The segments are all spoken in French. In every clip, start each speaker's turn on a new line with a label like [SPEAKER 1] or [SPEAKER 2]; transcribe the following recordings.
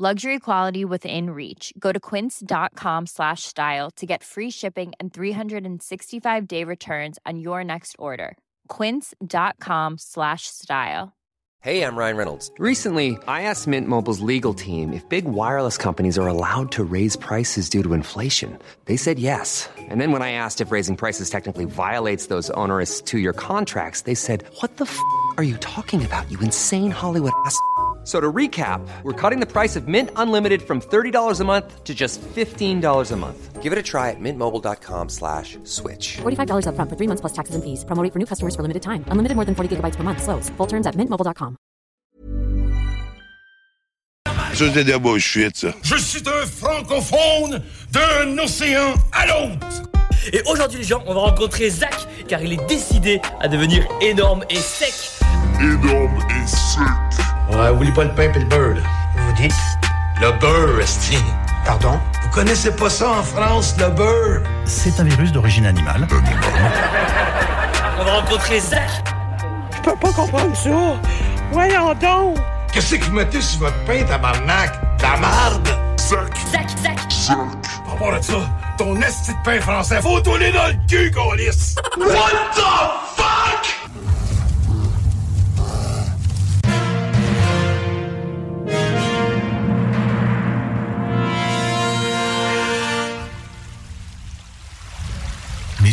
[SPEAKER 1] Luxury quality within reach. Go to quince.com slash style to get free shipping and 365 day returns on your next order. Quince.com slash style.
[SPEAKER 2] Hey, I'm Ryan Reynolds. Recently, I asked Mint Mobile's legal team if big wireless companies are allowed to raise prices due to inflation. They said yes. And then when I asked if raising prices technically violates those onerous two year contracts, they said, What the f are you talking about, you insane Hollywood ass? f- So to recap, we're cutting the price of Mint Unlimited from $30 a month to just $15 a month. Give it a try at mintmobile.com slash switch.
[SPEAKER 3] $45 up front for three months plus taxes and fees. Promo rate for new customers for limited time. Unlimited more than 40 gigabytes per month. Slows. Full terms at mintmobile.com.
[SPEAKER 4] Ça, c'est de la bullshit, ça.
[SPEAKER 5] Je suis un francophone d'un océan à l'autre.
[SPEAKER 6] Et aujourd'hui les gens, on va rencontrer Zach car il est décidé à devenir énorme et sec.
[SPEAKER 4] Énorme et sec.
[SPEAKER 7] Ouais, oublie pas le pain et le beurre, là.
[SPEAKER 8] Vous dites
[SPEAKER 7] Le beurre, esti.
[SPEAKER 8] Pardon
[SPEAKER 7] Vous connaissez pas ça en France, le beurre?
[SPEAKER 9] C'est un virus d'origine animale.
[SPEAKER 6] On va rencontrer Zach.
[SPEAKER 10] Je peux pas comprendre ça. Voyons donc.
[SPEAKER 7] Qu'est-ce que vous mettez sur votre pain, tabarnak? De La marde?
[SPEAKER 4] Sac,
[SPEAKER 6] Zach, Zach.
[SPEAKER 4] sac.
[SPEAKER 5] À part de ça, ton esti de pain français, faut tourner dans le cul, lisse.
[SPEAKER 4] What the fuck?
[SPEAKER 11] Mais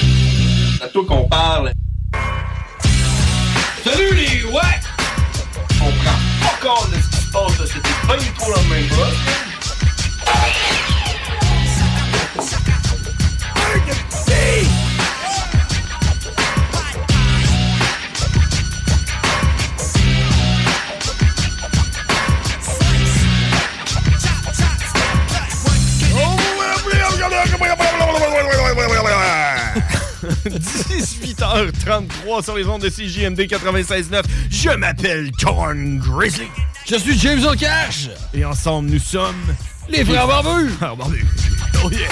[SPEAKER 12] C'est à toi qu'on parle. Salut les ouais! On prend pas compte de ce qui se passe, là. c'était pas du tout dans le même bras.
[SPEAKER 5] Hey,
[SPEAKER 12] 18h33 sur les ondes de CJMD 96.9. Je m'appelle Corn Grizzly.
[SPEAKER 13] Je suis James O'Cash!
[SPEAKER 12] Et ensemble, nous sommes...
[SPEAKER 13] Les frères barbus!
[SPEAKER 12] Frères barbus. Oh yeah.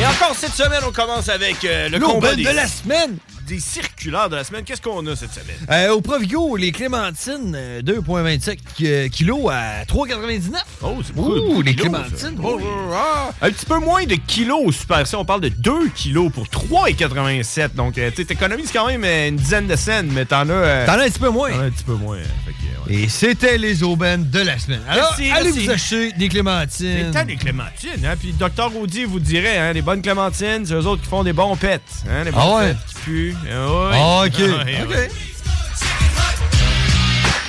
[SPEAKER 12] Et encore cette semaine, on commence avec euh, le combat
[SPEAKER 13] L'aubaine
[SPEAKER 12] des,
[SPEAKER 13] de la semaine!
[SPEAKER 12] des circulaires de la semaine. Qu'est-ce qu'on a cette semaine?
[SPEAKER 13] Euh, au Provigo, les clémentines, euh, 2,25 euh, kilos à 3,99.
[SPEAKER 12] Oh, c'est beaucoup.
[SPEAKER 13] Ouh,
[SPEAKER 12] beaucoup de
[SPEAKER 13] les
[SPEAKER 12] kilos, ça.
[SPEAKER 13] clémentines.
[SPEAKER 12] Oh,
[SPEAKER 13] oui.
[SPEAKER 12] oh, oh. Un petit peu moins de kilos au Super C. On parle de 2 kilos pour 3,87. Donc, euh, tu sais, t'économises quand même euh, une dizaine de cents, mais t'en as... euh,
[SPEAKER 13] T'en as un petit peu moins.
[SPEAKER 12] t'en as un petit peu moins. euh, fait que, euh, ouais.
[SPEAKER 13] Et c'était les aubaines de la semaine. Alors,
[SPEAKER 12] Merci,
[SPEAKER 13] allez
[SPEAKER 12] merci.
[SPEAKER 13] vous acheter des
[SPEAKER 12] C'est
[SPEAKER 13] clémentines.
[SPEAKER 12] le temps des clémentines, hein? Puis Docteur Audi vous dirait, hein, les bonnes clémentines, c'est eux autres qui font des bons pets. Hein, les bons
[SPEAKER 13] Ah ouais?
[SPEAKER 12] pets qui puent. Ah ouais.
[SPEAKER 13] Ah, OK.
[SPEAKER 12] Ah ouais,
[SPEAKER 13] OK.
[SPEAKER 12] ouais.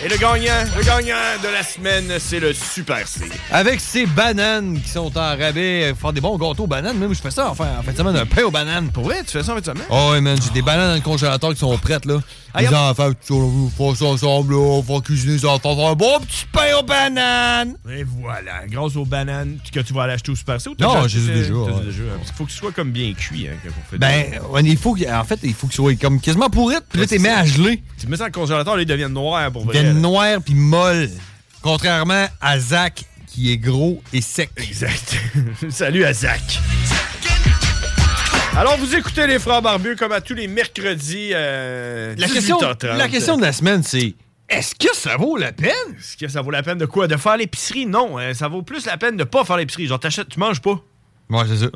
[SPEAKER 12] Et le gagnant, le gagnant de la semaine, c'est le Super C.
[SPEAKER 13] Avec ces bananes qui sont en rabais, euh, faire des bons gâteaux aux bananes. Même, je fais ça en fin, en fin de semaine, un pain aux bananes.
[SPEAKER 12] Pour vrai, tu fais ça en fait semaine?
[SPEAKER 13] Oh, ouais, man, j'ai des bananes dans le congélateur qui sont prêtes, là.
[SPEAKER 12] Ah,
[SPEAKER 13] les
[SPEAKER 12] y a-
[SPEAKER 13] enfants, tu font ça ensemble, là. On va cuisiner les enfants, faire un bon petit pain aux bananes.
[SPEAKER 12] Et voilà, grâce aux bananes que tu vas aller acheter au Super C ou t'as
[SPEAKER 13] Non,
[SPEAKER 12] déjà acheté
[SPEAKER 13] j'ai
[SPEAKER 12] ça?
[SPEAKER 13] déjà,
[SPEAKER 12] T'as
[SPEAKER 13] ouais.
[SPEAKER 12] déjà, hein, Parce qu'il faut que tu sois comme bien cuit hein, quand on fait
[SPEAKER 13] Ben,
[SPEAKER 12] ça.
[SPEAKER 13] ouais, il faut qu'il- en fait, il faut qu'ils soient comme quasiment pourrites, puis
[SPEAKER 12] Ouais,
[SPEAKER 13] là, t'es
[SPEAKER 12] c'est
[SPEAKER 13] mis
[SPEAKER 12] ça.
[SPEAKER 13] à geler.
[SPEAKER 12] Tu mets ça dans le congélateur, là, ils deviennent noirs pour
[SPEAKER 13] Ils
[SPEAKER 12] vrai.
[SPEAKER 13] deviennent
[SPEAKER 12] là.
[SPEAKER 13] noirs puis molles. Contrairement à Zach, qui est gros et sec.
[SPEAKER 12] Exact. Salut à Zach. Alors, vous écoutez les Frères Barbus comme à tous les mercredis. euh,
[SPEAKER 13] La question,
[SPEAKER 12] 18h30.
[SPEAKER 13] la question de la semaine, c'est est-ce que ça vaut la peine?
[SPEAKER 12] Est-ce que ça vaut la peine de quoi De faire l'épicerie Non, hein, ça vaut plus la peine de pas faire l'épicerie. Genre, t'achètes, tu manges pas.
[SPEAKER 13] Ouais, c'est ça.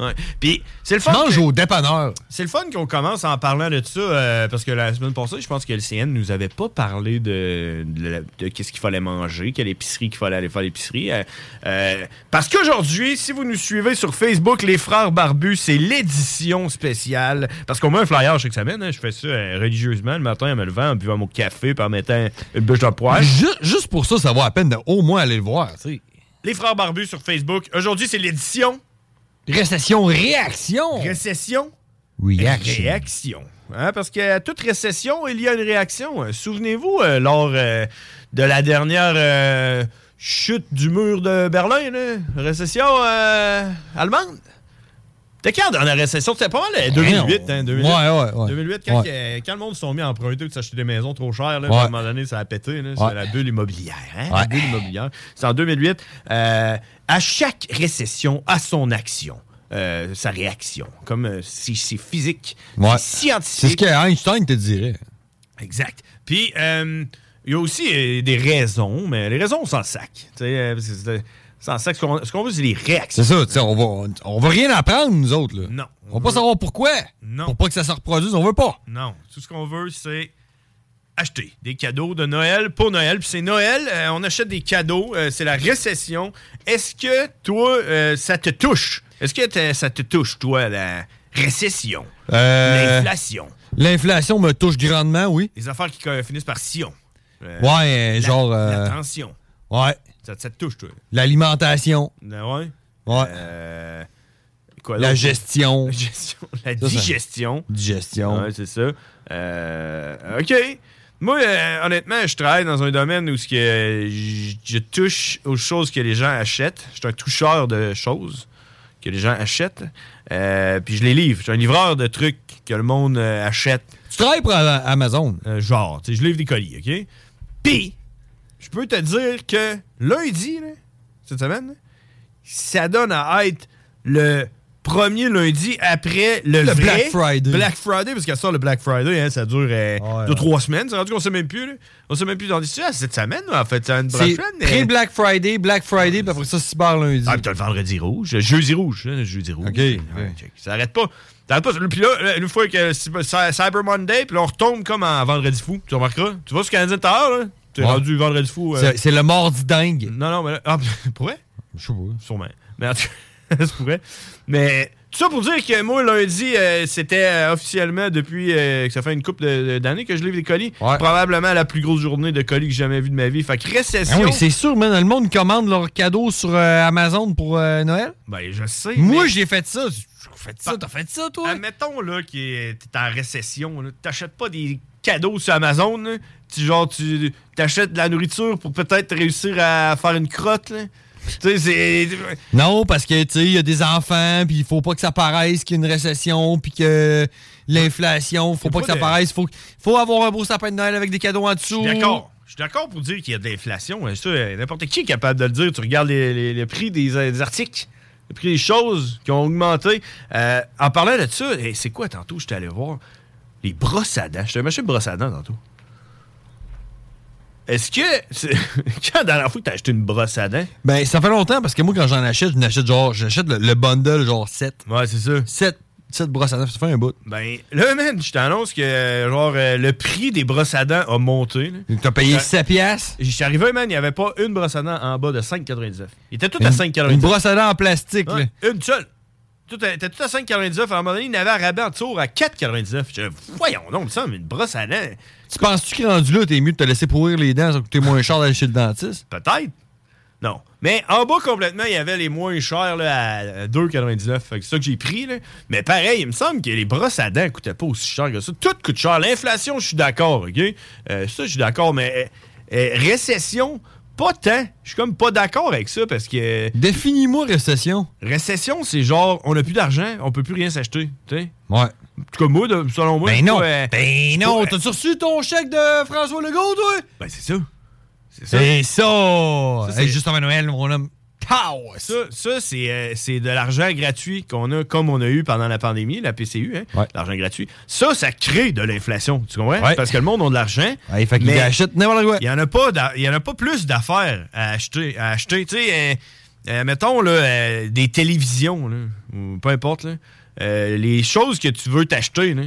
[SPEAKER 12] Puis c'est le fun.
[SPEAKER 13] Mange
[SPEAKER 12] que-
[SPEAKER 13] au dépanneur.
[SPEAKER 12] C'est le fun qu'on commence en parlant de ça, euh, parce que la semaine passée, je pense que le CN nous avait pas parlé de, de, la- de qu'est-ce qu'il fallait manger, quelle épicerie qu'il fallait aller faire à l'épicerie. euh, euh, parce qu'aujourd'hui, si vous nous suivez sur Facebook, les Frères Barbus, c'est l'édition spéciale. Parce qu'on met un flyer chaque semaine, hein, je fais ça euh, religieusement le matin en me levant, en buvant mon café, puis en mettant une bûche de poire.
[SPEAKER 13] Juste, juste pour ça, ça vaut la peine de au moins aller le voir. tu sais.
[SPEAKER 12] Les Frères Barbus sur Facebook. Aujourd'hui, c'est l'édition.
[SPEAKER 13] Récession, réaction.
[SPEAKER 12] Récession.
[SPEAKER 13] Reaction.
[SPEAKER 12] Réaction. Hein, parce qu'à toute récession, il y a une réaction. Euh, Souvenez-vous, euh, lors euh, de la dernière euh, chute du mur de Berlin, là, récession euh, allemande. C'était quand la dernière récession? C'était pas mal, euh, 2008. hein, 2008.
[SPEAKER 13] Ouais, ouais, ouais.
[SPEAKER 12] 2008, quand,
[SPEAKER 13] Ouais.
[SPEAKER 12] euh, quand le monde se sont mis à emprunter, de s'acheter des maisons trop chères, là,
[SPEAKER 13] Ouais.
[SPEAKER 12] à un moment donné, ça a pété. là. C'est
[SPEAKER 13] Ouais.
[SPEAKER 12] la bulle immobilière. hein, la bulle immobilière. C'est en 2008. Euh, à chaque récession, à son action, euh, sa réaction. Comme euh, si c'est physique,
[SPEAKER 13] Ouais.
[SPEAKER 12] c'est scientifique.
[SPEAKER 13] C'est ce que Einstein te dirait.
[SPEAKER 12] Exact. Puis, euh, il y a aussi euh, des raisons, mais les raisons, on s'en sac. Tu sais, euh, parce que c'est- s'en sac. Ce qu'on ce qu'on veut, c'est les réactions.
[SPEAKER 13] C'est ça, tu sais, on va, on, on va rien apprendre, nous autres. Là.
[SPEAKER 12] Non.
[SPEAKER 13] On va pas savoir pourquoi.
[SPEAKER 12] Non.
[SPEAKER 13] Pour pas que ça se reproduise, on veut pas.
[SPEAKER 12] Non. Tout ce qu'on veut, c'est acheter des cadeaux de Noël pour Noël. Puis c'est Noël, euh, on achète des cadeaux, euh, c'est la récession. Est-ce que toi, euh, ça te touche? Est-ce que t'es- ça te touche, toi, la récession?
[SPEAKER 13] Euh,
[SPEAKER 12] L'inflation?
[SPEAKER 13] L'inflation me touche grandement, oui.
[SPEAKER 12] Les affaires qui euh, finissent par sion. Euh,
[SPEAKER 13] Ouais, euh, genre, euh,
[SPEAKER 12] La tension.
[SPEAKER 13] Ouais.
[SPEAKER 12] Ça, ça te touche, toi?
[SPEAKER 13] L'alimentation.
[SPEAKER 12] Ah Ouais.
[SPEAKER 13] Ouais.
[SPEAKER 12] Euh, quoi
[SPEAKER 13] la
[SPEAKER 12] d'autre?
[SPEAKER 13] gestion.
[SPEAKER 12] La gestion. La
[SPEAKER 13] Ça, ça-
[SPEAKER 12] digestion.
[SPEAKER 13] Digestion.
[SPEAKER 12] Ouais, c'est ça. Euh, OK. Moi, euh, honnêtement, je travaille dans un domaine où ce que je, je touche aux choses que les gens achètent. Je suis un toucheur de choses que les gens achètent. Euh, puis je les livre. Je suis un livreur de trucs que le monde euh, achète.
[SPEAKER 13] Tu travailles pour Ama- Amazon.
[SPEAKER 12] Euh, genre, tu sais, je livre des colis, OK? Puis, je peux te dire que lundi, là, cette semaine, là, ça donne à être le premier lundi après le,
[SPEAKER 13] Le
[SPEAKER 12] vrai
[SPEAKER 13] Black Friday.
[SPEAKER 12] Black Friday, parce qu'à ça, le Black Friday, hein, ça dure euh, deux, trois semaines. C'est rendu qu'on sait même plus. Là. On sait même plus dans l'histoire. Cette semaine, en fait, c'est une
[SPEAKER 13] C'est
[SPEAKER 12] prochaine. euh,
[SPEAKER 13] pré-Black Friday, Black Friday, puis après ça, cyber lundi.
[SPEAKER 12] ah, puis t'as le vendredi rouge, le jeudi rouge, hein, le jeudi rouge.
[SPEAKER 13] OK,
[SPEAKER 12] Ouais,
[SPEAKER 13] OK.
[SPEAKER 12] check. Ça arrête pas. Ça arrête pas. Puis là, une fois que c'est- c'est Cyber Monday, puis là, on retombe comme en vendredi fou. Tu remarqueras. Tu vois ce Canadien tout à l'heure, là? T'es
[SPEAKER 13] Ouais. Mm.
[SPEAKER 12] rendu vendredi fou. euh,
[SPEAKER 13] C'est- C'est le mardi dingue.
[SPEAKER 12] Non, non, mais là. Ah, pour vrai?
[SPEAKER 13] Je sais pas.
[SPEAKER 12] Sûrement. Mais en tout cas, c'est pour vrai. Mais tout ça pour dire que moi, lundi, euh, c'était euh, officiellement depuis euh, que ça fait une couple de- de- d'années que je livre des colis.
[SPEAKER 13] Ouais.
[SPEAKER 12] Probablement la plus grosse journée de colis que j'ai jamais vue de ma vie. Fait que récession.
[SPEAKER 13] Ah oui, c'est sûr, man. Le monde commande leurs cadeaux sur euh, Amazon pour euh, Noël.
[SPEAKER 12] ben, je sais.
[SPEAKER 13] Moi,
[SPEAKER 12] mais-
[SPEAKER 13] j'ai fait ça. J'ai fait ça, t'as fait ça, toi?
[SPEAKER 12] Admettons là que t'es en récession, là, t'achètes pas des cadeaux sur Amazon, là. tu genre tu t'achètes de la nourriture pour peut-être réussir à faire une crotte. là. Tu sais, c'est
[SPEAKER 13] Non, parce que, tu sais, il y a des enfants, puis il faut pas que ça paraisse qu'il y a une récession, puis que l'inflation, faut
[SPEAKER 12] Y a
[SPEAKER 13] pas
[SPEAKER 12] pas
[SPEAKER 13] que ça
[SPEAKER 12] de-
[SPEAKER 13] paraisse. Faut, faut avoir un beau sapin de Noël avec des cadeaux en dessous.
[SPEAKER 12] Je suis d'accord. Je suis d'accord pour dire qu'il y a de l'inflation. hein. Ça, euh, n'importe qui est capable de le dire. Tu regardes les, les- les prix des, euh, des articles, le prix des choses qui ont augmenté. Euh, en parlant de ça, eh, c'est quoi tantôt? Je suis allé voir les brosses à dents. Je t'ai acheté une brosse à dents tantôt. Est-ce que. c'est- Quand dans la fois que t'as acheté une brosse à dents?
[SPEAKER 13] Ben, ça fait longtemps, parce que moi, quand j'en achète, je n'achète genre, j'achète le, le bundle, genre 7.
[SPEAKER 12] Ouais, c'est ça.
[SPEAKER 13] 7, 7 brosses à neuf, ça fait un bout.
[SPEAKER 12] Ben, là, man, je t'annonce que euh, genre, euh, le prix des brosses à dents a monté. là.
[SPEAKER 13] T'as payé
[SPEAKER 12] Ouais.
[SPEAKER 13] 7 piastres.
[SPEAKER 12] J'y suis arrivé, man, il n'y avait pas une brosse à dents en bas de 5,99. Il était tout à
[SPEAKER 13] Une-
[SPEAKER 12] 5,99.
[SPEAKER 13] Une brosse à dents en plastique, là.
[SPEAKER 12] Ouais, Une seule. Tout à- T'es tout à 5,99. À un moment donné, il y en avait à rabais en dessous à 4,99. Je, voyons donc, ça, mais une brosse à dents.
[SPEAKER 13] Tu penses-tu que rendu là, t'es mieux de te laisser pourrir les dents, ça va coûter moins cher d'aller chez le dentiste?
[SPEAKER 12] Peut-être. Non. Mais en bas, complètement, il y avait les moins chers là, à 2,99. Fait que C'est ça que j'ai pris. là. Mais pareil, il me semble que les brosses à dents coûtaient pas aussi cher que ça. Tout coûte cher. L'inflation, je suis d'accord. OK? Euh, ça, je suis d'accord. Mais euh, euh, récession, pas tant. Je suis comme pas d'accord avec ça parce que. euh,
[SPEAKER 13] Définis-moi récession.
[SPEAKER 12] Récession, c'est genre, on n'a plus d'argent, on peut plus rien s'acheter. tu sais.
[SPEAKER 13] Ouais.
[SPEAKER 12] En tout cas, moi, de- selon moi.
[SPEAKER 13] Ben
[SPEAKER 12] c'est
[SPEAKER 13] non.
[SPEAKER 12] pas, euh,
[SPEAKER 13] Ben non,
[SPEAKER 12] Ouais.
[SPEAKER 13] t'as-tu reçu ton chèque de François Legault, toi?
[SPEAKER 12] Ben, c'est ça. C'est ça.
[SPEAKER 13] C'est ça!
[SPEAKER 12] Ça,
[SPEAKER 13] c'est
[SPEAKER 12] c'est-
[SPEAKER 13] juste avant Noël, mon homme. Pow!
[SPEAKER 12] Ça, ça, c'est euh, c'est de l'argent gratuit qu'on a, comme on a eu pendant la pandémie, la PCU, hein,
[SPEAKER 13] Ouais.
[SPEAKER 12] l'argent gratuit. Ça, ça crée de l'inflation, tu comprends?
[SPEAKER 13] Ouais.
[SPEAKER 12] Parce que le monde a de l'argent.
[SPEAKER 13] Ouais, fait qu'il
[SPEAKER 12] mais
[SPEAKER 13] achète n'importe quoi.
[SPEAKER 12] Il n'y en, a pas d'a- il y en a pas plus d'affaires à acheter. À acheter. Tu sais, euh, euh, mettons, là, euh, des télévisions, là, ou peu importe, là, euh, les choses que tu veux t'acheter, là,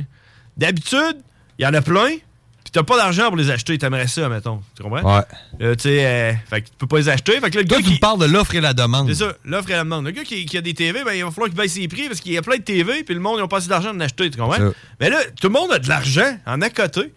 [SPEAKER 12] d'habitude, il y en a plein, puis t'as pas d'argent pour les acheter, t'aimerais ça, mettons. Tu comprends?
[SPEAKER 13] Ouais.
[SPEAKER 12] Là, tu sais, euh, fait que tu peux pas les acheter. Fait que là, le gars qui...
[SPEAKER 13] parle de l'offre et la demande.
[SPEAKER 12] C'est ça, l'offre et la demande. Le gars qui, qui a des TV, ben, il va falloir qu'il baisse ses prix parce qu'il y a plein de TV, puis le monde, ils ont pas assez d'argent d'en acheter, tu comprends?
[SPEAKER 13] Ça.
[SPEAKER 12] Mais là, tout le monde a de l'argent en à côté.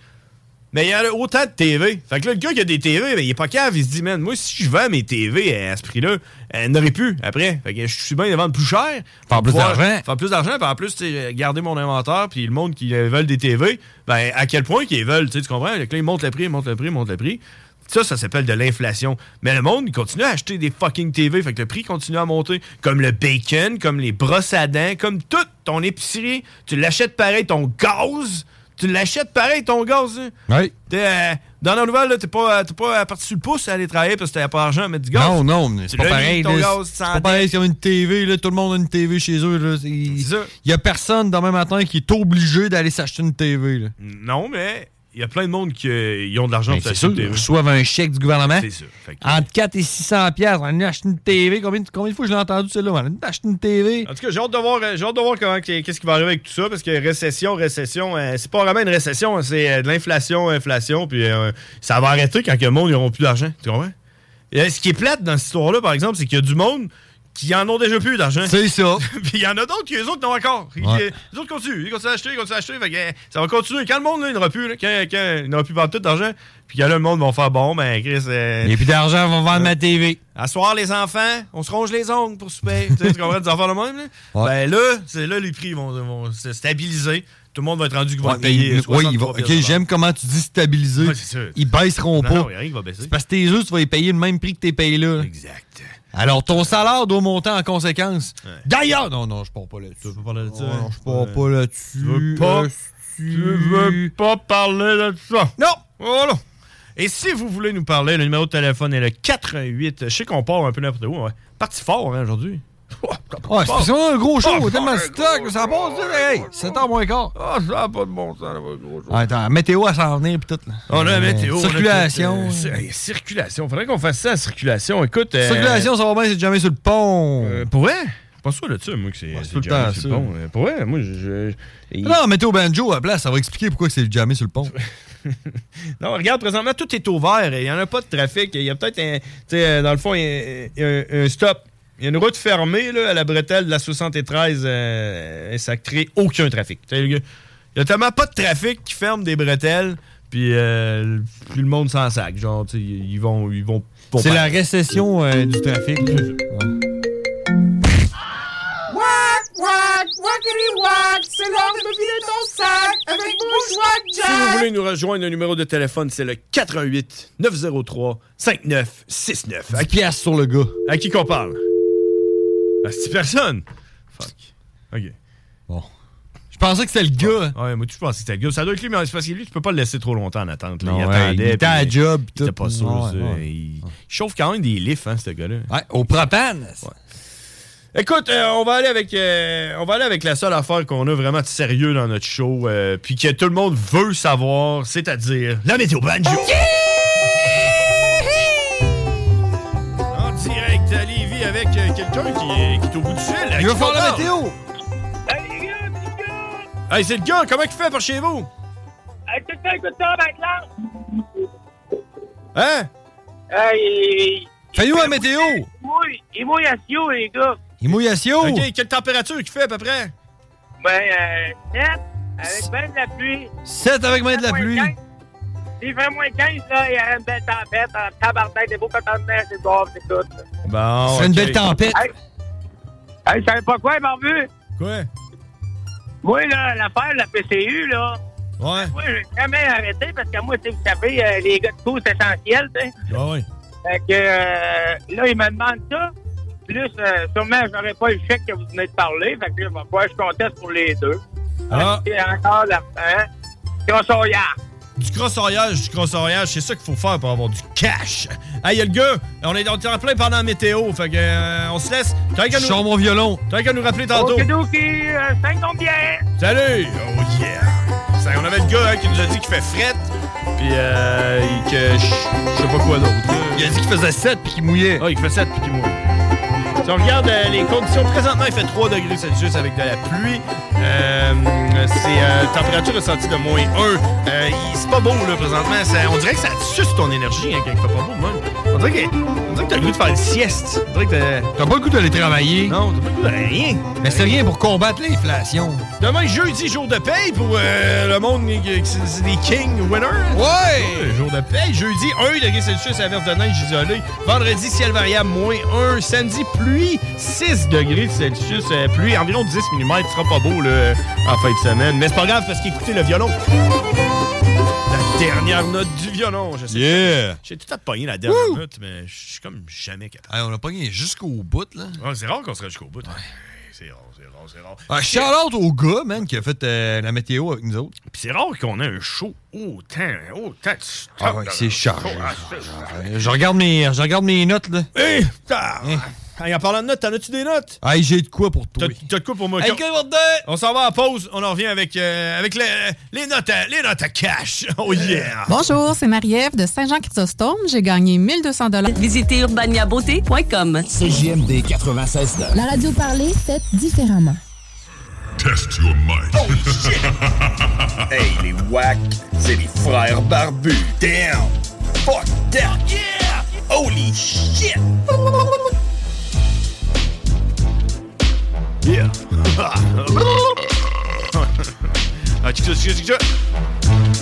[SPEAKER 12] Mais il y en a autant de TV. Fait que là, le gars qui a des TV, ben, il est pas cave. Il se dit, man, moi, si je vends mes TV à, à ce prix-là, euh, elle n'aurait plus après. Fait que je suis bien de les vendre plus cher. Faire
[SPEAKER 13] plus d'argent.
[SPEAKER 12] Faire plus d'argent. Puis en plus, tu sais, garder mon inventaire. Puis le monde qui euh, veulent des TV, ben, à quel point qu'ils veulent. Tu sais, tu comprends? Fait que là, ils montent le prix, ils montent le prix, ils montent le prix. Ça, ça s'appelle de l'inflation. Mais le monde, il continue à acheter des fucking TV. Fait que le prix continue à monter. Comme le bacon, comme les brosses à dents, comme toute ton épicerie. Tu l'achètes pareil, ton gaz. Tu l'achètes pareil, ton gaz. hein.
[SPEAKER 13] Oui.
[SPEAKER 12] T'es, euh, dans la nouvelle, là, t'es pas, euh, t'es pas euh, parti sur le pouce à aller travailler parce que t'avais pas d'argent à mettre du gaz.
[SPEAKER 13] Non, non, mais
[SPEAKER 12] Tu
[SPEAKER 13] c'est pas
[SPEAKER 12] l'as
[SPEAKER 13] pareil.
[SPEAKER 12] mis, ton
[SPEAKER 13] là.
[SPEAKER 12] gaz,
[SPEAKER 13] C'est
[SPEAKER 12] sans
[SPEAKER 13] pas pareil, c'est comme une TV. Là, tout le monde a une TV chez eux. là. C'est- Il y a personne demain matin qui est obligé d'aller s'acheter une TV. là.
[SPEAKER 12] Non, mais il y a plein de monde qui euh, ils ont de l'argent
[SPEAKER 13] Ben,
[SPEAKER 12] pour
[SPEAKER 13] C'est
[SPEAKER 12] s'acheter
[SPEAKER 13] sûr,
[SPEAKER 12] une
[SPEAKER 13] ils
[SPEAKER 12] TV.
[SPEAKER 13] reçoivent un chèque du gouvernement.
[SPEAKER 12] C'est sûr. Fait que-
[SPEAKER 13] Entre 4 et 600 piastres. On a acheté une TV. Combien, combien de fois je l'ai entendu, celle-là? On a acheté une TV.
[SPEAKER 12] En tout cas, j'ai hâte de voir, euh, j'ai hâte de voir comment, que- qu'est-ce qui va arriver avec tout ça, parce que récession, récession, euh, c'est pas vraiment une récession, hein, c'est euh, de l'inflation, inflation, puis euh, ça va arrêter quand que le monde n'auront plus d'argent, tu comprends? Et, euh, ce qui est plate dans cette histoire-là, par exemple, c'est qu'il y a du monde qui en ont déjà plus d'argent.
[SPEAKER 13] C'est ça.
[SPEAKER 12] puis il y en a d'autres qui eux autres n'ont encore. Ils- euh,
[SPEAKER 13] Ouais.
[SPEAKER 12] Les autres continuent, ils continuent à acheter, ils continuent à acheter, fait que, euh, ça va continuer. Quand le monde, là, il n'aura plus, là, quand, quand il n'aura plus vendu tout d'argent, puis quand là, le monde va faire bon, ben Chris... euh,
[SPEAKER 13] Et puis d'argent, on va vendre ma TV.
[SPEAKER 12] à soir, les enfants, on se ronge les ongles pour souper. tu sais, tu comprends des enfants le même? Là?
[SPEAKER 13] Ouais.
[SPEAKER 12] Ben là, c'est là les prix vont, vont se stabiliser. Tout le monde va être rendu qu'ils vont
[SPEAKER 13] Ouais,
[SPEAKER 12] te
[SPEAKER 13] mais
[SPEAKER 12] payer.
[SPEAKER 13] il- oui, il va- ok, j'aime comment tu dis stabiliser.
[SPEAKER 12] Ouais, c'est sûr.
[SPEAKER 13] Ils baisseront
[SPEAKER 12] Non,
[SPEAKER 13] pas.
[SPEAKER 12] non, y a rien qui va baisser.
[SPEAKER 13] C'est parce que tes œufs, tu vas les payer le même prix que t'es payé là.
[SPEAKER 12] Exact.
[SPEAKER 13] Alors, ton salaire doit monter en conséquence. D'ailleurs, non, non, je parle pas là-dessus.
[SPEAKER 12] Tu veux pas parler de ça? hein?
[SPEAKER 13] Non, je parle pas là-dessus.
[SPEAKER 12] Tu veux pas,
[SPEAKER 13] Euh,
[SPEAKER 12] tu veux pas parler de ça?
[SPEAKER 13] Non!
[SPEAKER 12] Oh non! Et si vous voulez nous parler, le numéro de téléphone est le 88. Je sais qu'on part un peu n'importe où. Ouais. Parti fort hein, aujourd'hui.
[SPEAKER 13] Ouais, Ah, c'est parce qu'on a un gros show,
[SPEAKER 12] Oh,
[SPEAKER 13] tellement de
[SPEAKER 12] un
[SPEAKER 13] stock,
[SPEAKER 12] gros
[SPEAKER 13] ça passe,
[SPEAKER 12] show,
[SPEAKER 13] hey, 7h moins quart.
[SPEAKER 12] Ah, ça n'a pas de bon sens. là, gros jour.
[SPEAKER 13] Ouais, attends, météo à s'en venir, pis tout. Là.
[SPEAKER 12] On a
[SPEAKER 13] Euh,
[SPEAKER 12] la météo. on a tout,
[SPEAKER 13] Circulation.
[SPEAKER 12] euh, cir- hey, circulation. Faudrait qu'on fasse ça, circulation. Écoute. euh,
[SPEAKER 13] Circulation, ça va bien, c'est jamais sur le pont.
[SPEAKER 12] euh, pour vrai? Pas sûr là-dessus, moi, que c'est.
[SPEAKER 13] Ouais, c'est
[SPEAKER 12] c'est
[SPEAKER 13] tout le
[SPEAKER 12] jamais
[SPEAKER 13] temps
[SPEAKER 12] sur
[SPEAKER 13] ça.
[SPEAKER 12] pont. Euh, Pour vrai, moi, je. je- il-
[SPEAKER 13] Ah Non, météo banjo à la place, ça va expliquer pourquoi que c'est jamais sur le pont.
[SPEAKER 12] Non, regarde, présentement, tout est ouvert. Il n'y en a pas de trafic. Il y a peut-être un. Tu sais, euh, dans le fond, il y a un, un- un stop. Il y a une route fermée là, à la bretelle de la 73 euh, et ça crée aucun trafic. Tu sais, le gars, Il y a tellement pas de trafic qui ferme des bretelles, puis, euh, puis le monde s'en sac. Genre, tu sais, ils vont. Ils vont vont
[SPEAKER 13] C'est
[SPEAKER 12] pas-
[SPEAKER 13] la récession euh, du trafic.
[SPEAKER 12] Si vous voulez nous rejoindre, le numéro de téléphone, c'est le 88 903 5969. À,
[SPEAKER 13] 10 piastres sur le gars.
[SPEAKER 12] à qui qu'on parle? À cette personne? Fuck. OK.
[SPEAKER 13] Bon. Je pensais que c'était le gars.
[SPEAKER 12] Ouais, moi, tu penses que c'était le gars. Ça doit être lui, mais c'est parce que lui, tu peux pas le laisser trop longtemps en attente. là.
[SPEAKER 13] Non,
[SPEAKER 12] il
[SPEAKER 13] ouais,
[SPEAKER 12] attendait.
[SPEAKER 13] il était
[SPEAKER 12] puis
[SPEAKER 13] à la job,
[SPEAKER 12] Il était
[SPEAKER 13] tout.
[SPEAKER 12] pas sûr.
[SPEAKER 13] Ouais,
[SPEAKER 12] ça.
[SPEAKER 13] ouais.
[SPEAKER 12] Il... il chauffe quand même des lifts, hein, ce gars-là.
[SPEAKER 13] Ouais, au propane.
[SPEAKER 12] Écoute, euh, on va aller avec euh, on va aller avec la seule affaire qu'on a vraiment de sérieux dans notre show, euh, puis que tout le monde veut savoir, c'est-à-dire la météo banjo. En direct à Lévis avec euh, quelqu'un qui, est- qui est au bout du fil. À qui
[SPEAKER 13] Il va
[SPEAKER 12] on
[SPEAKER 13] faire la
[SPEAKER 12] parle?
[SPEAKER 13] météo.
[SPEAKER 12] Hey, c'est le gars. Comment il fait par chez vous Hein
[SPEAKER 13] Fais-nous la météo.
[SPEAKER 14] mouille, il mouille à Sio, les gars.
[SPEAKER 13] Il mouille à Sio.
[SPEAKER 12] Ok, quelle température qu'il fait à peu près
[SPEAKER 14] Ben, euh, net, avec ben de la pluie.
[SPEAKER 13] 7 avec main de la
[SPEAKER 14] Moins
[SPEAKER 13] pluie.
[SPEAKER 14] 15. S'il fait moins 15, là, il y a une belle tempête, un tabarnak, des beaux cotons de neige, c'est bon, c'est tout.
[SPEAKER 12] Bon,
[SPEAKER 13] C'est une
[SPEAKER 12] ok.
[SPEAKER 13] belle tempête.
[SPEAKER 14] Hey, hey, je savais pas quoi, Barbu?
[SPEAKER 12] Quoi
[SPEAKER 14] Moi, là, l'affaire de la PCU, là,
[SPEAKER 12] Ouais.
[SPEAKER 14] moi, j'ai jamais arrêté parce que moi, tu sais, vous savez, euh, les gars de course essentiels, tu sais.
[SPEAKER 12] Ah ouais.
[SPEAKER 14] Fait que, euh, là, ils me demandent ça. Plus, euh, sûrement, j'aurais pas le chèque que vous venez de parler. Fait que, là, il va falloir que je conteste pour les deux.
[SPEAKER 12] Ah.
[SPEAKER 14] C'est encore la
[SPEAKER 15] hein?
[SPEAKER 14] fin. Crossoyard.
[SPEAKER 12] Du crossoyage, du crossoyage, c'est ça qu'il faut faire pour avoir du cash. Hey, y'a le gars, on est, on est en plein pendant la météo, fait que euh, on se laisse. T'as qu'à
[SPEAKER 13] Je sors
[SPEAKER 12] nous,
[SPEAKER 13] mon violon.
[SPEAKER 12] t'as qu'à nous rappeler tantôt.
[SPEAKER 14] Okidoki, euh, 5 combien?
[SPEAKER 12] Salut! Oh yeah! Ça, on avait le gars hein, qui nous a dit qu'il fait fret, puis euh, et que je je sais pas quoi d'autre.
[SPEAKER 13] Il a dit qu'il faisait 7 puis qu'il mouillait.
[SPEAKER 12] Ah, il fait 7 puis qu'il mouille. Si on regarde euh, les conditions, présentement, il fait 3 degrés Celsius avec de la pluie. Euh, c'est euh, température ressentie de moins 1. Euh, il- c'est pas beau, là, présentement. Ça- on dirait que ça suce ton énergie, hein, quand il fait pas beau, moi. On dirait que, on dirait que t'as le goût de faire une sieste. On dirait que t'as...
[SPEAKER 13] T'as pas le goût d'aller travailler.
[SPEAKER 12] Non, t'as pas le goût d'aller rien.
[SPEAKER 13] Mais c'est rien pour combattre l'inflation.
[SPEAKER 12] Demain, jeudi, jour de paye pour euh, le monde qui- qui- c'est c'est des king winners.
[SPEAKER 13] Ouais!
[SPEAKER 12] Jour de paye. Jeudi, 1 degré Celsius, averse de neige isolée. Vendredi, ciel variable, moins 1. Samedi, pluie, 6 degrés Celsius. euh, pluie, environ 10 mm. Ce sera pas beau là, en fin de semaine. Mais c'est pas grave parce qu'écoutez le violon. La dernière note du violon. Je sais
[SPEAKER 13] Yeah!
[SPEAKER 12] J'ai tout à pogné la dernière
[SPEAKER 13] Woo!
[SPEAKER 12] note, mais je suis comme jamais capable.
[SPEAKER 13] on a pogné jusqu'au bout, là.
[SPEAKER 12] Ouais, Ah, c'est rare qu'on se rende jusqu'au bout. hein. C'est rare, c'est rare, c'est rare.
[SPEAKER 13] Ah, shout-out au gars, man, qui a fait euh, la météo avec nous autres.
[SPEAKER 12] Puis c'est rare qu'on ait un show autant, autant de stock
[SPEAKER 13] Ah ouais,
[SPEAKER 12] dans
[SPEAKER 13] c'est
[SPEAKER 12] le
[SPEAKER 13] chargé.
[SPEAKER 12] show. Ah, c'est
[SPEAKER 13] Euh, Je regarde mes, je regarde mes notes, là.
[SPEAKER 12] Hé! tard. Hein? Hey, en parlant de notes, t'en as-tu des notes?
[SPEAKER 13] Hey, j'ai de quoi pour
[SPEAKER 12] T'as
[SPEAKER 13] toi.
[SPEAKER 12] t'as de quoi pour moi?
[SPEAKER 13] Hey,
[SPEAKER 12] Quand- On s'en va en pause, on en revient avec, euh, avec les, les notes à, les notes à cash. Oh yeah!
[SPEAKER 13] Euh,
[SPEAKER 16] Bonjour, c'est Marie-Ève de Saint-Jean-Chrysostome. J'ai gagné 1200 Visitez urbaniabeauté.com.
[SPEAKER 17] CJMD 96
[SPEAKER 18] La radio parlée, faite différemment.
[SPEAKER 4] Test your mic. Oh shit! hey, les wack, c'est les frères barbus. Damn! Fuck that! Yeah! Holy shit!
[SPEAKER 12] Yeah! Ah, tchic, tchic, tchic, tchic.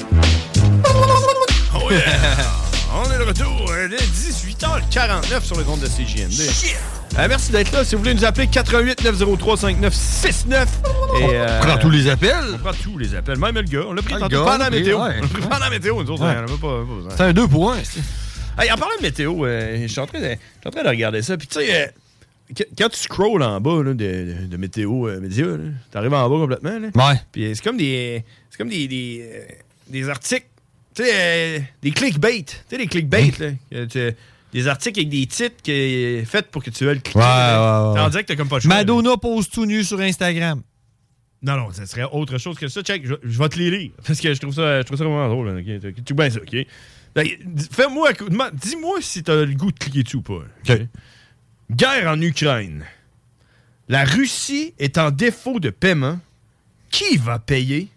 [SPEAKER 12] Oh yeah! On est de retour, il est 18h49 sur le compte de CGMD. Euh, merci d'être là. Si vous voulez nous appeler, 88 903 5969. Et, euh,
[SPEAKER 13] On prend tous les appels.
[SPEAKER 12] On prend tous les appels. Même le gars. On l'a pris
[SPEAKER 13] Ah, le
[SPEAKER 12] tantôt
[SPEAKER 13] gars,
[SPEAKER 12] pendant la
[SPEAKER 13] oui,
[SPEAKER 12] météo.
[SPEAKER 13] ouais.
[SPEAKER 12] On l'a pris pendant la météo, nous autres. hein,
[SPEAKER 13] Ouais.
[SPEAKER 12] on avait pas- pas besoin.
[SPEAKER 13] C'est un 2 pour 1.
[SPEAKER 12] Hey, en parlant de météo, euh, je suis en, train de- je suis en train de regarder ça. Puis, tu sais, euh, qu- quand tu scrolls en bas là, de, de- de météo euh, média, là, t'arrives en bas complètement. là.
[SPEAKER 13] Ouais.
[SPEAKER 12] Puis, euh, c'est comme des, c'est comme des, des, euh, des articles, tu sais, euh, des clickbait. Tu sais, des clickbait, là, que tu- des articles avec des titres qui est faits pour que tu veuilles le cliquer.
[SPEAKER 13] Ouais,
[SPEAKER 12] là.
[SPEAKER 13] ouais, ouais.
[SPEAKER 12] On dirait que t'as comme pas le choix.
[SPEAKER 13] Madonna pose tout nu sur Instagram.
[SPEAKER 12] Non, non, ça serait autre chose que ça. Check, je, je vais te les lire. Parce que je trouve ça, je trouve ça vraiment drôle. hein, ok? Tu- Tu bien ça, OK? Fait que, dis- Fais-moi, écou- demande- dis-moi si t'as le goût de cliquer dessus ou pas. OK? Guerre en Ukraine. La Russie est en défaut de paiement. Qui va payer?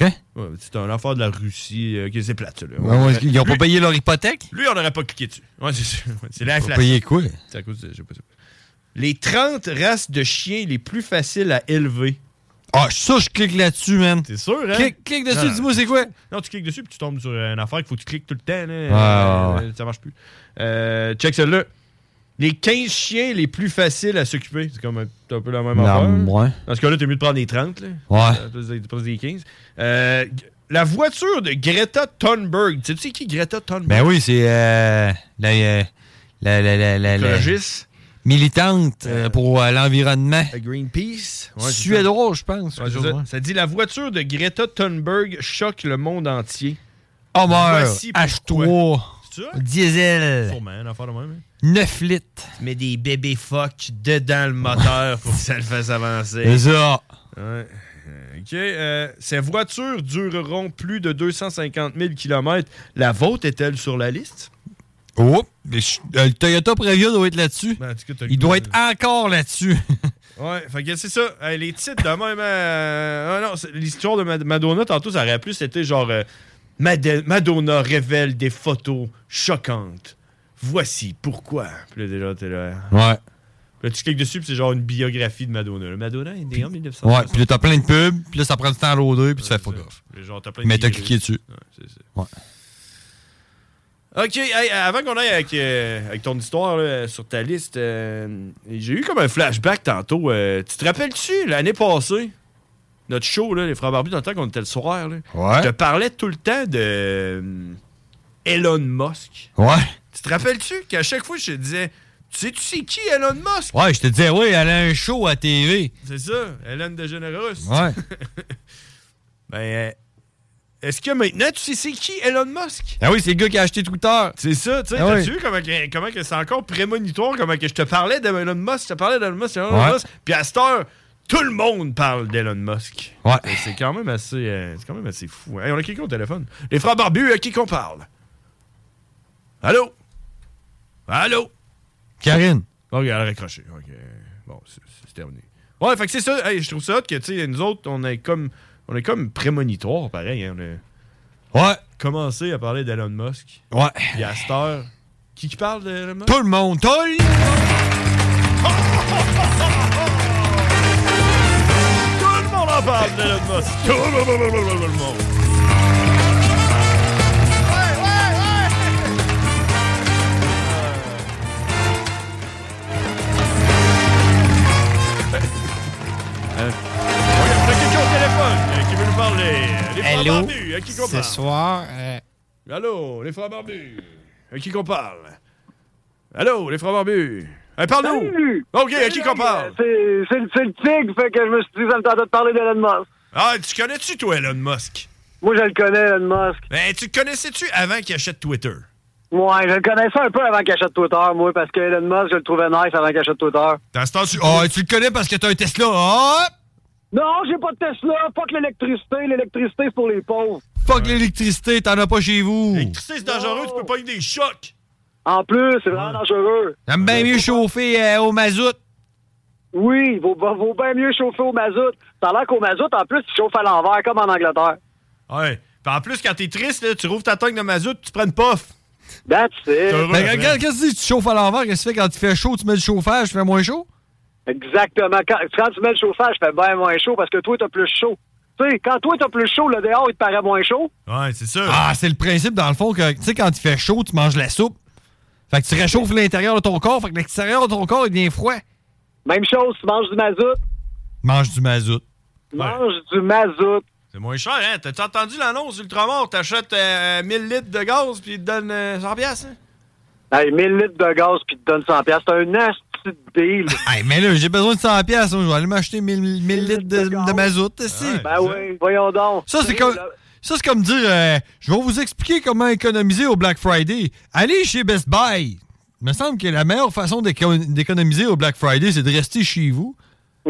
[SPEAKER 13] OK?
[SPEAKER 12] Ouais, c'est un affaire de la Russie. euh, OK, c'est plate, ça. là.
[SPEAKER 13] Ouais, ouais, ils ont pas
[SPEAKER 12] Lui-
[SPEAKER 13] payé leur hypothèque?
[SPEAKER 12] Lui, on n'aurait pas cliqué dessus. Ouais, c'est sûr. Ouais, c'est l'inflation.
[SPEAKER 13] payer quoi?
[SPEAKER 12] C'est à cause de- je sais pas, c'est- Les 30 races de chiens les plus faciles à élever.
[SPEAKER 13] Ah, ça, je clique là-dessus, man.
[SPEAKER 12] C'est sûr, hein?
[SPEAKER 13] Clique, clique dessus,
[SPEAKER 12] Non, non.
[SPEAKER 13] dis-moi c'est quoi.
[SPEAKER 12] Non, tu cliques dessus puis tu tombes sur une affaire qu'il faut que tu cliques tout le temps. Là.
[SPEAKER 13] Ouais, ouais,
[SPEAKER 12] Euh, Ça marche plus. Euh, check celle-là. Les 15 chiens les plus faciles à s'occuper. C'est comme un, c'est un peu la même
[SPEAKER 13] Non,
[SPEAKER 12] affaire.
[SPEAKER 13] ouais.
[SPEAKER 12] Dans ce cas-là, t'es mieux de prendre les 30. Là.
[SPEAKER 13] Ouais.
[SPEAKER 12] Euh, plus des- plus des 15. Euh, g- la voiture de Greta Thunberg. Tu sais qui Greta Thunberg?
[SPEAKER 13] Ben oui, c'est euh, la, euh, la, la, la, la, la-
[SPEAKER 12] Écologiste.
[SPEAKER 13] militante euh, pour euh, l'environnement.
[SPEAKER 12] À Greenpeace. Ouais, c'est ça.
[SPEAKER 13] Suédois, je pense.
[SPEAKER 12] Ouais,
[SPEAKER 13] quelque
[SPEAKER 12] c'est
[SPEAKER 13] chose,
[SPEAKER 12] ça.
[SPEAKER 13] ouais.
[SPEAKER 12] Ça dit la voiture de Greta Thunberg choque le monde entier.
[SPEAKER 13] Homer,
[SPEAKER 12] Voici
[SPEAKER 13] H3,
[SPEAKER 12] C'est ça?
[SPEAKER 13] ben, diesel,
[SPEAKER 12] Sûrement, une affaire de même. hein.
[SPEAKER 13] 9 litres.
[SPEAKER 12] mets des bébés phoques dedans le moteur pour que ça le fasse avancer.
[SPEAKER 13] C'est ça.
[SPEAKER 12] Ouais. Euh, OK. euh, ces voitures dureront plus de 250 000 km. La vôtre est-elle sur la liste?
[SPEAKER 13] Oh, mais je- euh, le Toyota Previa doit être là-dessus.
[SPEAKER 12] Ben, en tout cas, t'as le
[SPEAKER 13] Il
[SPEAKER 12] goût
[SPEAKER 13] doit
[SPEAKER 12] de-
[SPEAKER 13] être encore là-dessus.
[SPEAKER 12] Ouais, fait que c'est ça. Hey, les titres de même. euh, ah non, c'est- l'histoire de Mad- Madonna, tantôt, ça aurait plus c'était genre euh, Made- Madonna révèle des photos choquantes. Voici pourquoi. Puis là, déjà, t'es là.
[SPEAKER 13] Ouais.
[SPEAKER 12] Puis là, tu cliques dessus, puis c'est genre une biographie de Madonna. là. Madonna est née en 1900.
[SPEAKER 13] Ouais, puis là, t'as plein de pubs, puis là, ça prend du temps à loader, puis tu fais fuck off.
[SPEAKER 12] Genre, t'as plein de
[SPEAKER 13] Mais t'as
[SPEAKER 12] virus.
[SPEAKER 13] cliqué dessus.
[SPEAKER 12] Ouais, c'est ça.
[SPEAKER 13] Ouais.
[SPEAKER 12] OK, hey, avant qu'on aille avec, euh, avec ton histoire là, sur ta liste, euh, j'ai eu comme un flashback tantôt. euh, tu te rappelles-tu, l'année passée, notre show, là, les Frères Barbus, dans le temps qu'on était le soir, là,
[SPEAKER 13] Ouais.
[SPEAKER 12] je te parlais tout le temps de euh, Elon Musk.
[SPEAKER 13] Ouais.
[SPEAKER 12] Tu te rappelles-tu qu'à chaque fois, je te disais, tu sais-tu c'est qui Elon Musk?
[SPEAKER 13] Ouais, je te disais, oui, elle a un show à TV.
[SPEAKER 12] C'est ça, Hélène DeGeneres.
[SPEAKER 13] Ouais.
[SPEAKER 12] ben, euh, est-ce que maintenant, tu sais c'est qui Elon Musk?
[SPEAKER 13] Ah oui, c'est le gars qui a acheté Twitter.
[SPEAKER 12] C'est ça, tu sais,
[SPEAKER 13] Ah
[SPEAKER 12] t'as
[SPEAKER 13] oui.
[SPEAKER 12] vu comment, que- comment que c'est encore prémonitoire, comment que je te parlais d'Elon Musk, je te parlais d'Elon Musk, d'Elon
[SPEAKER 13] Ouais.
[SPEAKER 12] Musk, puis à cette heure, tout le monde parle d'Elon Musk.
[SPEAKER 13] Ouais.
[SPEAKER 12] Et C'est quand même assez, euh, c'est quand même assez fou. Hey, on a quelqu'un au téléphone. Les frères barbus, à qui qu'on parle? Allô? Allô?
[SPEAKER 13] Karine.
[SPEAKER 12] Bon, il a raccroché. Ok. Bon, c'est c'est terminé. Ouais, fait que c'est ça. Hey, je trouve ça hot que, tu sais, nous autres, on est comme, on est comme prémonitoire, pareil. hein. on a ouais. commencé à parler d'Elon Musk. Ouais. Puis à cette heure, qui qui parle d'Elon Musk? Tout le monde! Tout le
[SPEAKER 19] Tout
[SPEAKER 12] le monde en parle d'Elon Musk. Tout le monde! Euh, oui, on Oh, a quelqu'un au téléphone euh, qui veut nous parler. Les frères
[SPEAKER 5] Allô?
[SPEAKER 12] barbus, à qui qu'on
[SPEAKER 5] Ce
[SPEAKER 12] parle?
[SPEAKER 5] soir, euh,
[SPEAKER 12] Allô, les frères barbus, à qui qu'on parle? Allô, les frères barbus, Eh, parle-nous! Ok, à qui qu'on parle?
[SPEAKER 15] C'est c'est le c'est le tigre, fait que je me suis dit, ça me tentait de parler d'Elon Musk.
[SPEAKER 12] Ah, tu connais-tu, toi, Elon Musk?
[SPEAKER 15] Moi, je le connais, Elon Musk.
[SPEAKER 12] Ben, tu le connaissais-tu avant qu'il achète Twitter?
[SPEAKER 15] Ouais, je le connaissais un peu avant qu'il achète Twitter, moi, parce que Elon Musk, je le trouvais nice avant qu'il achète Twitter.
[SPEAKER 12] T'as ce temps, tu...
[SPEAKER 13] Ah, tu le connais parce que t'as un Tesla. Ah, Hop!
[SPEAKER 15] Non, j'ai pas de Tesla, pas que l'électricité. L'électricité, c'est pour les pauvres.
[SPEAKER 13] Fuck l'électricité, t'en as pas chez vous.
[SPEAKER 12] C'est dangereux, tu peux pas y des chocs.
[SPEAKER 15] En plus, c'est vraiment dangereux.
[SPEAKER 13] J'aime bien mieux chauffer euh, au mazout.
[SPEAKER 15] Oui, il vaut, vaut bien mieux chauffer au mazout. Ça a l'air qu'au mazout, en plus, il chauffe à l'envers, comme en Angleterre.
[SPEAKER 12] Ouais. Puis en plus, quand t'es triste, là, tu rouvres ta tank de mazout, tu prends une puff.
[SPEAKER 15] That's it.
[SPEAKER 13] Ben, regarde, qu'est-ce que tu dis? Tu chauffes à l'envers. Qu'est-ce que tu fais quand il fait chaud? Tu mets du chauffage, tu fais moins chaud?
[SPEAKER 15] Exactement. Quand, quand tu mets le chauffage, fait bien moins chaud parce que toi, t'as plus chaud. Tu sais, quand toi, t'as plus chaud, le dehors, il te paraît moins chaud.
[SPEAKER 12] Ouais, c'est sûr.
[SPEAKER 13] Ah, c'est le principe, dans le fond, que, tu sais, quand il fait chaud, tu manges de la soupe. Fait que tu réchauffes l'intérieur de ton corps. Fait que l'extérieur de ton corps, il devient froid.
[SPEAKER 15] Même chose, tu manges du mazout.
[SPEAKER 13] Mange du mazout.
[SPEAKER 15] Mange du mazout.
[SPEAKER 12] C'est moins cher, hein? T'as-tu entendu l'annonce Ultramar? T'achètes euh, 1000 litres de gaz, puis ils te donnent euh, 100 piastres, hein?
[SPEAKER 15] Hey, 1000 litres de gaz puis te donne 100 pièces, c'est un asti de deal.
[SPEAKER 13] Hey, mais là, j'ai besoin de 100 pièces. Je vais aller m'acheter 1000 1000 litres de, de mazout. si.
[SPEAKER 15] ben oui, voyons donc.
[SPEAKER 13] Ça, c'est comme. Ça, c'est comme dire, euh, je vais vous expliquer comment économiser au Black Friday. Allez chez Best Buy. Il me semble que la meilleure façon d'éco- d'économiser au Black Friday, c'est de rester chez vous.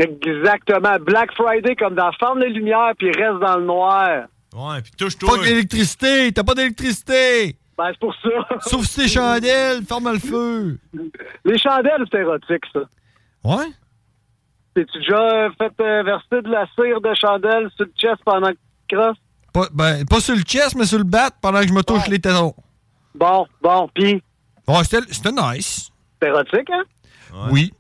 [SPEAKER 15] Exactement. Black Friday, comme dans Ferme les lumières puis reste dans le noir.
[SPEAKER 12] Ouais, puis touche-toi.
[SPEAKER 13] Fuck l'électricité, t'as pas d'électricité.
[SPEAKER 15] Ben, c'est pour ça.
[SPEAKER 13] Sauf si tes chandelles, ferme le feu.
[SPEAKER 15] Les chandelles, c'est érotique, ça.
[SPEAKER 13] Ouais?
[SPEAKER 15] T'es-tu déjà euh, fait euh, verser de la cire de chandelle sur le chest pendant que tu crosses?
[SPEAKER 13] Pas, ben, pas sur le chest, mais sur le bat pendant que je me touche les tétons.
[SPEAKER 15] Bon, bon, pis?
[SPEAKER 13] Bon, c'était c'était nice.
[SPEAKER 15] C'est érotique, hein?
[SPEAKER 13] Oui.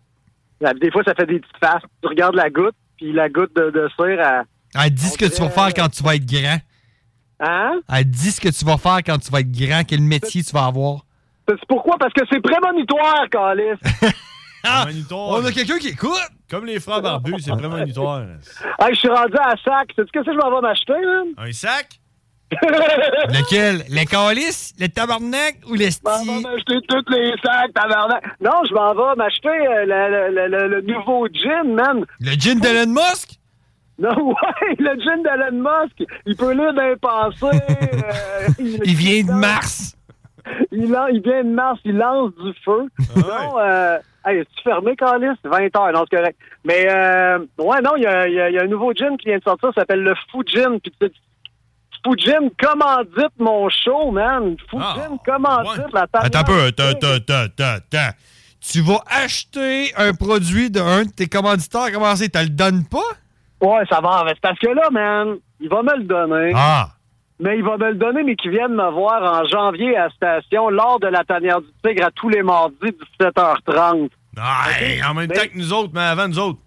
[SPEAKER 15] Là, Des fois, ça fait des petites faces. Tu regardes la goutte, puis la goutte de, de cire, à...
[SPEAKER 13] Elle dit ce que tu vas faire quand tu vas être grand.
[SPEAKER 15] Hein?
[SPEAKER 13] Elle dit ce que tu vas faire quand tu vas être grand, quel métier tu vas avoir.
[SPEAKER 15] C'est pourquoi? Parce que c'est prémonitoire, Calis.
[SPEAKER 12] on
[SPEAKER 13] Ah, a quelqu'un qui écoute.
[SPEAKER 12] Comme les frères barbus, c'est prémonitoire.
[SPEAKER 15] hey, je suis rendu à sac. Sais-tu que ça, je m'en vais m'acheter, man?
[SPEAKER 12] Un sac?
[SPEAKER 13] Lequel? Le calice? Le tabarnak ou l'esti?
[SPEAKER 15] Je m'en vais m'acheter tous les sacs, tabarnak. Non, je m'en vais m'acheter euh, le, le- le- le nouveau gin, man.
[SPEAKER 13] Le gin d'Elon Musk?
[SPEAKER 15] Non, ouais, le gin d'Elon Musk. Il peut lire d'un passé. euh, il
[SPEAKER 13] vient de Mars.
[SPEAKER 15] Il, lan- il vient de Mars. Il lance du feu.
[SPEAKER 13] Ah
[SPEAKER 15] Non, euh... Hey, tu fermé, Calis? 20 heures, non, c'est correct. Mais, euh, ouais, non, il y a, il y a- il y a un nouveau gin qui vient de sortir, ça s'appelle le Fou Gin. Puis tu Fou Gin, commandite mon show, man. Fou
[SPEAKER 12] Ah.
[SPEAKER 15] Gin, commandite la table.
[SPEAKER 13] Ah, Attends un peu, attends, attends, attends, attends, attends. Tu vas acheter un produit de un de tes commanditaires, comment c'est? T'as le donnes pas?
[SPEAKER 15] Ouais, ça va. mais C'est parce que là, man, il va me le donner.
[SPEAKER 13] Ah!
[SPEAKER 15] Mais il va me le donner, mais qu'il vienne me voir en janvier à la station lors de la tanière du tigre à tous les mardis 17h30.
[SPEAKER 12] Ah, hey, en
[SPEAKER 15] Ben,
[SPEAKER 12] même temps que nous autres, mais avant nous autres.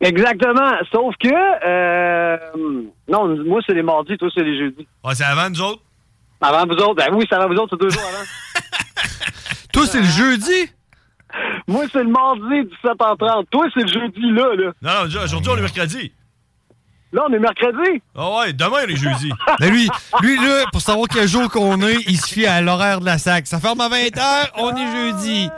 [SPEAKER 15] Exactement. Sauf que, euh, non, moi c'est les mardis, toi c'est les jeudis.
[SPEAKER 12] Ah, c'est avant nous autres?
[SPEAKER 15] Avant vous autres? Ben oui, c'est avant vous autres, c'est deux jours avant.
[SPEAKER 13] toi c'est le jeudi?
[SPEAKER 15] Moi c'est le mardi 17h30. Toi c'est le jeudi là, là.
[SPEAKER 12] Non, non, aujourd'hui, on est mercredi.
[SPEAKER 15] Là, on est mercredi.
[SPEAKER 12] Ah ouais, demain, on est jeudi.
[SPEAKER 13] Mais Ben lui, lui là, pour savoir quel jour qu'on est, il se fie à l'horaire de la sac. Ça ferme à 20h, on est jeudi.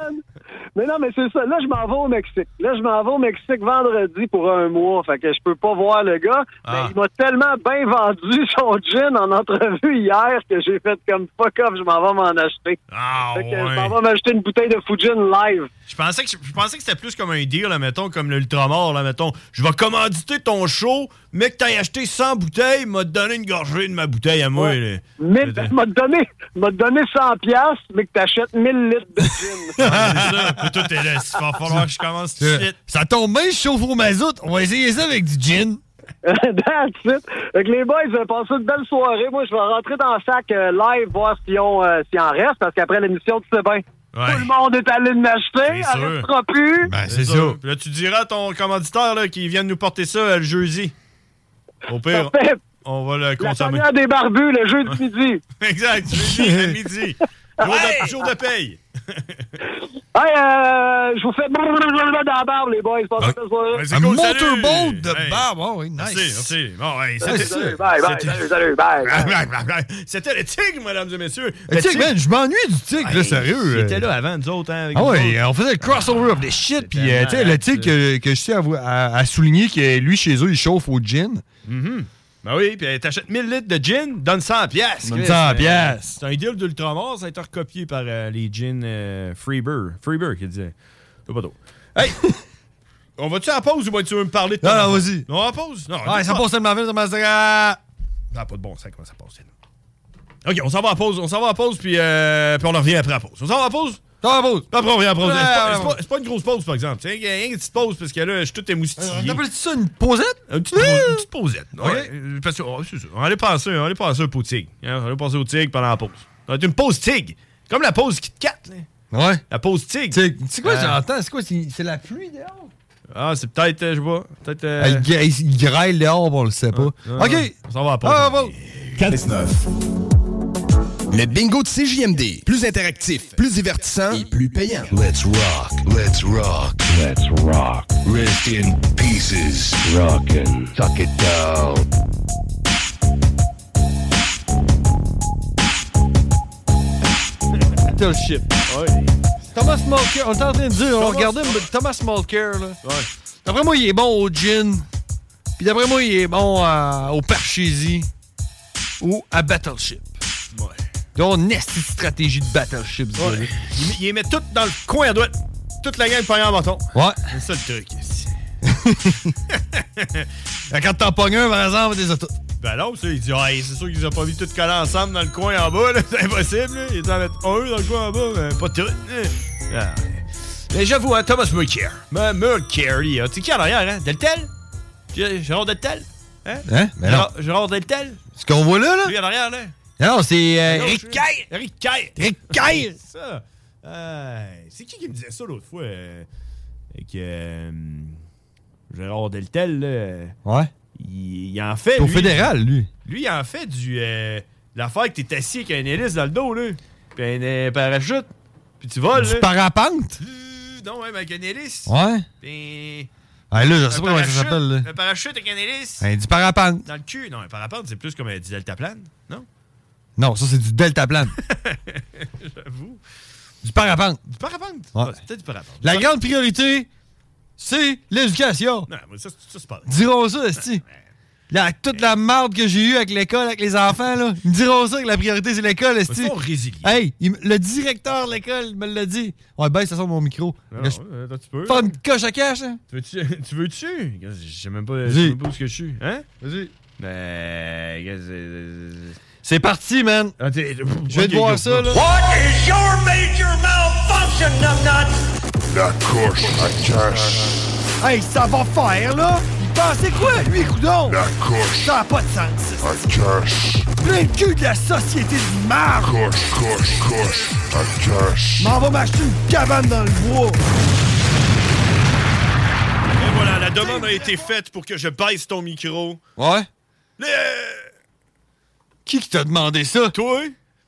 [SPEAKER 15] Mais non, mais c'est ça. Là, je m'en vais au Mexique. Là, je m'en vais au Mexique vendredi pour un mois. Fait que je peux pas voir le gars.
[SPEAKER 12] Ah.
[SPEAKER 15] Mais il m'a tellement bien vendu son gin en entrevue hier que j'ai fait comme fuck off, je m'en vais m'en acheter.
[SPEAKER 12] Ah,
[SPEAKER 15] fait que
[SPEAKER 12] ouais.
[SPEAKER 15] je m'en vais m'acheter une bouteille de Fujin live.
[SPEAKER 12] Je pensais que, je pensais que c'était plus comme un deal, là, mettons, comme l'ultramar, là, mettons. Je vais commanditer ton show, mais que t'as acheté 100 bouteilles, m'a donné une gorgée de ma bouteille à moi, là.
[SPEAKER 15] Mais m'a donné, m'a donné 100 piastres, mais que t'achètes 1000 litres de gin.
[SPEAKER 12] Ah, c'est ça. Là, tout est là. Il va falloir que je commence tout de suite.
[SPEAKER 13] Euh, Ça tombe bien, je chauffe au mazout. On va essayer ça avec du gin.
[SPEAKER 15] That's it. Fait que les boys, vous avez passé une belle soirée. Moi, je vais rentrer dans le sac euh, live, voir s'il on, euh, s'il en reste, parce qu'après l'émission, tu sais bien. Tout le monde est allé de m'acheter,
[SPEAKER 12] C'est
[SPEAKER 15] on
[SPEAKER 12] sûr.
[SPEAKER 15] restera plus.
[SPEAKER 13] Ben,
[SPEAKER 12] c'est ça. Puis Là, tu diras à ton commanditaire là, qu'il vienne nous porter ça euh, le jeudi. Au pire,
[SPEAKER 15] Parfait.
[SPEAKER 12] on va le
[SPEAKER 15] La
[SPEAKER 12] consommer.
[SPEAKER 15] première des barbus, le jeu de midi.
[SPEAKER 12] exact, jeudi à midi. Jour, de, jour de paye.
[SPEAKER 15] Hey, euh, je vous fais blablabla dans la barbe, les boys. Passez une belle soirée.
[SPEAKER 12] Ouais, c'est cool, salut. Hey.
[SPEAKER 13] oui, ah nice.
[SPEAKER 12] Merci, merci. Bon, hey,
[SPEAKER 13] Ouais,
[SPEAKER 12] c'était-
[SPEAKER 13] salut, bye, bye,
[SPEAKER 12] c'était-
[SPEAKER 13] salut, salut, bye,
[SPEAKER 12] C'était le tigre, mesdames et messieurs.
[SPEAKER 13] Le Eh, Tigre, man, je m'ennuie du tigre, là,
[SPEAKER 12] Hey,
[SPEAKER 13] sérieux.
[SPEAKER 12] il était là avant nous autres, hein, avec
[SPEAKER 13] Ah
[SPEAKER 12] nous
[SPEAKER 13] ouais,
[SPEAKER 12] autres.
[SPEAKER 13] on faisait le crossover of the shit. Puis, euh, tu sais,
[SPEAKER 12] tellement
[SPEAKER 13] le tigre que, que je sais à, vous- à- à souligner que lui, chez eux, il chauffe au gin.
[SPEAKER 12] Mhm. Ben oui, puis t'achètes 1000 litres de gin, donne 100 piastres.
[SPEAKER 13] Donne
[SPEAKER 12] Chris.
[SPEAKER 13] 100
[SPEAKER 12] Euh,
[SPEAKER 13] piastres.
[SPEAKER 12] C'est un deal d'Ultramar, ça a été recopié par euh, les gins euh, Freebird. Freebird qui disait. C'est pas tôt. Hey! on va-tu à la pause ou vas-tu me parler de
[SPEAKER 13] Non,
[SPEAKER 12] ton-
[SPEAKER 13] non, vas-y.
[SPEAKER 12] On va à la pause? Non,
[SPEAKER 13] Ouais, ça passe tellement vite, ça passe. Ah,
[SPEAKER 12] Ah, pas de bon sens comment ça passe. OK, on s'en va à la pause, on s'en va à la pause, puis, euh, puis on revient après la pause. On s'en va à la pause?
[SPEAKER 13] On s'en va à la pause.
[SPEAKER 12] Après, on revient à la pause.
[SPEAKER 13] Ouais,
[SPEAKER 12] C'est pas-
[SPEAKER 13] ouais,
[SPEAKER 12] c'est,
[SPEAKER 13] ouais.
[SPEAKER 12] pas, c'est pas une grosse pause, par exemple. C'est rien rien qu'une petite pause, parce que là, je suis tout émoustillé.
[SPEAKER 13] On appelle ça une pausette?
[SPEAKER 12] Une petite, une petite pausette. Mmh. Ouais, euh, parce que, oh, c'est ça. On allait passer, on allait passer au tigre. hein. On allait passer au tigre pendant la pause. Ça va être une pause tigre. Comme la pause Kit Kat.
[SPEAKER 13] Ouais.
[SPEAKER 12] La pause tigre.
[SPEAKER 13] C'est quoi,
[SPEAKER 12] Euh,
[SPEAKER 13] j'entends? C'est quoi? C'est c'est la pluie dehors?
[SPEAKER 12] Ah, c'est peut-être, euh, je sais pas. Peut-être. euh,
[SPEAKER 13] Il, gra- il graille dehors, on le sait pas.
[SPEAKER 12] euh,
[SPEAKER 13] OK.
[SPEAKER 12] On s'en va à la pause.
[SPEAKER 13] Ah, bon.
[SPEAKER 17] 4-9. Le bingo de CJMD. Plus interactif, plus divertissant et plus payant.
[SPEAKER 5] Let's rock, let's rock, let's rock. Rest in pieces. Rockin', tuck it down.
[SPEAKER 13] Little ship. Thomas Mulcair, on est en train de dire, on regardait Thomas Mulcair, là. D'après moi, il est bon au gin. Puis d'après moi, il est bon à- au Parcheesi ou à Battleship.
[SPEAKER 12] Ouais.
[SPEAKER 13] Donc, on est cette stratégie de Battleship, ce gars-là.
[SPEAKER 12] Ouais. Il, met- il les met tout dans le coin à droite. Toute la gang pognée en bâton.
[SPEAKER 13] Ouais.
[SPEAKER 12] C'est ça le truc.
[SPEAKER 13] Fait que Quand t'en pognes un, par exemple, des autos.
[SPEAKER 12] Ben non, ça, il dit, ah, c'est sûr qu'ils ont pas vu tout coller ensemble dans le coin en bas, là. c'est impossible. Là. Ils en mettent un dans le coin en bas, mais pas tout. là. Ah. Mais j'avoue, hein, Thomas Mulcair. Mais Mulcair, il a- c'est qui en arrière, hein? Deltel? G- Gérard Deltel? Hein?
[SPEAKER 13] Hein? Mais non.
[SPEAKER 12] Gérard, Gérard Deltel?
[SPEAKER 13] Ce qu'on voit là, là.
[SPEAKER 12] Lui en arrière, là?
[SPEAKER 13] Non, c'est. euh, Rick-
[SPEAKER 12] Caille! Rick Caille!
[SPEAKER 13] Rick Caille!
[SPEAKER 12] C'est ça. Hey, c'est qui qui me disait ça l'autre fois? euh, que euh, Gérard Deltel, là,
[SPEAKER 13] Ouais.
[SPEAKER 12] il, il en fait.
[SPEAKER 13] Au
[SPEAKER 12] lui.
[SPEAKER 13] fédéral, lui.
[SPEAKER 12] Lui, il en fait du. euh, L'affaire que t'es assis avec un hélice dans le dos, là. Puis un euh, parachute. Puis tu voles,
[SPEAKER 13] Du
[SPEAKER 12] là.
[SPEAKER 13] parapente?
[SPEAKER 12] Euh, Non, ouais, mais avec un hélice.
[SPEAKER 13] Ouais.
[SPEAKER 12] Puis.
[SPEAKER 13] Ah, là, je
[SPEAKER 12] un
[SPEAKER 13] sais pas comment ça
[SPEAKER 12] parachute-
[SPEAKER 13] s'appelle, là.
[SPEAKER 12] Un parachute avec un hélice.
[SPEAKER 13] Ben, du parapente.
[SPEAKER 12] Dans le cul. Non, un parapente, c'est plus comme un du deltaplane, non?
[SPEAKER 13] Non, ça, c'est du deltaplane.
[SPEAKER 12] J'avoue.
[SPEAKER 13] du parapente.
[SPEAKER 12] Du parapente?
[SPEAKER 13] Ouais.
[SPEAKER 12] Ah, c'est peut-être du parapente.
[SPEAKER 13] La grande priorité, c'est l'éducation.
[SPEAKER 12] Non, mais ça, c'est- ça, c'est pas.
[SPEAKER 13] Diront ça, esti. La, toute la merde que j'ai eue avec l'école, avec les enfants, là, ils me diront ça que la priorité, c'est l'école, esti.
[SPEAKER 12] Ils sont résilients.
[SPEAKER 13] Hey, il m- le directeur de l'école me l'a dit. Ouais, baisse ça sort mon micro.
[SPEAKER 12] Non,
[SPEAKER 13] Là, je-
[SPEAKER 12] euh, attends, tu peux.
[SPEAKER 13] Faire une coche à cache, hein?
[SPEAKER 12] Tu veux-tu? Tu veux-tu? Je sais même pas, je
[SPEAKER 13] Vas-y.
[SPEAKER 12] sais même pas où ce que je suis. Hein?
[SPEAKER 13] Vas-y.
[SPEAKER 12] Ben. qu'est-ce que c'est-
[SPEAKER 13] C'est parti, man.
[SPEAKER 12] Ah, t'es-
[SPEAKER 13] Je vais
[SPEAKER 12] ok,
[SPEAKER 13] te voir
[SPEAKER 12] go.
[SPEAKER 13] ça, là.
[SPEAKER 19] What is your major malfunction, numbnuts?
[SPEAKER 5] La coche à cash.
[SPEAKER 13] Hey, ça va faire, là? Il pensait quoi, lui, coudon?
[SPEAKER 5] La coche
[SPEAKER 13] Ça n'a pas de sens.
[SPEAKER 5] à cash.
[SPEAKER 13] Plein de cul de la société du marbre.
[SPEAKER 5] Coche, coche, coche à cash.
[SPEAKER 13] M'en va m'acheter une cabane dans le bois.
[SPEAKER 12] Et voilà, la demande a été faite pour que je baisse ton micro.
[SPEAKER 13] Ouais?
[SPEAKER 12] Euh,
[SPEAKER 13] Qui qui t'a demandé ça?
[SPEAKER 12] Toi?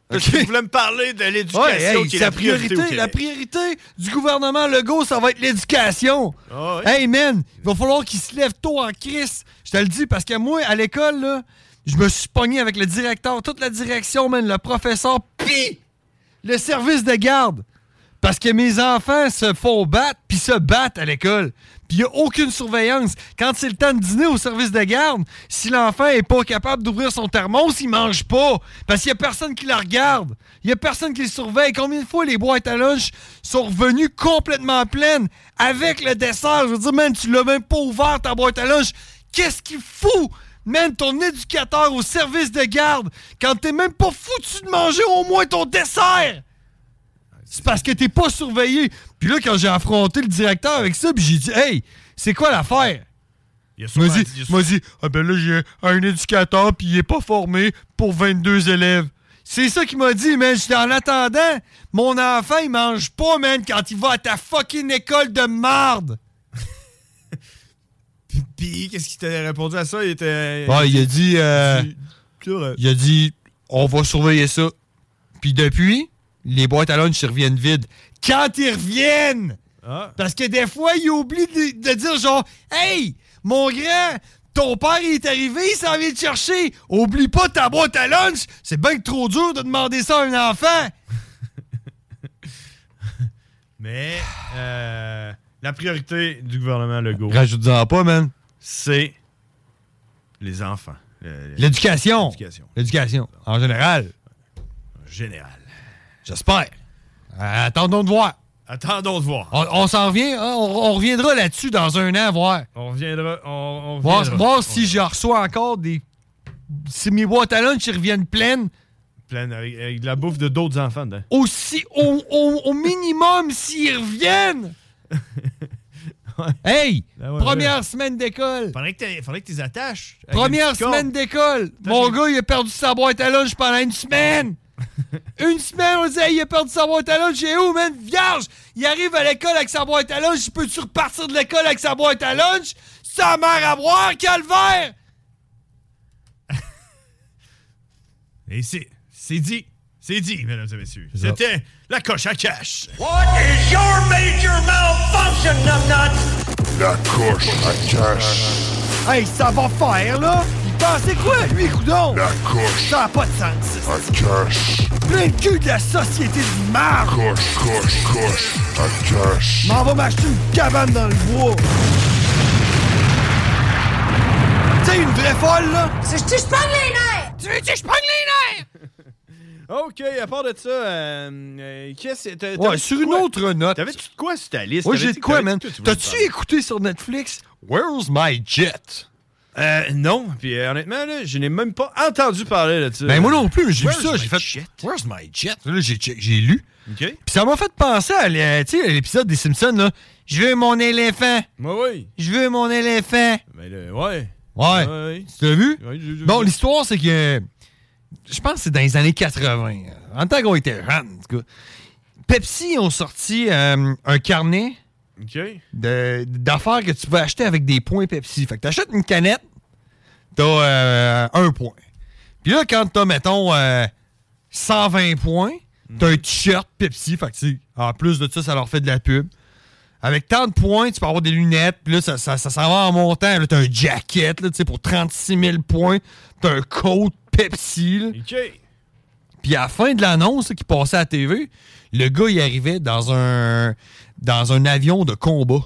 [SPEAKER 12] Parce que
[SPEAKER 13] Ok.
[SPEAKER 12] tu voulais me parler de l'éducation
[SPEAKER 13] Ouais, hey,
[SPEAKER 12] qui est
[SPEAKER 13] c'est
[SPEAKER 12] la priorité. au
[SPEAKER 13] la
[SPEAKER 12] Québec.
[SPEAKER 13] priorité du gouvernement Legault, ça va être l'éducation.
[SPEAKER 12] Ah ouais?
[SPEAKER 13] Hey man, il va falloir qu'ils se lèvent tôt en crise. Je te le dis parce que moi, à l'école, là, je me suis pogné avec le directeur, toute la direction, man, le professeur, puis le service de garde. Parce que mes enfants se font battre, puis se battent à l'école. Puis il n'y a aucune surveillance. Quand c'est le temps de dîner au service de garde, si l'enfant est pas capable d'ouvrir son thermos, il mange pas. Parce qu'il n'y a personne qui le regarde. Il n'y a personne qui le surveille. Combien de fois les boîtes à lunch sont revenues complètement pleines avec le dessert? Je veux dire, man, tu l'as même pas ouvert ta boîte à lunch. Qu'est-ce qu'il fout? Man, ton éducateur au service de garde, quand t'es même pas foutu de manger au moins ton dessert! C'est parce que t'es pas surveillé. Puis là, quand j'ai affronté le directeur avec ça, puis j'ai dit, hey, c'est quoi l'affaire?
[SPEAKER 12] Il a
[SPEAKER 13] m'a
[SPEAKER 12] sûrement
[SPEAKER 13] dit,
[SPEAKER 12] dit-
[SPEAKER 13] m'a dit, ah ben là, j'ai un éducateur, puis il est pas formé pour 22 élèves. C'est ça qu'il m'a dit, man. J'étais en attendant. Mon enfant, il mange pas, man, quand il va à ta fucking école de marde.
[SPEAKER 12] Puis, qu'est-ce qu'il t'a répondu à ça? Il était.
[SPEAKER 13] Ouais, il a dit, euh,
[SPEAKER 12] Curieux.
[SPEAKER 13] il a dit, on va surveiller ça. Puis depuis, les boîtes à lunch, ils reviennent vides. Quand ils reviennent!
[SPEAKER 12] Ah.
[SPEAKER 13] Parce que des fois, ils oublient de, de dire genre, hey, mon grand, ton père il est arrivé, il s'en vient te chercher. Oublie pas ta boîte à lunch. C'est bien que trop dur de demander ça à un enfant.
[SPEAKER 12] Mais euh, la priorité du gouvernement Legault,
[SPEAKER 13] Rajoute-en pas, man.
[SPEAKER 12] c'est les enfants. Le-
[SPEAKER 13] L'éducation.
[SPEAKER 12] L'éducation.
[SPEAKER 13] L'éducation. En général.
[SPEAKER 12] En Général.
[SPEAKER 13] J'espère. Euh, attendons de voir.
[SPEAKER 12] Attendons de voir.
[SPEAKER 13] On, on s'en revient. hein, on, on reviendra là-dessus dans un an, voir.
[SPEAKER 12] On reviendra. On, on
[SPEAKER 13] Voir,
[SPEAKER 12] reviendra.
[SPEAKER 13] voir si je reçois encore des. Si mes boîtes à lunch ils reviennent pleines.
[SPEAKER 12] Plein avec, avec de la bouffe de d'autres enfants dedans.
[SPEAKER 13] Aussi, au, au- au minimum, s'ils reviennent. hey!
[SPEAKER 12] Ben ouais,
[SPEAKER 13] première
[SPEAKER 12] ouais.
[SPEAKER 13] semaine d'école.
[SPEAKER 12] Faudrait que t'aies- faudrait que t'es attaches. avec une
[SPEAKER 13] Première
[SPEAKER 12] petite corde.
[SPEAKER 13] semaine d'école. Mon gars, il a perdu sa boîte à lunch pendant une semaine. une semaine, on disait, Hey, il a perdu sa boîte à lunch. J'ai où, man? Vierge! Il arrive à l'école avec sa boîte à lunch. Il peut-tu repartir de l'école avec sa boîte à lunch? Sa mère à boire, calvaire!
[SPEAKER 12] Et c'est, c'est dit. C'est dit, mesdames et messieurs. C'était la coche à cash.
[SPEAKER 19] What is your major malfunction, numbnut?
[SPEAKER 5] La coche à cash.
[SPEAKER 10] Hey, ça va faire, là? Il pensait quoi, lui, coudon? La
[SPEAKER 5] coche.
[SPEAKER 10] Ça a pas de sens.
[SPEAKER 5] À cash.
[SPEAKER 10] Plein le cul de la société de marre.
[SPEAKER 5] Coche, coche, coche. À cash.
[SPEAKER 10] M'en va m'acheter une cabane dans le bois. T'sais, une vraie folle, là? C'est tu je prends les nerfs! Tu veux-tu que je prenne les nerfs?
[SPEAKER 12] OK, à part de ça, euh, euh, qu'est-ce que. t'as-
[SPEAKER 13] Ouais,
[SPEAKER 12] t'avais-tu
[SPEAKER 13] sur
[SPEAKER 12] de
[SPEAKER 13] une
[SPEAKER 12] quoi?
[SPEAKER 13] autre note.
[SPEAKER 12] T'avais-tu de quoi sur ta liste?
[SPEAKER 13] Oui,
[SPEAKER 12] T'avais
[SPEAKER 13] j'ai
[SPEAKER 12] dit
[SPEAKER 13] de
[SPEAKER 12] que
[SPEAKER 13] quoi,
[SPEAKER 12] t'avais-
[SPEAKER 13] man?
[SPEAKER 12] que tu voulais
[SPEAKER 13] T'as-tu écouté sur Netflix Where's My Jet?
[SPEAKER 12] Euh, non. Puis euh, honnêtement, là, je n'ai même pas entendu parler là-dessus.
[SPEAKER 13] Ben moi non plus, mais j'ai vu
[SPEAKER 12] Euh, Where's
[SPEAKER 13] ça,
[SPEAKER 12] my
[SPEAKER 13] j'ai fait
[SPEAKER 12] jet?
[SPEAKER 13] Where's my jet? Là, j'ai check- j'ai lu.
[SPEAKER 12] OK.
[SPEAKER 13] Puis ça m'a fait penser à l'é- tu sais, à l'épisode des Simpsons là, je veux mon éléphant.
[SPEAKER 12] Moi, oui.
[SPEAKER 13] Je veux mon éléphant.
[SPEAKER 12] Ben là, ouais.
[SPEAKER 13] Ouais.
[SPEAKER 12] ouais.
[SPEAKER 13] Tu l'as vu?
[SPEAKER 12] Ouais, j'ai- j'ai-
[SPEAKER 13] Bon, l'histoire c'est que je pense que c'est dans les années 80. hein. En tant qu'on était jeunes, en tout cas. Pepsi ont sorti euh, un carnet
[SPEAKER 12] OK.
[SPEAKER 13] de- d'affaires que tu peux acheter avec des points Pepsi. Fait que t'achètes une canette, t'as euh, un point. Puis là, quand t'as, mettons, euh, 120 points, t'as un t-shirt Pepsi. Fait que, tu sais, en plus de ça, ça leur fait de la pub. Avec tant de points, tu peux avoir des lunettes. Puis là, ça, ça, ça s'en va en montant. Là, t'as un jacket, là, tu sais, pour 36 000 points. T'as un coat Pepsi, là.
[SPEAKER 12] OK.
[SPEAKER 13] Puis à la fin de l'annonce là, qui passait à la TV, le gars, il arrivait dans un, dans un avion de combat.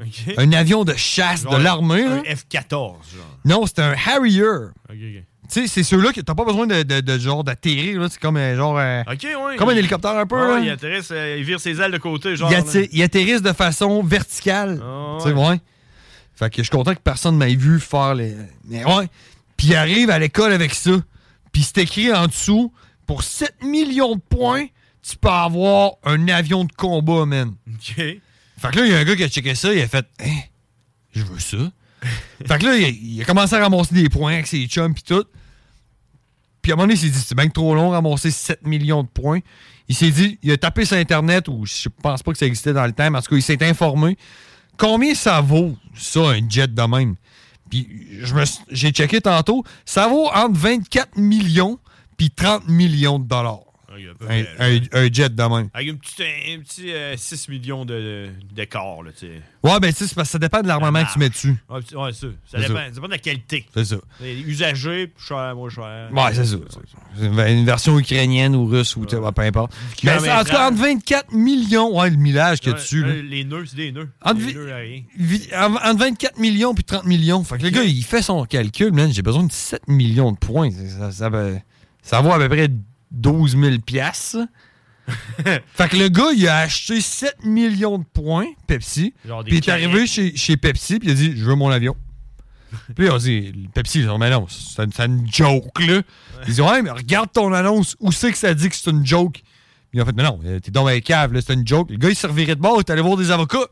[SPEAKER 12] OK.
[SPEAKER 13] Un avion de chasse
[SPEAKER 12] Genre
[SPEAKER 13] Euh, de l'armée. hein. là.
[SPEAKER 12] Un F-14, genre.
[SPEAKER 13] Non, c'était un Harrier.
[SPEAKER 12] OK, OK.
[SPEAKER 13] Tu sais, c'est ceux-là que t'as pas besoin de, de- de genre d'atterrir. là. C'est comme un genre. euh,
[SPEAKER 12] OK, ouais.
[SPEAKER 13] Comme un hélicoptère un peu. là.
[SPEAKER 12] Ouais, il atterrisse, euh, il vire ses ailes de côté, genre.
[SPEAKER 13] Il
[SPEAKER 12] là.
[SPEAKER 13] atter- il atterrisse de façon verticale.
[SPEAKER 12] Ah,
[SPEAKER 13] Tu sais,
[SPEAKER 12] ouais.
[SPEAKER 13] ouais. Fait que je suis content que personne m'ait vu faire les. Mais ouais. Puis il arrive à l'école avec ça. Puis c'est écrit en dessous pour 7 millions de points, tu peux avoir un avion de combat, man.
[SPEAKER 12] OK.
[SPEAKER 13] Fait que là, il y a un gars qui a checké ça, il a fait Hein, je veux ça. fait que là, il a, il a commencé à ramasser des points avec ses chums pis tout. Puis à un moment donné, il s'est dit, c'est bien que trop long, ramasser 7 millions de points. Il s'est dit, il a tapé sur Internet, ou je pense pas que ça existait dans le temps, mais en tout cas, il s'est informé. Combien ça vaut, ça, un jet de même? Puis je me suis- j'ai checké tantôt, ça vaut entre 24 millions puis 30 millions de dollars.
[SPEAKER 12] Ok, à peu
[SPEAKER 13] Un,
[SPEAKER 12] près,
[SPEAKER 13] un-
[SPEAKER 12] là.
[SPEAKER 13] un jet de même.
[SPEAKER 12] Avec un petit, un petit euh, 6 millions de, d'écart, là, tu sais.
[SPEAKER 13] Ouais, ben tu sais, c'est parce que ça dépend de l'armement que tu mets dessus.
[SPEAKER 12] Ouais, petit- ouais, ça.
[SPEAKER 13] C'est
[SPEAKER 12] Ça dépend,
[SPEAKER 13] ça.
[SPEAKER 12] ça dépend de la qualité.
[SPEAKER 13] C'est ça.
[SPEAKER 12] Les usagers, plus cher, moins cher.
[SPEAKER 13] Ouais, c'est ça. C'est Une version ukrainienne ou russe ou tu sais, peu importe. Mais c'est- en tout cas, entre 24 millions, ouais, le millage qu'il y a
[SPEAKER 12] Ouais,
[SPEAKER 13] dessus. là.
[SPEAKER 12] euh, Les nœuds, c'est des nœuds.
[SPEAKER 13] Entre
[SPEAKER 12] Des
[SPEAKER 13] vi-
[SPEAKER 12] nœuds à rien.
[SPEAKER 13] Vi- en- Entre 24 millions puis 30 millions. Fait que le gars, il fait son calcul, man. J'ai besoin de 7 millions de points. Ça, ça, va- ça vaut à peu près 12 000 piastres. ça. fait que le gars, il a acheté 7 millions de points, Pepsi.
[SPEAKER 12] Genre des
[SPEAKER 13] Puis il est
[SPEAKER 12] canettes.
[SPEAKER 13] arrivé chez, chez Pepsi, puis il a dit Je veux mon avion. Puis là, on dit le Pepsi, ils ont dit Oh, Mais non, c'est une, c'est une joke, là. Ils disent Ouais, mais regarde ton annonce, où c'est que ça dit que c'est une joke Puis ils ont fait, mais non, euh, t'es dans la cave, là, c'est une joke. Le gars, il se revirait de bord, il est allé voir des avocats.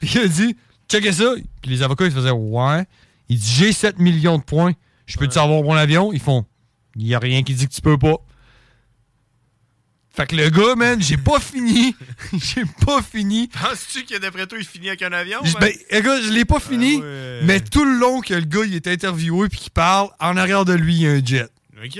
[SPEAKER 13] puis il a dit, checkez ça. Puis les avocats, ils faisaient, ouais. Il dit, j'ai 7 millions de points. Je peux-tu avoir mon avion? Ils font, il n'y a rien qui dit que tu peux pas. Fait que le gars, man, j'ai pas fini. j'ai pas fini.
[SPEAKER 12] Penses-tu que d'après toi, il finit avec un avion?
[SPEAKER 13] Je- Ben,
[SPEAKER 12] euh,
[SPEAKER 13] écoute, je l'ai pas
[SPEAKER 12] Ah
[SPEAKER 13] fini, mais tout le long que le gars il est interviewé puis qu'il parle, en arrière de lui, il y a un jet.
[SPEAKER 12] OK.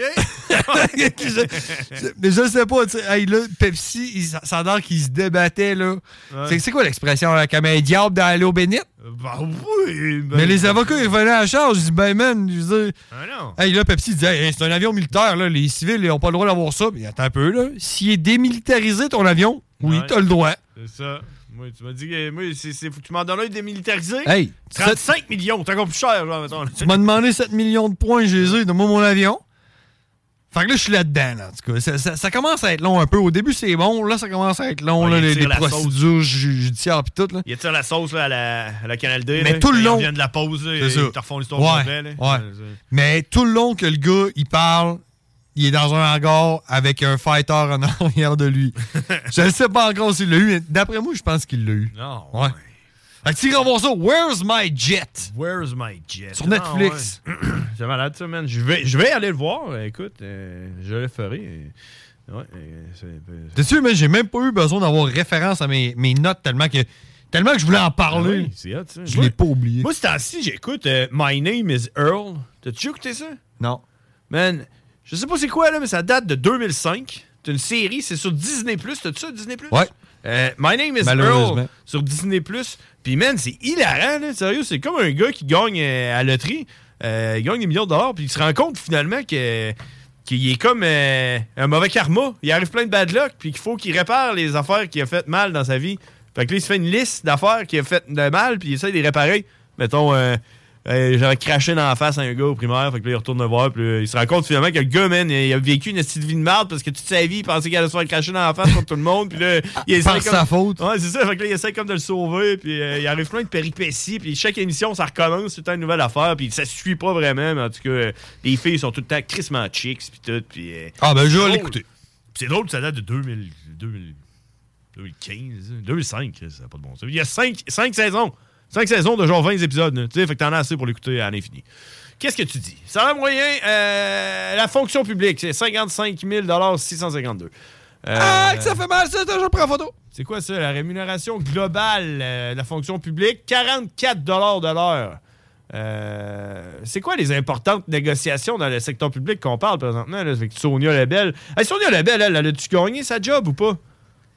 [SPEAKER 13] Je- Mais je sais pas, tu sais, hey, là, Pepsi, il, ça ça a l'air qu'il se débattait, là.
[SPEAKER 12] Ouais.
[SPEAKER 13] C'est- C'est quoi l'expression, là, comme un diable dans l'eau bénite?
[SPEAKER 12] Bah oui. ben-
[SPEAKER 13] Mais les avocats, ils revenaient à la charge. Ils disent, ben man, je veux dire.
[SPEAKER 12] Ah non.
[SPEAKER 13] Hey, là, Pepsi disait, Hey, c'est un avion militaire, là. Les civils, ils ont pas le droit d'avoir ça. Mais attends un peu, là. S'il est démilitarisé, ton avion, oui,
[SPEAKER 12] Ouais.
[SPEAKER 13] t'as le droit.
[SPEAKER 12] C'est ça. Moi, tu m'as dit que moi, c'est, c'est- tu m'en donnes un démilitarisé.
[SPEAKER 13] Hey,
[SPEAKER 12] 35 millions, t'as encore plus cher, genre, mettons.
[SPEAKER 13] Tu m'as demandé 7 millions de points, Jésus, donne-moi mon avion. Fait que là, je suis là-dedans, là, en tout cas. Ça, ça- ça commence à être long un peu. Au début, c'est bon. Là, ça commence à être long,
[SPEAKER 12] Ouais,
[SPEAKER 13] là,
[SPEAKER 12] il
[SPEAKER 13] les,
[SPEAKER 12] tire
[SPEAKER 13] les
[SPEAKER 12] la sauce.
[SPEAKER 13] procédures ju- judiciaires pis tout, là.
[SPEAKER 12] Il y a ça la sauce là, à, la, à la Canal D.
[SPEAKER 13] Mais
[SPEAKER 12] là,
[SPEAKER 13] tout le
[SPEAKER 12] quand
[SPEAKER 13] long.
[SPEAKER 12] Ils viennent de la pause, là,
[SPEAKER 13] C'est
[SPEAKER 12] ils
[SPEAKER 13] ça.
[SPEAKER 12] te refont l'histoire
[SPEAKER 13] Ouais,
[SPEAKER 12] complète.
[SPEAKER 13] ouais. Mais tout le long que le gars, il parle, il est dans un hangar avec un fighter en arrière de lui. je ne sais pas encore s'il l'a eu, mais d'après moi, je pense qu'il l'a eu.
[SPEAKER 12] Non.
[SPEAKER 13] Ouais. Fait que s'ils revoient ça, Where's My Jet?
[SPEAKER 12] Where's My Jet?
[SPEAKER 13] Sur Netflix.
[SPEAKER 12] Ah, ouais. c'est malade, ça, man. Je vais, je vais aller le voir. Écoute, euh, je le ferai. Euh, Ouais, euh, c'est-
[SPEAKER 13] T'es sûr, mais j'ai même pas eu besoin d'avoir référence à mes, mes notes tellement que, tellement que je voulais en parler.
[SPEAKER 12] Ah oui, c'est hot, ça.
[SPEAKER 13] Je
[SPEAKER 12] Moi-
[SPEAKER 13] l'ai pas oublié.
[SPEAKER 12] Moi, c'est temps-ci, j'écoute euh, My Name is Earl. T'as-tu écouté ça?
[SPEAKER 13] Non.
[SPEAKER 12] Man, je sais pas c'est quoi, là, mais ça date de 2005. C'est une série, c'est sur Disney+. T'as-tu ça, Disney+.
[SPEAKER 13] Ouais.
[SPEAKER 12] Euh, My Name is
[SPEAKER 13] Malheureusement.
[SPEAKER 12] Earl sur Disney+. Puis, man, c'est hilarant, là. Sérieux, c'est comme un gars qui gagne euh, à la loterie. Euh, il gagne des millions de dollars, puis il se rend compte, finalement, que... Qu'il est comme euh, un mauvais karma. Il arrive plein de bad luck, puis qu'il faut qu'il répare les affaires qu'il a faites mal dans sa vie. Fait que là, il se fait une liste d'affaires qu'il a faites de mal, puis il essaie de les réparer. Mettons, euh, euh, j'avais craché dans la face à un gars au primaire, fait que là, il retourne le voir, puis là, il se rend compte finalement que le gars, man, il a vécu une petite vie de merde parce que toute sa vie, il pensait qu'il allait se faire cracher dans la face contre tout le monde, puis là, il essaie.
[SPEAKER 13] Par sa faute.
[SPEAKER 12] Ouais, c'est ça, fait que là, il essaie comme de le sauver, puis euh, il arrive plein de péripéties, puis chaque émission, ça recommence, c'est tout le temps une nouvelle affaire, puis ça se suit pas vraiment, mais en tout cas, euh, les filles sont tout le temps crissement chicks, puis tout, puis. euh,
[SPEAKER 13] Ah, ben, je vais
[SPEAKER 12] c'est
[SPEAKER 13] l'écouter.
[SPEAKER 12] drôle. Puis C'est drôle, ça date de 2000, 2000 2015, hein, 2005, Chris, ça n'a pas de bon sens. Il y a 5, saisons. 5 saisons de genre 20 épisodes. là. Tu sais, fait que t'en as assez pour l'écouter à l'infini. Qu'est-ce que tu dis? Salaire moyen, euh, la fonction publique, c'est 55 652. Euh,
[SPEAKER 13] Ah, que ça fait mal, ça, je prends photo.
[SPEAKER 12] C'est quoi ça? La rémunération globale euh, de la fonction publique, 44 de l'heure. Euh, c'est quoi les importantes négociations dans le secteur public qu'on parle présentement? Là? Fait que Sonia Lebel. Hey, Sonia Lebel, elle, elle a-tu gagné sa job ou pas?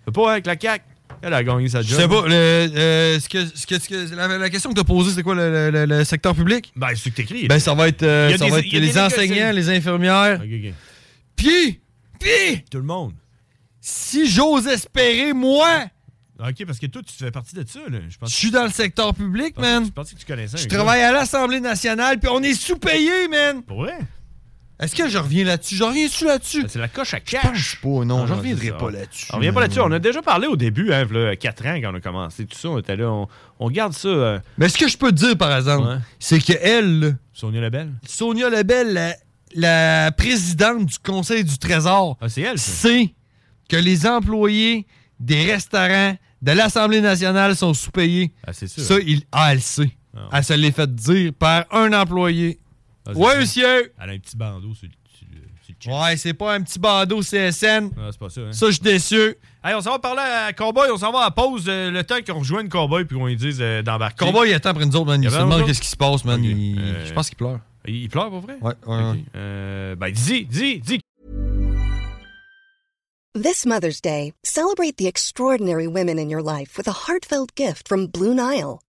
[SPEAKER 12] Fait pas hein, avec la CAQ. Elle a gagné sa
[SPEAKER 13] Je
[SPEAKER 12] job.
[SPEAKER 13] sais pas, le- euh, ce que, ce que- ce que- la, la question que t'as posée, c'est quoi le, le- le- le secteur public?
[SPEAKER 12] Ben, c'est que t'écris.
[SPEAKER 13] Ben, ça va être, euh,
[SPEAKER 12] Il y a
[SPEAKER 13] ça
[SPEAKER 12] des-
[SPEAKER 13] va être
[SPEAKER 12] il y a des
[SPEAKER 13] les enseignants,
[SPEAKER 12] négociations.
[SPEAKER 13] les infirmières. Puis, puis...
[SPEAKER 12] Tout le monde.
[SPEAKER 13] Si j'ose espérer, moi,
[SPEAKER 12] Ok, parce que toi, tu fais partie de ça. Là. Je
[SPEAKER 13] je
[SPEAKER 12] pense
[SPEAKER 13] suis dans le secteur public, man.
[SPEAKER 12] je pensais que tu connaissais.
[SPEAKER 13] Je
[SPEAKER 12] un
[SPEAKER 13] travaille
[SPEAKER 12] gars.
[SPEAKER 13] à l'Assemblée nationale, puis on est sous-payé, man.
[SPEAKER 12] Pour vrai? Ben,
[SPEAKER 13] Est-ce que je reviens là-dessus? Je reviens-tu là-dessus?
[SPEAKER 12] C'est la coche à
[SPEAKER 13] cash. Je non, je
[SPEAKER 12] Ah, non,
[SPEAKER 13] reviendrai
[SPEAKER 12] c'est ça.
[SPEAKER 13] pas là-dessus.
[SPEAKER 12] On revient pas
[SPEAKER 13] man.
[SPEAKER 12] là-dessus. On a déjà parlé au début, hein, 4 ans quand on a commencé. Tout ça, on était là. On, on garde ça. euh,
[SPEAKER 13] Mais ce que je peux te dire, par exemple, c'est que elle, là,
[SPEAKER 12] Sonia Lebel.
[SPEAKER 13] Sonia Lebel, la, la présidente du Conseil du Trésor,
[SPEAKER 12] Ah, c'est elle,
[SPEAKER 13] sait que les employés des restaurants de l'Assemblée nationale sont sous-payés.
[SPEAKER 12] Ah, c'est sûr.
[SPEAKER 13] Ça, il, ah, elle le sait. Elle se l'est fait dire par un employé.
[SPEAKER 12] Ah,
[SPEAKER 13] ouais, monsieur!
[SPEAKER 12] Elle a un petit bandeau sur le. sur le- sur le chest.
[SPEAKER 13] Ouais, c'est pas un petit bandeau CSN.
[SPEAKER 12] Ah, c'est pas ça. Hein?
[SPEAKER 13] Ça, je suis déçu.
[SPEAKER 12] Hey, on s'en va parler à Cowboy, on s'en va à la pause, euh, le temps qu'on rejoigne Cowboy puis qu'on lui dise euh, d'embarquer.
[SPEAKER 13] Cowboy, il attend après nous autres, man.
[SPEAKER 12] Y
[SPEAKER 13] Il
[SPEAKER 12] a
[SPEAKER 13] se
[SPEAKER 12] vraiment
[SPEAKER 13] demande
[SPEAKER 12] ça?
[SPEAKER 13] qu'est-ce qui se passe, man.
[SPEAKER 12] Ok.
[SPEAKER 13] Il-
[SPEAKER 12] Euh,
[SPEAKER 13] Je pense qu'il pleure.
[SPEAKER 12] Il, il pleure pour vrai?
[SPEAKER 13] Ouais, ouais, ouais.
[SPEAKER 12] Ok. Euh, ben, dis, dis, dis.
[SPEAKER 20] This Mother's Day, celebrate the extraordinary women in your life with a heartfelt gift from Blue Nile.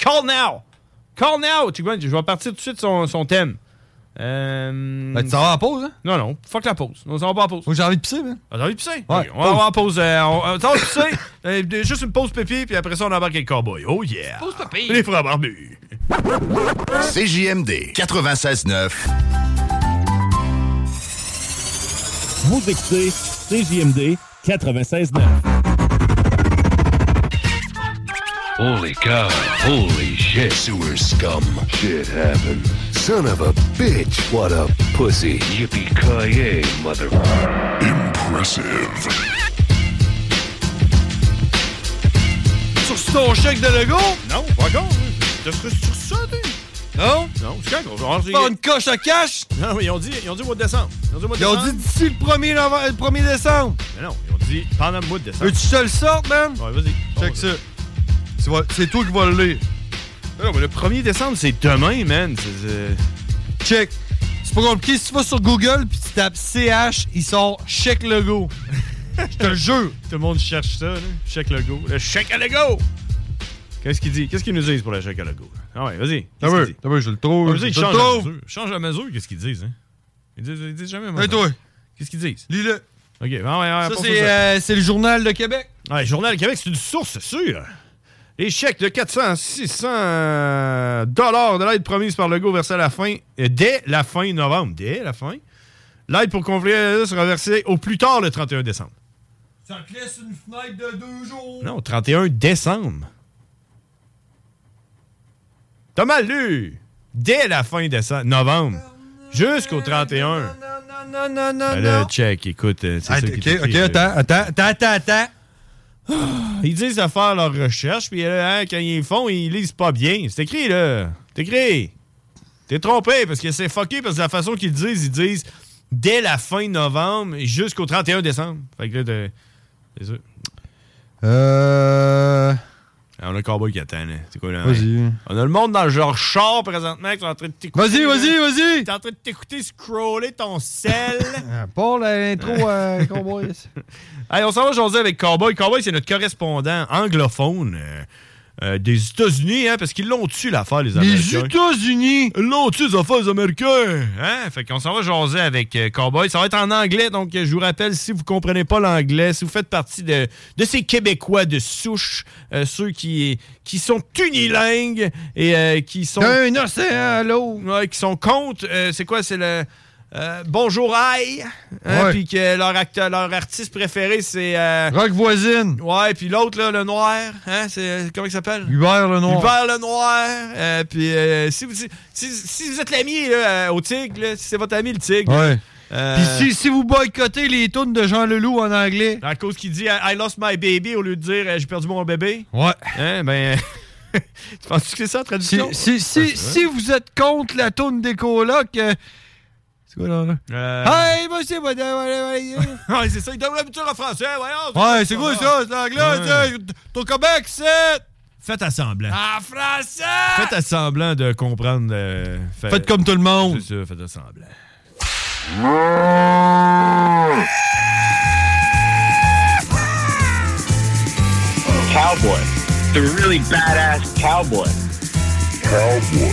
[SPEAKER 12] Call now! Call now! Tu vois, je vais partir tout de suite son, son thème. Euh...
[SPEAKER 13] Ben, tu t'en vas à la pause, hein?
[SPEAKER 12] Non, non. Fuck la pause. On s'en va pas à la pause.
[SPEAKER 13] J'ai envie de pisser, man.
[SPEAKER 12] Ah, J'ai envie de pisser.
[SPEAKER 13] Ouais,
[SPEAKER 12] Ok, on va
[SPEAKER 13] pause.
[SPEAKER 12] avoir pause. euh, on, on s'en va pisser. Euh, juste une pause pipi, puis après ça, on embarque avec le cowboy. Oh yeah! Pause pipi! Les frères barbus.
[SPEAKER 13] CJMD 96.9.
[SPEAKER 21] Vous écoutez CJMD 96.9.
[SPEAKER 5] Holy cow. Holy shit. Sewer scum. Shit happened. Son of a bitch. What a pussy. Yippee-ki-yay, mother... Impressive.
[SPEAKER 12] Sur ton chèque de Lego? Non, pas encore. hein. T'as sur sur ça, tu Non? Non, c'est quand qu'on va
[SPEAKER 13] Pas une coche à cash!
[SPEAKER 12] Non, mais ils ont dit, ils ont dit au mois de décembre. Ils ont dit au mois de
[SPEAKER 13] Ils ont
[SPEAKER 12] décembre.
[SPEAKER 13] dit d'ici le 1er, novembre- le 1er décembre.
[SPEAKER 12] Mais non, ils ont dit pendant le mois de décembre.
[SPEAKER 13] Veux-tu que je te le sorte, man?
[SPEAKER 12] Ouais, vas-y.
[SPEAKER 13] Check ça. Tu vas- C'est toi qui vas le lire.
[SPEAKER 12] Non, Ah, mais le 1er décembre, c'est demain, man.
[SPEAKER 13] Check. C'est pas compliqué. Si tu vas sur Google puis tu tapes CH, il sort Check Logo. Je te le jure.
[SPEAKER 12] Tout le monde cherche ça, là. Chèque Lego. Le chèque à Lego! Qu'est-ce qu'ils disent? Qu'est-ce qu'ils nous disent pour le chèque à Lego? Ah ouais, vas-y.
[SPEAKER 13] T'as vu, t'as vu, je le trouve.
[SPEAKER 12] Vas-y,
[SPEAKER 13] je le
[SPEAKER 12] change à
[SPEAKER 13] trouve.
[SPEAKER 12] mesure. Change à mesure, qu'est-ce qu'ils disent, hein? Ils disent, ils disent jamais, moi.
[SPEAKER 13] Hey,
[SPEAKER 12] ça.
[SPEAKER 13] toi.
[SPEAKER 12] Qu'est-ce qu'ils disent?
[SPEAKER 13] Lis-le.
[SPEAKER 12] Ok, ouais, ouais, ouais,
[SPEAKER 13] Ça,
[SPEAKER 12] pense
[SPEAKER 13] c'est
[SPEAKER 12] à
[SPEAKER 13] euh, c'est le Journal de Québec.
[SPEAKER 12] Ouais, Journal de Québec, c'est une source sûre. Les chèques de 400 600 euh, dollars de l'aide promise par Legault versée à la fin, euh, dès la fin novembre, dès la fin, l'aide pour compléter sera versée au plus tard le 31 décembre.
[SPEAKER 13] Ça te laisse une fenêtre de deux jours.
[SPEAKER 12] Non, 31 décembre. T'as mal lu. Dès la fin décembre, novembre jusqu'au 31.
[SPEAKER 13] Non, non, non, non,
[SPEAKER 12] Ben
[SPEAKER 13] Ah, non.
[SPEAKER 12] là, check, écoute, euh, c'est
[SPEAKER 13] Ah,
[SPEAKER 12] ça
[SPEAKER 13] ok,
[SPEAKER 12] qui est écrit,
[SPEAKER 13] ok,
[SPEAKER 12] euh,
[SPEAKER 13] attends, attends, attends, attends.
[SPEAKER 12] Ils disent de faire leurs recherches, puis là, hein, quand ils font, ils lisent pas bien. C'est écrit, là. C'est écrit. T'es trompé, parce que c'est fucké, parce que la façon qu'ils le disent, ils disent dès la fin novembre jusqu'au 31 décembre. Fait que là, t'es- c'est sûr.
[SPEAKER 13] Euh.
[SPEAKER 12] Ah, on a le cowboy qui attend, là. C'est quoi, là?
[SPEAKER 13] Vas-y.
[SPEAKER 12] hein? On a le monde dans le genre char présentement qui sont en train de t'écouter.
[SPEAKER 13] Vas-y,
[SPEAKER 12] là.
[SPEAKER 13] vas-y, vas-y.
[SPEAKER 12] T'es en train de t'écouter scroller ton sel.
[SPEAKER 13] Pas l'intro euh, à Cowboys.
[SPEAKER 12] Allez, on s'en va aujourd'hui avec Cowboy. Cowboy, c'est notre correspondant anglophone euh, euh, des États-Unis, hein, parce qu'ils l'ont tué l'affaire, les Américains.
[SPEAKER 13] États-Unis!
[SPEAKER 12] Ils l'ont tué, les affaires, les Américains! Hein? Fait qu'on s'en va jaser avec euh, Cowboy. Ça va être en anglais, donc euh, je vous rappelle, si vous comprenez pas l'anglais, si vous faites partie de, de ces Québécois de souche, euh, ceux qui, qui sont unilingues et euh, qui sont...
[SPEAKER 13] D'un océan à l'autre!
[SPEAKER 12] Ouais, qui sont contre, euh, c'est quoi, c'est le... euh, bonjour, aïe! hein,
[SPEAKER 13] Ouais.
[SPEAKER 12] Puis que leur, acteur, leur artiste préféré, c'est... euh,
[SPEAKER 13] Rock voisine.
[SPEAKER 12] Ouais, puis l'autre, là, le noir, hein, c'est, comment il s'appelle?
[SPEAKER 13] Hubert le Noir.
[SPEAKER 12] Hubert le Noir. euh, puis euh, si, vous, si, si vous êtes l'ami là, euh, au tigre, là, si c'est votre ami le tigre.
[SPEAKER 13] Ouais.
[SPEAKER 12] euh,
[SPEAKER 13] Puis si, si vous boycottez les tunes de Jean Leloup en anglais.
[SPEAKER 12] À cause qu'il dit I I lost my baby au lieu de dire euh, j'ai perdu mon bébé.
[SPEAKER 13] Ouais.
[SPEAKER 12] Hein, ben. tu penses que c'est ça la
[SPEAKER 13] Si,
[SPEAKER 12] traduction?
[SPEAKER 13] si,
[SPEAKER 12] Ouais,
[SPEAKER 13] si,
[SPEAKER 12] c'est vrai.
[SPEAKER 13] si vous êtes contre la tourne des colocs. euh, c'est quoi là? là?
[SPEAKER 12] Euh,
[SPEAKER 13] Hey, monsieur, madame, ouais, ouais, ouais.
[SPEAKER 12] ouais, c'est ça, il donne l'habitude en français, voyons.
[SPEAKER 13] Ouais, c'est quoi ça? C'est l'anglais,
[SPEAKER 12] Ouais.
[SPEAKER 13] tu sais, Ton Québec, c'est.
[SPEAKER 12] Faites à semblant.
[SPEAKER 13] En français!
[SPEAKER 12] Faites à semblant de comprendre. euh, fait-
[SPEAKER 13] Faites comme tout le monde.
[SPEAKER 12] C'est ça, faites à semblant.
[SPEAKER 14] Cowboy. The really badass cowboy. Cowboy.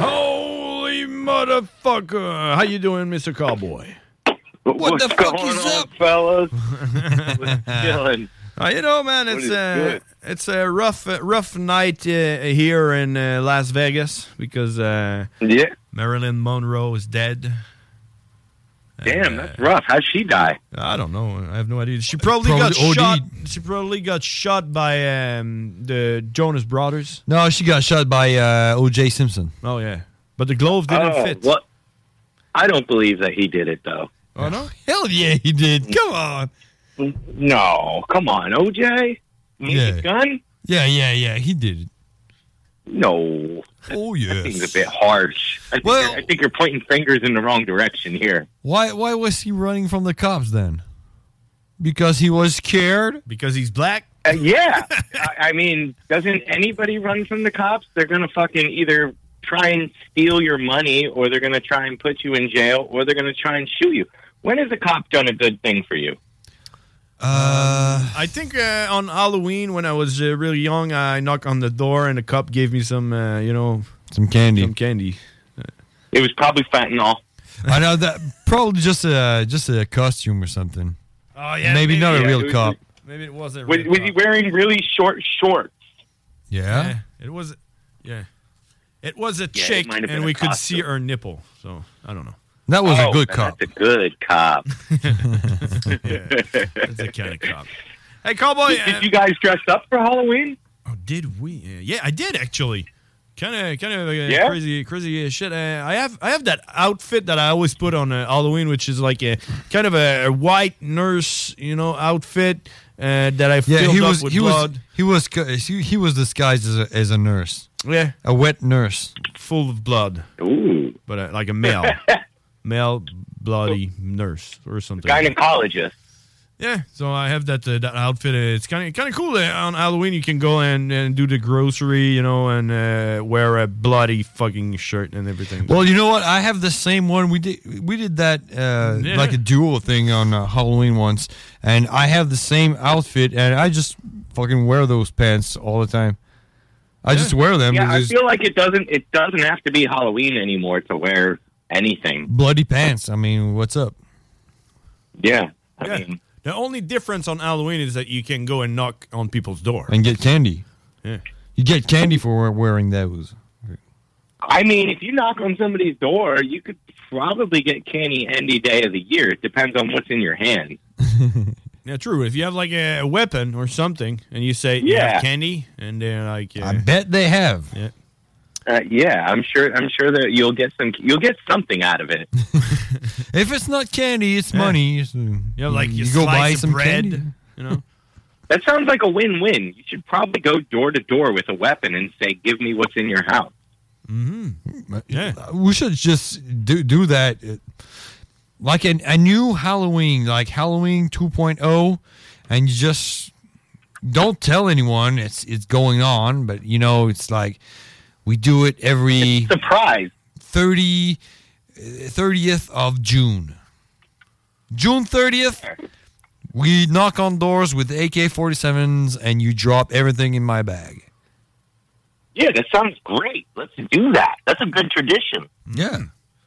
[SPEAKER 12] Holy motherfucker! How you doing, Mr. Cowboy?
[SPEAKER 14] What,
[SPEAKER 12] the fuck is up,
[SPEAKER 14] fellas?
[SPEAKER 12] Uh, you know, man,
[SPEAKER 14] What
[SPEAKER 12] it's
[SPEAKER 14] is
[SPEAKER 12] uh,
[SPEAKER 14] good?
[SPEAKER 12] it's a rough uh, rough night uh, here in uh, Las Vegas because uh,
[SPEAKER 14] Yeah.
[SPEAKER 12] Marilyn Monroe is dead.
[SPEAKER 14] Damn, that's rough. How'd she die?
[SPEAKER 12] I don't know. I have no idea. She probably,
[SPEAKER 13] Probably
[SPEAKER 12] got
[SPEAKER 13] OD'd.
[SPEAKER 12] shot. She probably got shot by um, the Jonas Brothers.
[SPEAKER 13] No, she got shot by uh, O.J. Simpson.
[SPEAKER 12] Oh yeah, but the glove didn't
[SPEAKER 14] oh,
[SPEAKER 12] fit.
[SPEAKER 14] What? I don't believe that he did it though.
[SPEAKER 12] Oh no!
[SPEAKER 13] Hell yeah, he did. Come on.
[SPEAKER 14] No, come on, OJ.
[SPEAKER 13] Yeah.
[SPEAKER 14] Gun?
[SPEAKER 13] Yeah, yeah, yeah. He did it.
[SPEAKER 14] No.
[SPEAKER 13] Oh yes.
[SPEAKER 14] That seems a bit harsh. I think, well, I think you're pointing fingers in the wrong direction here.
[SPEAKER 13] Why? Why was he running from the cops then? Because he was scared.
[SPEAKER 12] Because he's black.
[SPEAKER 14] Uh, yeah. I, I mean, doesn't anybody run from the cops? They're going to fucking either try and steal your money or they're going to try and put you in jail or they're going to try and shoot you. When has a cop done a good thing for you?
[SPEAKER 12] Uh, I think uh, on Halloween when I was uh, really young, I knocked on the door and a cop gave me some, uh, you know,
[SPEAKER 13] some candy.
[SPEAKER 12] Some candy.
[SPEAKER 14] It was probably fentanyl.
[SPEAKER 13] I know that probably just a just a costume or something.
[SPEAKER 12] Oh
[SPEAKER 13] maybe, not a
[SPEAKER 14] yeah, it
[SPEAKER 13] real
[SPEAKER 14] was-
[SPEAKER 13] cop.
[SPEAKER 12] Maybe it wasn't.
[SPEAKER 14] Was, was he wearing really short shorts?
[SPEAKER 13] Yeah.
[SPEAKER 12] It was, yeah. It was a
[SPEAKER 14] Yeah, it
[SPEAKER 12] chick,
[SPEAKER 14] might have been
[SPEAKER 12] and
[SPEAKER 14] a
[SPEAKER 12] we could
[SPEAKER 14] costume.
[SPEAKER 12] see her nipple. So I don't know.
[SPEAKER 13] That was
[SPEAKER 14] Oh,
[SPEAKER 13] a good
[SPEAKER 14] then
[SPEAKER 13] cop.
[SPEAKER 14] That's a good cop.
[SPEAKER 12] yeah, that's the kind of cop. Hey,
[SPEAKER 13] Oh,
[SPEAKER 12] cowboy. uh,
[SPEAKER 14] Did, did you guys dress up for Halloween?
[SPEAKER 12] Oh, did we? Uh, yeah, I did actually. Kind of, kind of uh,
[SPEAKER 14] Yeah?
[SPEAKER 12] crazy, crazy uh, shit. Uh, I have, I have that outfit that I always put on uh, Halloween, which is like a kind of a, a white nurse, you know, outfit uh, that I filled
[SPEAKER 13] Yeah, he
[SPEAKER 12] up
[SPEAKER 13] was
[SPEAKER 12] with
[SPEAKER 13] he
[SPEAKER 12] blood,
[SPEAKER 13] was he was ca- he he was disguised as a, as a nurse.
[SPEAKER 12] Yeah,
[SPEAKER 13] a wet nurse.
[SPEAKER 12] full of blood.
[SPEAKER 14] Ooh,
[SPEAKER 12] but uh, like a male, male bloody nurse or something.
[SPEAKER 14] Gynecologist.
[SPEAKER 12] Yeah, so I have that uh, that outfit. Uh, it's kind of kind of cool. That on Halloween, you can go and, and do the grocery, you know, and uh, wear a bloody fucking shirt and everything.
[SPEAKER 13] Well, you know what? I have the same one. We did we did that uh,
[SPEAKER 12] Yeah.
[SPEAKER 13] like a duo thing on uh, Halloween once, and I have the same outfit, and I just fucking wear those pants all the time. I just wear them.
[SPEAKER 14] Yeah, I
[SPEAKER 13] because
[SPEAKER 14] feel like it doesn't. It doesn't have to be Halloween anymore to wear anything.
[SPEAKER 13] bloody pants. I mean, what's up?
[SPEAKER 14] Yeah.
[SPEAKER 12] Yeah. the only difference on Halloween is that you can go and knock on people's door.
[SPEAKER 13] And get candy.
[SPEAKER 12] Yeah.
[SPEAKER 13] You get candy for wear- wearing those.
[SPEAKER 14] I mean, if you knock on somebody's door, you could probably get candy any day of the year. It depends on what's in your hand.
[SPEAKER 12] Yeah, true. If you have like a weapon or something, and you say, "Yeah,
[SPEAKER 14] Yeah.
[SPEAKER 12] candy," and they're like, uh, yeah.
[SPEAKER 13] I bet they have.
[SPEAKER 12] Yeah.
[SPEAKER 14] Uh, yeah, I'm sure. I'm sure that you'll get some. You'll get something out of it.
[SPEAKER 13] If it's not candy, it's money. It's, uh,
[SPEAKER 12] Yeah, like you,
[SPEAKER 13] go
[SPEAKER 12] slice
[SPEAKER 13] buy
[SPEAKER 12] of
[SPEAKER 13] some
[SPEAKER 12] bread,
[SPEAKER 13] candy.
[SPEAKER 12] you know.
[SPEAKER 14] That sounds like a win-win. You should probably go door to door with a weapon and say, "Give me what's in your house."
[SPEAKER 12] Yeah.
[SPEAKER 13] We should just do do that. uh, Like an, a new Halloween, like Halloween 2.0, and you just don't tell anyone it's it's going on, but you know, it's like we do it every
[SPEAKER 14] Surprise!
[SPEAKER 13] 30, uh, 30th of June. June 30th, we knock on doors with AK 47s and you drop everything in my bag.
[SPEAKER 14] Yeah, that sounds great. Let's do that. That's a good tradition.
[SPEAKER 13] Yeah.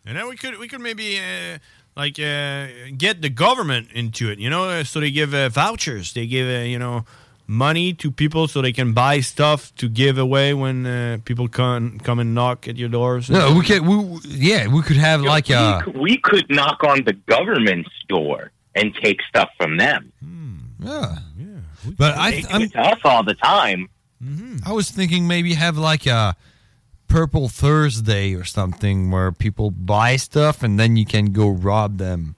[SPEAKER 12] And then we could we could maybe uh, like uh, get the government into it, you know. uh, So they give uh, vouchers, they give uh, you know money to people so they can buy stuff to give away when uh, people come come and knock at your doors.
[SPEAKER 13] No, we can. We, yeah, we could have like uh,
[SPEAKER 14] we,
[SPEAKER 13] a.
[SPEAKER 14] could- we could knock on the government's door and take stuff from them.
[SPEAKER 13] Yeah. But I,
[SPEAKER 14] They
[SPEAKER 13] th-
[SPEAKER 14] do
[SPEAKER 13] I'm,
[SPEAKER 14] it to us all the time.
[SPEAKER 13] I was thinking maybe have like a Purple Thursday or something where people buy stuff and then you can go rob them.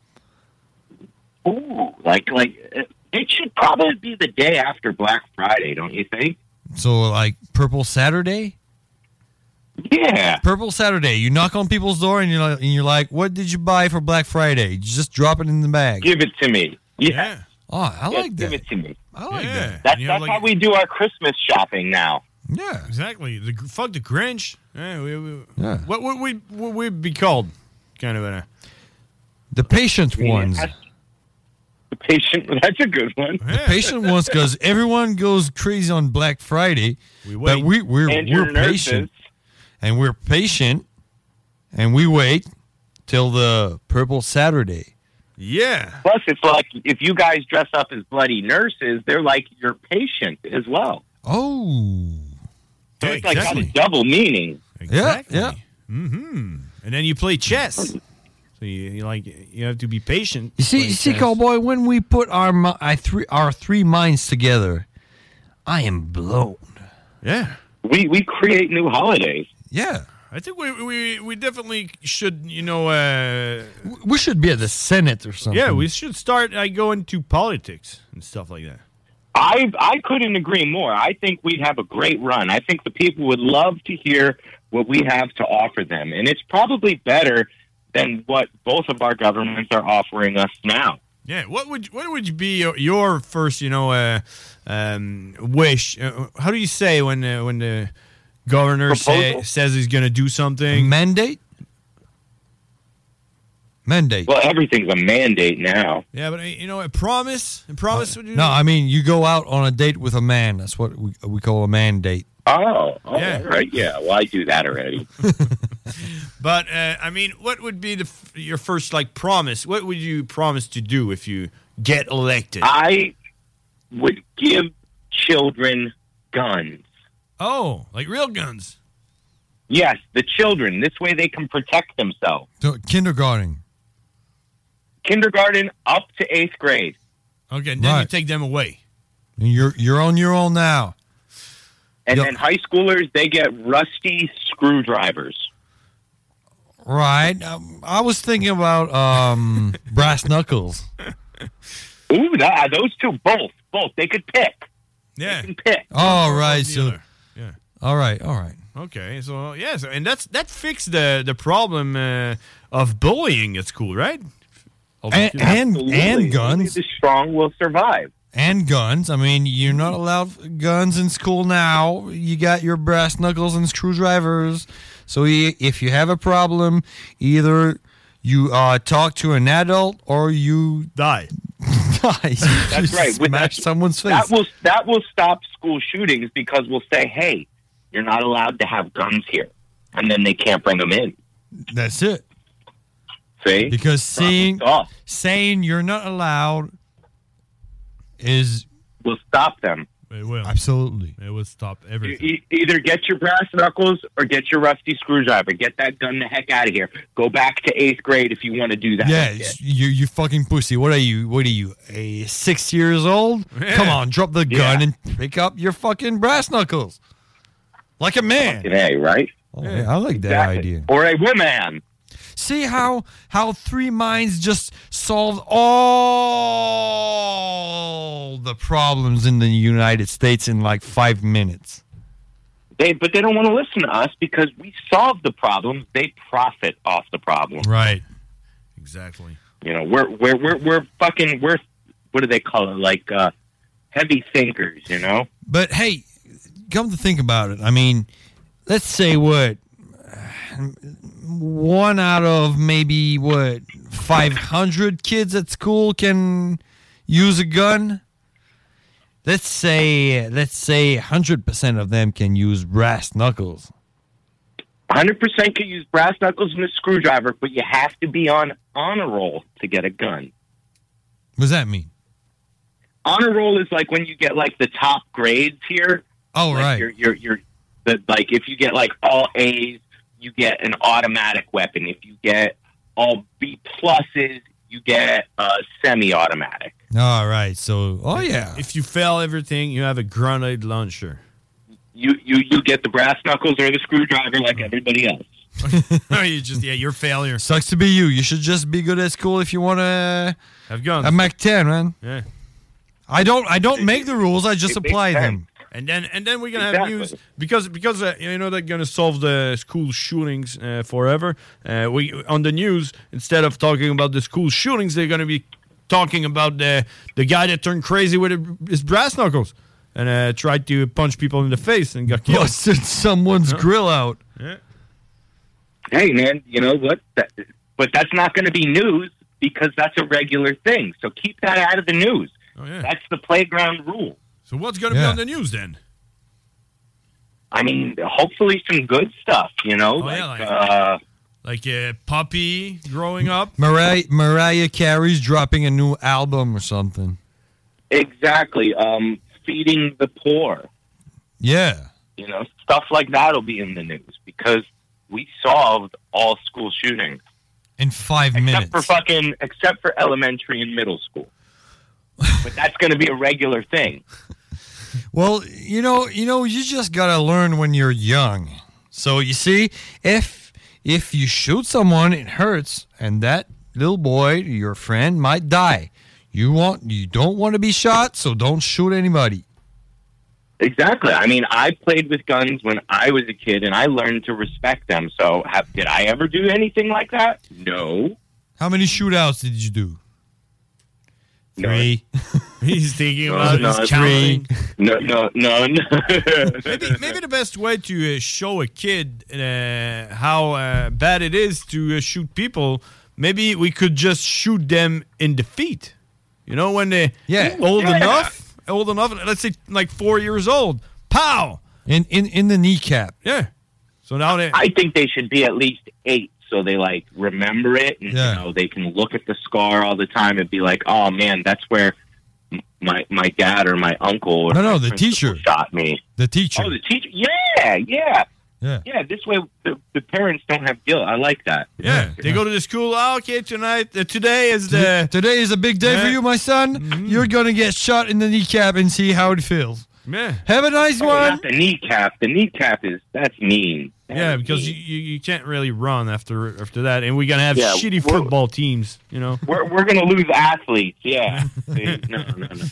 [SPEAKER 14] Ooh, like like uh, it should probably be the day after Black Friday, don't you think?
[SPEAKER 13] So like Purple Saturday.
[SPEAKER 14] Yeah.
[SPEAKER 13] Purple Saturday. You knock on people's door and you're like, and you're like, "What did you buy for Black Friday? You just drop it in the bag."
[SPEAKER 14] Give it to me. Yeah.
[SPEAKER 13] Oh, I
[SPEAKER 14] Yeah,
[SPEAKER 13] like
[SPEAKER 14] Give
[SPEAKER 13] that.
[SPEAKER 14] it to me.
[SPEAKER 13] I like
[SPEAKER 12] Yeah.
[SPEAKER 13] that.
[SPEAKER 14] That's,
[SPEAKER 12] And you have,
[SPEAKER 14] that's
[SPEAKER 12] like-
[SPEAKER 14] how we do our Christmas shopping now.
[SPEAKER 13] Yeah.
[SPEAKER 12] exactly. The gr- fuck the Grinch. Yeah, we, we,
[SPEAKER 13] Yeah.
[SPEAKER 12] What would we what we be called? Kind of a
[SPEAKER 13] The patient
[SPEAKER 14] Yeah,
[SPEAKER 13] ones.
[SPEAKER 14] that's- The patient. That's a good one.
[SPEAKER 13] The patient ones because everyone goes crazy on Black Friday,
[SPEAKER 12] We
[SPEAKER 13] but
[SPEAKER 12] wait.
[SPEAKER 13] we we're
[SPEAKER 14] and
[SPEAKER 13] we're
[SPEAKER 14] your nurses.
[SPEAKER 13] patient. and we're patient and we wait till the purple Saturday.
[SPEAKER 12] yeah.
[SPEAKER 14] Plus, it's like if you guys dress up as bloody nurses, they're like your patient as well.
[SPEAKER 13] Oh,
[SPEAKER 14] So
[SPEAKER 12] Yeah,
[SPEAKER 14] it's like got a
[SPEAKER 12] exactly.
[SPEAKER 14] double meaning.
[SPEAKER 13] yeah,
[SPEAKER 12] Exactly.
[SPEAKER 13] yeah.
[SPEAKER 12] Mm-hmm. And then you play chess. So you, you like you have to be patient.
[SPEAKER 13] You see, you see,
[SPEAKER 12] Like, uh,
[SPEAKER 13] cowboy, when we put our mi- I three, our three minds together, I am blown.
[SPEAKER 12] Yeah.
[SPEAKER 14] We we create new holidays.
[SPEAKER 13] Yeah.
[SPEAKER 12] I think we, we, we definitely should, you know. Uh,
[SPEAKER 13] we should be at the Senate or something.
[SPEAKER 12] Yeah, we should start like, going to politics and stuff like that.
[SPEAKER 14] I I couldn't agree more. I think we'd have a great run. I think the people would love to hear what we have to offer them, and it's probably better than what both of our governments are offering us now.
[SPEAKER 12] Yeah, what would what would be your, your first, you know, uh, um, wish? Uh, how do you say when uh, when the governor say,
[SPEAKER 14] Proposal?
[SPEAKER 12] says he's going to do something?
[SPEAKER 13] Mandate. Mandate.
[SPEAKER 14] Well, everything's a mandate now.
[SPEAKER 12] Yeah, but uh, you know, a promise, a promise. would you
[SPEAKER 13] Uh, No, I mean you go out on a date with a man. That's what we, we call a man date.
[SPEAKER 14] Oh, oh
[SPEAKER 12] Yeah.
[SPEAKER 14] right, yeah. Well, I do that already.
[SPEAKER 12] But uh, I mean, what would be the f- your first like promise? What would you promise to do if you get elected?
[SPEAKER 14] I would give children guns.
[SPEAKER 12] Oh, like real guns.
[SPEAKER 14] Yes, the children. This way, they can protect themselves.
[SPEAKER 13] So, kindergarten.
[SPEAKER 14] Kindergarten up to eighth grade.
[SPEAKER 12] Okay, and then you
[SPEAKER 13] Right.
[SPEAKER 12] take them away.
[SPEAKER 13] And you're you're on your own now.
[SPEAKER 14] And then high schoolers, they get rusty screwdrivers.
[SPEAKER 13] Right. Um, I was thinking about um, brass knuckles.
[SPEAKER 14] Ooh, that, those two, both, both. They could pick.
[SPEAKER 12] Yeah.
[SPEAKER 14] They can pick.
[SPEAKER 13] All right. So,
[SPEAKER 12] Yeah.
[SPEAKER 13] all right. All right.
[SPEAKER 12] Okay, so yeah, so, and that's that fixed the the problem uh, of bullying at school, right?
[SPEAKER 14] Oh,
[SPEAKER 13] And and, and guns.
[SPEAKER 14] strong will survive.
[SPEAKER 13] And guns. I mean, you're not allowed guns in school now. You got your brass knuckles and screwdrivers. So y- if you have a problem, either you uh, talk to an adult or you
[SPEAKER 12] die.
[SPEAKER 13] die.
[SPEAKER 14] That's
[SPEAKER 13] You
[SPEAKER 14] right. With
[SPEAKER 13] Smash someone's face.
[SPEAKER 14] That will that will stop school shootings because we'll say, "Hey, you're not allowed to have guns here," and then they can't bring them in.
[SPEAKER 13] That's it.
[SPEAKER 14] See?
[SPEAKER 13] Because seeing saying you're not allowed is
[SPEAKER 14] will stop them.
[SPEAKER 12] It will
[SPEAKER 13] absolutely.
[SPEAKER 12] It will stop
[SPEAKER 14] You
[SPEAKER 12] everything.
[SPEAKER 14] e- either get your brass knuckles or get your rusty screwdriver. Get that gun the heck out of here. Go back to eighth grade if you want to do that.
[SPEAKER 13] yeah, it's- you you fucking pussy. What are you? What are you? A six years old?
[SPEAKER 14] Yeah.
[SPEAKER 13] Come on, drop the
[SPEAKER 14] Yeah.
[SPEAKER 13] gun and pick up your fucking brass knuckles, like a man.
[SPEAKER 14] Today, right?
[SPEAKER 13] Oh, yeah, I like that idea.
[SPEAKER 14] Or a woman.
[SPEAKER 13] See how how three minds just solved all the problems in the United States in like five minutes.
[SPEAKER 14] They, but they don't want to listen to us because we solve the problem. They profit off the problem.
[SPEAKER 13] Right.
[SPEAKER 12] Exactly.
[SPEAKER 14] You know, we're we're we're, we're fucking we're what do they call it? Like uh, heavy thinkers. You know.
[SPEAKER 13] But hey, come to think about it, I mean, let's say what one out of maybe what 500 kids at school can use a gun. Let's say let's say 100% of them can use brass knuckles.
[SPEAKER 14] 100% can use brass knuckles and a screwdriver, but you have to be on honor roll to get a gun.
[SPEAKER 13] What does that mean?
[SPEAKER 14] Honor roll is like when you get like the top grades here.
[SPEAKER 13] Oh,
[SPEAKER 14] like
[SPEAKER 13] right.
[SPEAKER 14] You're, you're, you're the, like if you get like all A's, you get an automatic weapon. If you get all B pluses, you get a semi-automatic.
[SPEAKER 13] All right. So, oh yeah.
[SPEAKER 12] If you fail everything, you have a grenade launcher.
[SPEAKER 14] You you you get the brass knuckles or the screwdriver like everybody else.
[SPEAKER 12] you just yeah, you're failure.
[SPEAKER 13] Sucks to be you. You should just be good at school if you want to
[SPEAKER 12] Have guns.
[SPEAKER 13] A Mac 10, man.
[SPEAKER 12] yeah.
[SPEAKER 13] I don't I don't make the rules. I just
[SPEAKER 12] It makes
[SPEAKER 13] apply them.
[SPEAKER 12] And then and then we're gonna
[SPEAKER 13] Exactly.
[SPEAKER 12] have news because because uh, you know they're gonna solve the school shootings uh, forever. Uh, we on the news instead of talking about the school shootings, they're gonna be talking about the the guy that turned crazy with his brass knuckles and uh, tried to punch people in the face and got killed.
[SPEAKER 13] Busted someone's grill out.
[SPEAKER 12] Yeah.
[SPEAKER 14] Hey man, you know what? That, but that's not going to be news because that's a regular thing. So keep that out of the news.
[SPEAKER 12] Oh,
[SPEAKER 14] That's the playground rule.
[SPEAKER 12] So what's gonna be
[SPEAKER 14] Yeah.
[SPEAKER 12] on the news then?
[SPEAKER 14] I mean, hopefully some good stuff. You know,
[SPEAKER 12] Oh,
[SPEAKER 14] like,
[SPEAKER 12] yeah, like-
[SPEAKER 14] uh,
[SPEAKER 12] Like a puppy growing up.
[SPEAKER 13] Mariah Mariah Carey's dropping a new album or something.
[SPEAKER 14] exactly um, feeding the poor.
[SPEAKER 13] Yeah.
[SPEAKER 14] You know, stuff like that will be in the news because we solved all school shootings.
[SPEAKER 13] in five
[SPEAKER 14] Except for fucking, except for elementary and middle school. but that's going to be a regular thing.
[SPEAKER 13] Well, you know, you know, you just gotta learn when you're young. So you see, if if you shoot someone, it hurts, and that little boy, your friend, might die. You want you don't want to be shot, so don't shoot anybody.
[SPEAKER 14] Exactly. I mean, I played with guns when I was a kid, and I learned to respect them. So, have, did I ever do anything like that? No.
[SPEAKER 13] How many shootouts did you do? Three.
[SPEAKER 12] He's thinking
[SPEAKER 14] No,
[SPEAKER 12] about
[SPEAKER 14] no,
[SPEAKER 12] his
[SPEAKER 14] it's-
[SPEAKER 12] counting.
[SPEAKER 14] no, no, no, no.
[SPEAKER 12] maybe, maybe the best way to uh, show a kid uh, how uh, bad it is to uh, shoot people, maybe we could just shoot them in the feet. You know, when they yeah old
[SPEAKER 13] Yeah.
[SPEAKER 12] enough, old enough. Let's say like four years old. Pow!
[SPEAKER 13] In in in the kneecap.
[SPEAKER 12] Yeah. So now they.
[SPEAKER 14] I think they should be at least eight, so they like remember it, and you know they can look at the scar all the time and be like, "Oh man, that's where m- my my dad or my uncle or
[SPEAKER 13] No, no,
[SPEAKER 14] my
[SPEAKER 13] the
[SPEAKER 14] principal
[SPEAKER 13] teacher.
[SPEAKER 14] shot me."
[SPEAKER 13] The teacher.
[SPEAKER 14] Oh, the teacher. Yeah, yeah,
[SPEAKER 13] yeah.
[SPEAKER 14] this way, the, the parents don't have guilt. I like that.
[SPEAKER 12] Yeah, they go to the school. Oh, okay, tonight, uh, today is the
[SPEAKER 13] Today is a big day for you, my son.
[SPEAKER 12] Mm-hmm.
[SPEAKER 13] You're gonna get shot in the kneecap and see how it feels.
[SPEAKER 12] Yeah.
[SPEAKER 13] Have a nice
[SPEAKER 14] Oh,
[SPEAKER 13] one.
[SPEAKER 14] Not the kneecap. The kneecap is that's mean.
[SPEAKER 12] Yeah, because you, you, you can't really run after after that, and we're gonna have
[SPEAKER 14] Yeah,
[SPEAKER 12] shitty
[SPEAKER 14] we're-
[SPEAKER 12] football teams. You know,
[SPEAKER 14] We're we're gonna lose athletes. Yeah. no, no, no.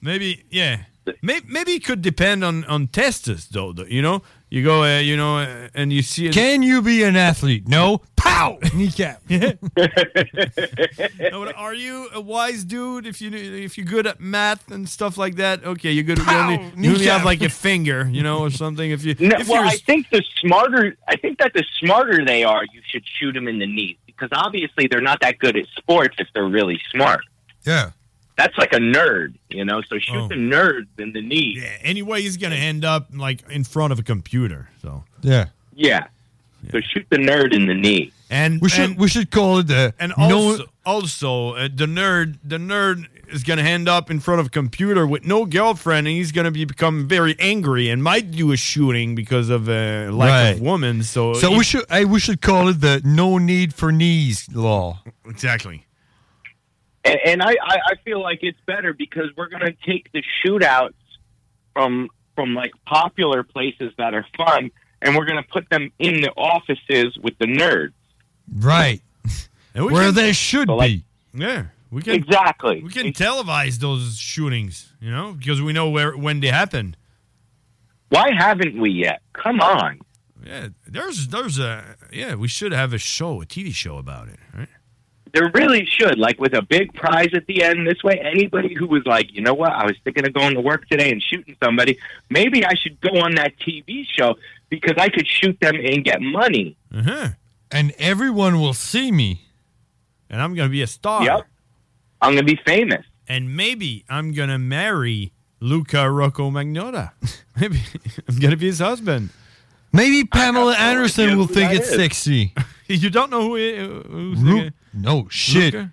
[SPEAKER 12] Maybe, yeah. Maybe, maybe it could depend on on testers, though. though, You know, you go, uh, you know, uh, and you see.
[SPEAKER 13] Can you be an athlete? No. Pow! Kneecap.
[SPEAKER 12] No, but are you a wise dude? If you if you're good at math and stuff like that, okay, you're good. You only, you only have
[SPEAKER 14] Kneecap.
[SPEAKER 12] like a finger, you know, or something. If you,
[SPEAKER 14] No,
[SPEAKER 12] if
[SPEAKER 14] well,
[SPEAKER 12] you're,
[SPEAKER 14] I think the smarter, I think that the smarter they are, you should shoot them in the knees because obviously they're not that good at sports if they're really smart.
[SPEAKER 13] Yeah.
[SPEAKER 14] That's like a nerd, you know. So shoot
[SPEAKER 12] Oh.
[SPEAKER 14] the nerds in the knees. Yeah.
[SPEAKER 12] anyway, he's gonna end up like in front of a computer. So
[SPEAKER 13] Yeah.
[SPEAKER 14] So shoot the nerd in the knee.
[SPEAKER 12] and
[SPEAKER 13] We should we should call it the
[SPEAKER 12] And
[SPEAKER 13] no-
[SPEAKER 12] also, also uh, the nerd, the nerd is going to end up in front of a computer with no girlfriend, and he's going to be become very angry and might do a shooting because of uh, lack of
[SPEAKER 13] Right.
[SPEAKER 12] woman. So,
[SPEAKER 13] So
[SPEAKER 12] he-
[SPEAKER 13] we should hey, we should call it the no need for knees law.
[SPEAKER 12] exactly.
[SPEAKER 14] And, and I, I, I feel like it's better because we're going to take the shootouts from from like popular places that are fun, and we're going to put them in the offices with the nerds.
[SPEAKER 13] Right. Where they should
[SPEAKER 14] So, like-
[SPEAKER 13] be.
[SPEAKER 12] Yeah, we can
[SPEAKER 14] Exactly.
[SPEAKER 12] We can televise those shootings, you know, because we know where when they happen.
[SPEAKER 14] Why haven't we yet? Come on.
[SPEAKER 12] Yeah, there's there's a yeah. We should have a show, a TV show about it, right?
[SPEAKER 14] There really should, like with a big prize at the end. This way, anybody who was like, you know what, I was thinking of going to work today and shooting somebody, maybe I should go on that TV show because I could shoot them and get money.
[SPEAKER 12] Uh-huh.
[SPEAKER 13] And everyone will see me.
[SPEAKER 12] And I'm going to be a star.
[SPEAKER 14] Yep. I'm going to be famous.
[SPEAKER 12] and maybe I'm gonna marry Luca Rocco Magnotta. maybe I'm gonna be his husband.
[SPEAKER 13] Maybe Pamela Anderson will think it's sexy.
[SPEAKER 12] You don't know who? It, who's
[SPEAKER 13] Ru- no shit.
[SPEAKER 12] Luca?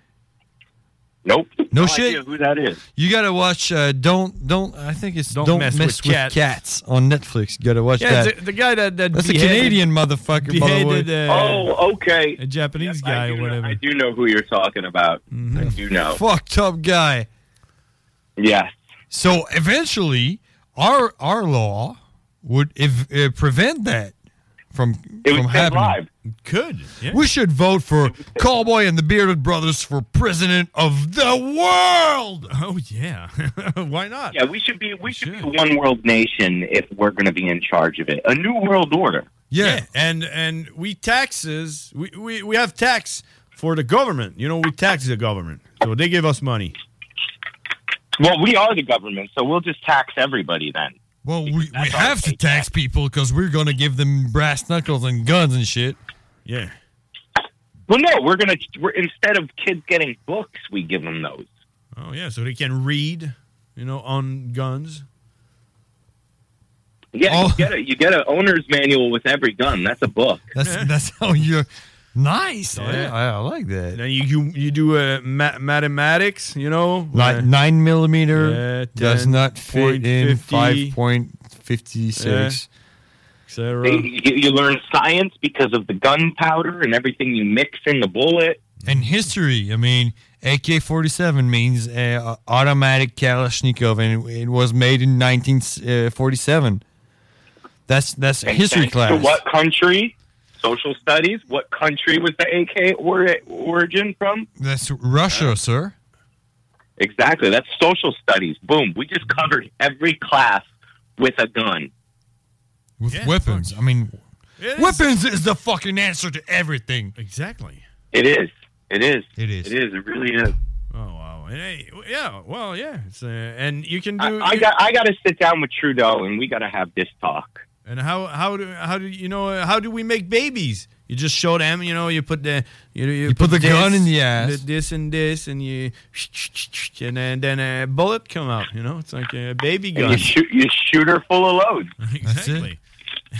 [SPEAKER 14] Nope.
[SPEAKER 13] No, shit.
[SPEAKER 14] who that is?
[SPEAKER 13] You gotta watch. Uh, don't don't. I think it's don't,
[SPEAKER 12] Mess
[SPEAKER 13] mess,
[SPEAKER 12] with
[SPEAKER 13] with,
[SPEAKER 12] Cats.
[SPEAKER 13] cats. on Netflix. You gotta watch
[SPEAKER 12] Yeah,
[SPEAKER 13] that.
[SPEAKER 12] the, the guy that, that
[SPEAKER 13] That's
[SPEAKER 12] beheaded-
[SPEAKER 13] a Canadian motherfucker. by the way.
[SPEAKER 12] beheaded, uh,
[SPEAKER 14] oh, okay.
[SPEAKER 12] a Japanese guy or whatever.
[SPEAKER 14] I do know who you're talking about.
[SPEAKER 13] Mm-hmm.
[SPEAKER 14] I do know.
[SPEAKER 13] fucked up guy.
[SPEAKER 14] Yes.
[SPEAKER 13] So eventually, our our law would if, uh, prevent that from
[SPEAKER 14] It
[SPEAKER 13] from
[SPEAKER 14] was dead
[SPEAKER 13] happening.
[SPEAKER 14] live.
[SPEAKER 12] Could yeah.
[SPEAKER 13] We should vote for Cowboy and the Bearded Brothers for president of the world.
[SPEAKER 12] Oh yeah, why not?
[SPEAKER 14] Yeah, we should be we should be one world nation if we're going to be in charge of it. A new world order.
[SPEAKER 13] Yeah.
[SPEAKER 12] and and we taxes we, we we have tax for the government. You know, we tax the government, so they give us money.
[SPEAKER 14] Well, we are the government, so we'll just tax everybody then.
[SPEAKER 13] Well, we, we have to tax people because we're gonna give them brass knuckles and guns and shit.
[SPEAKER 12] Yeah.
[SPEAKER 14] Well, no, we're gonna we're, instead of kids getting books, we give them those.
[SPEAKER 12] Oh yeah, so they can read. You know, on guns.
[SPEAKER 14] Yeah,
[SPEAKER 13] Oh.
[SPEAKER 14] you get a you get an owner's manual with every gun. That's a book.
[SPEAKER 13] That's that's how you're nice.
[SPEAKER 12] Yeah.
[SPEAKER 13] I, I like that.
[SPEAKER 12] Then you you, you do uh, ma- mathematics, you know,
[SPEAKER 13] Like
[SPEAKER 12] uh,
[SPEAKER 13] nine millimeter
[SPEAKER 12] Yeah,
[SPEAKER 13] does
[SPEAKER 12] 10,
[SPEAKER 13] not fit in
[SPEAKER 12] 0.50.
[SPEAKER 13] five point fifty six.
[SPEAKER 12] Sarah.
[SPEAKER 14] They, you, you learn science because of the gunpowder and everything you mix in the bullet.
[SPEAKER 13] And history, I mean, AK 47 means uh, automatic Kalashnikov, and it, it was made in 1947. That's that's
[SPEAKER 14] And
[SPEAKER 13] history
[SPEAKER 14] thanks
[SPEAKER 13] class.
[SPEAKER 14] To what country? Social studies. What country was the AK or, origin from?
[SPEAKER 13] That's Russia, sir.
[SPEAKER 14] Exactly. That's social studies. Boom. We just covered every class with a gun.
[SPEAKER 13] With weapons. I mean, weapons is the fucking answer to everything.
[SPEAKER 12] Exactly.
[SPEAKER 14] It is. It is.
[SPEAKER 13] It is.
[SPEAKER 14] It is. It really is.
[SPEAKER 12] Oh, and hey, yeah, well, yeah. It's, uh, and you can do.
[SPEAKER 14] I got. I got to sit down with Trudeau, and we got to have this talk.
[SPEAKER 12] And how how do how do you know uh, how do we make babies? You just show them, you know, you put the you, you,
[SPEAKER 13] put the
[SPEAKER 12] this,
[SPEAKER 13] gun in the ass.
[SPEAKER 12] th- this and this, and you and then, then a bullet come out. You know, it's like a baby
[SPEAKER 14] And
[SPEAKER 12] gun.
[SPEAKER 14] you shoot. You shoot her full of loads.
[SPEAKER 12] Exactly.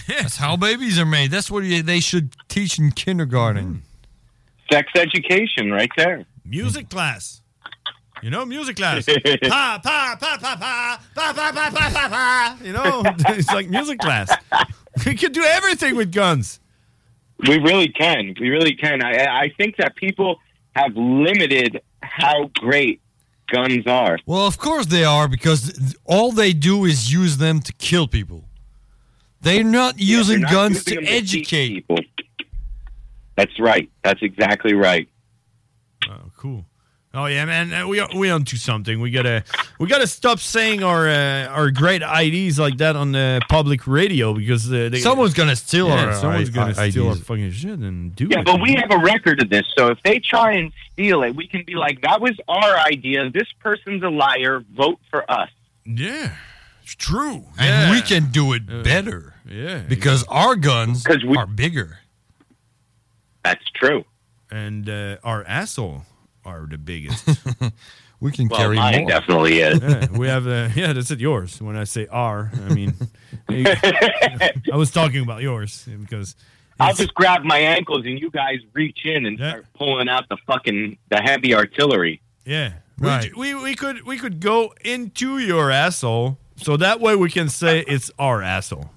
[SPEAKER 13] That's how babies are made. That's what you- they should teach in kindergarten.
[SPEAKER 14] Sex education, right there.
[SPEAKER 12] Mm-hmm. Music class. You know, music class. pa pa pa pa pa pa pa pa pa pa pa. You know, it's like music class. We could do everything with guns.
[SPEAKER 14] We really can. We really can. I, I- I think that people have limited how great guns are.
[SPEAKER 13] Well, of course they are because th- all they do is use them to kill people. They're not using
[SPEAKER 14] not
[SPEAKER 13] guns
[SPEAKER 14] using
[SPEAKER 13] to
[SPEAKER 14] them to
[SPEAKER 13] educate.
[SPEAKER 14] people. That's right. That's exactly right.
[SPEAKER 12] Cool. Oh yeah, man, Uh, we are, we onto something. We gotta we gotta stop saying our uh, our great IDs like that on the public radio because uh, they,
[SPEAKER 13] Someone's gonna steal
[SPEAKER 12] Yeah,
[SPEAKER 13] our
[SPEAKER 12] someone's
[SPEAKER 13] I-
[SPEAKER 12] gonna
[SPEAKER 13] I-
[SPEAKER 12] steal our
[SPEAKER 13] IDs.
[SPEAKER 12] fucking shit and do
[SPEAKER 14] Yeah,
[SPEAKER 12] it.
[SPEAKER 14] but we have a record of this. So if they try and steal it, we can be like, that was our idea. This person's a liar. Vote for us.
[SPEAKER 12] Yeah. It's true.
[SPEAKER 13] And we can do it better.
[SPEAKER 12] Yeah.
[SPEAKER 13] Because our guns
[SPEAKER 14] 'Cause we-
[SPEAKER 13] are bigger.
[SPEAKER 14] That's true.
[SPEAKER 12] And uh, our asshole are the biggest.
[SPEAKER 13] We can
[SPEAKER 14] Well, carry mine more. definitely is.
[SPEAKER 12] Yeah, we have uh, yeah, that's it. Yours. When I say R, I mean I was talking about yours because
[SPEAKER 14] I'll just grab my ankles and you guys reach in and start pulling out the fucking the heavy artillery.
[SPEAKER 12] yeah, right. We, we could we could go into your asshole, so that way we can say it's our asshole.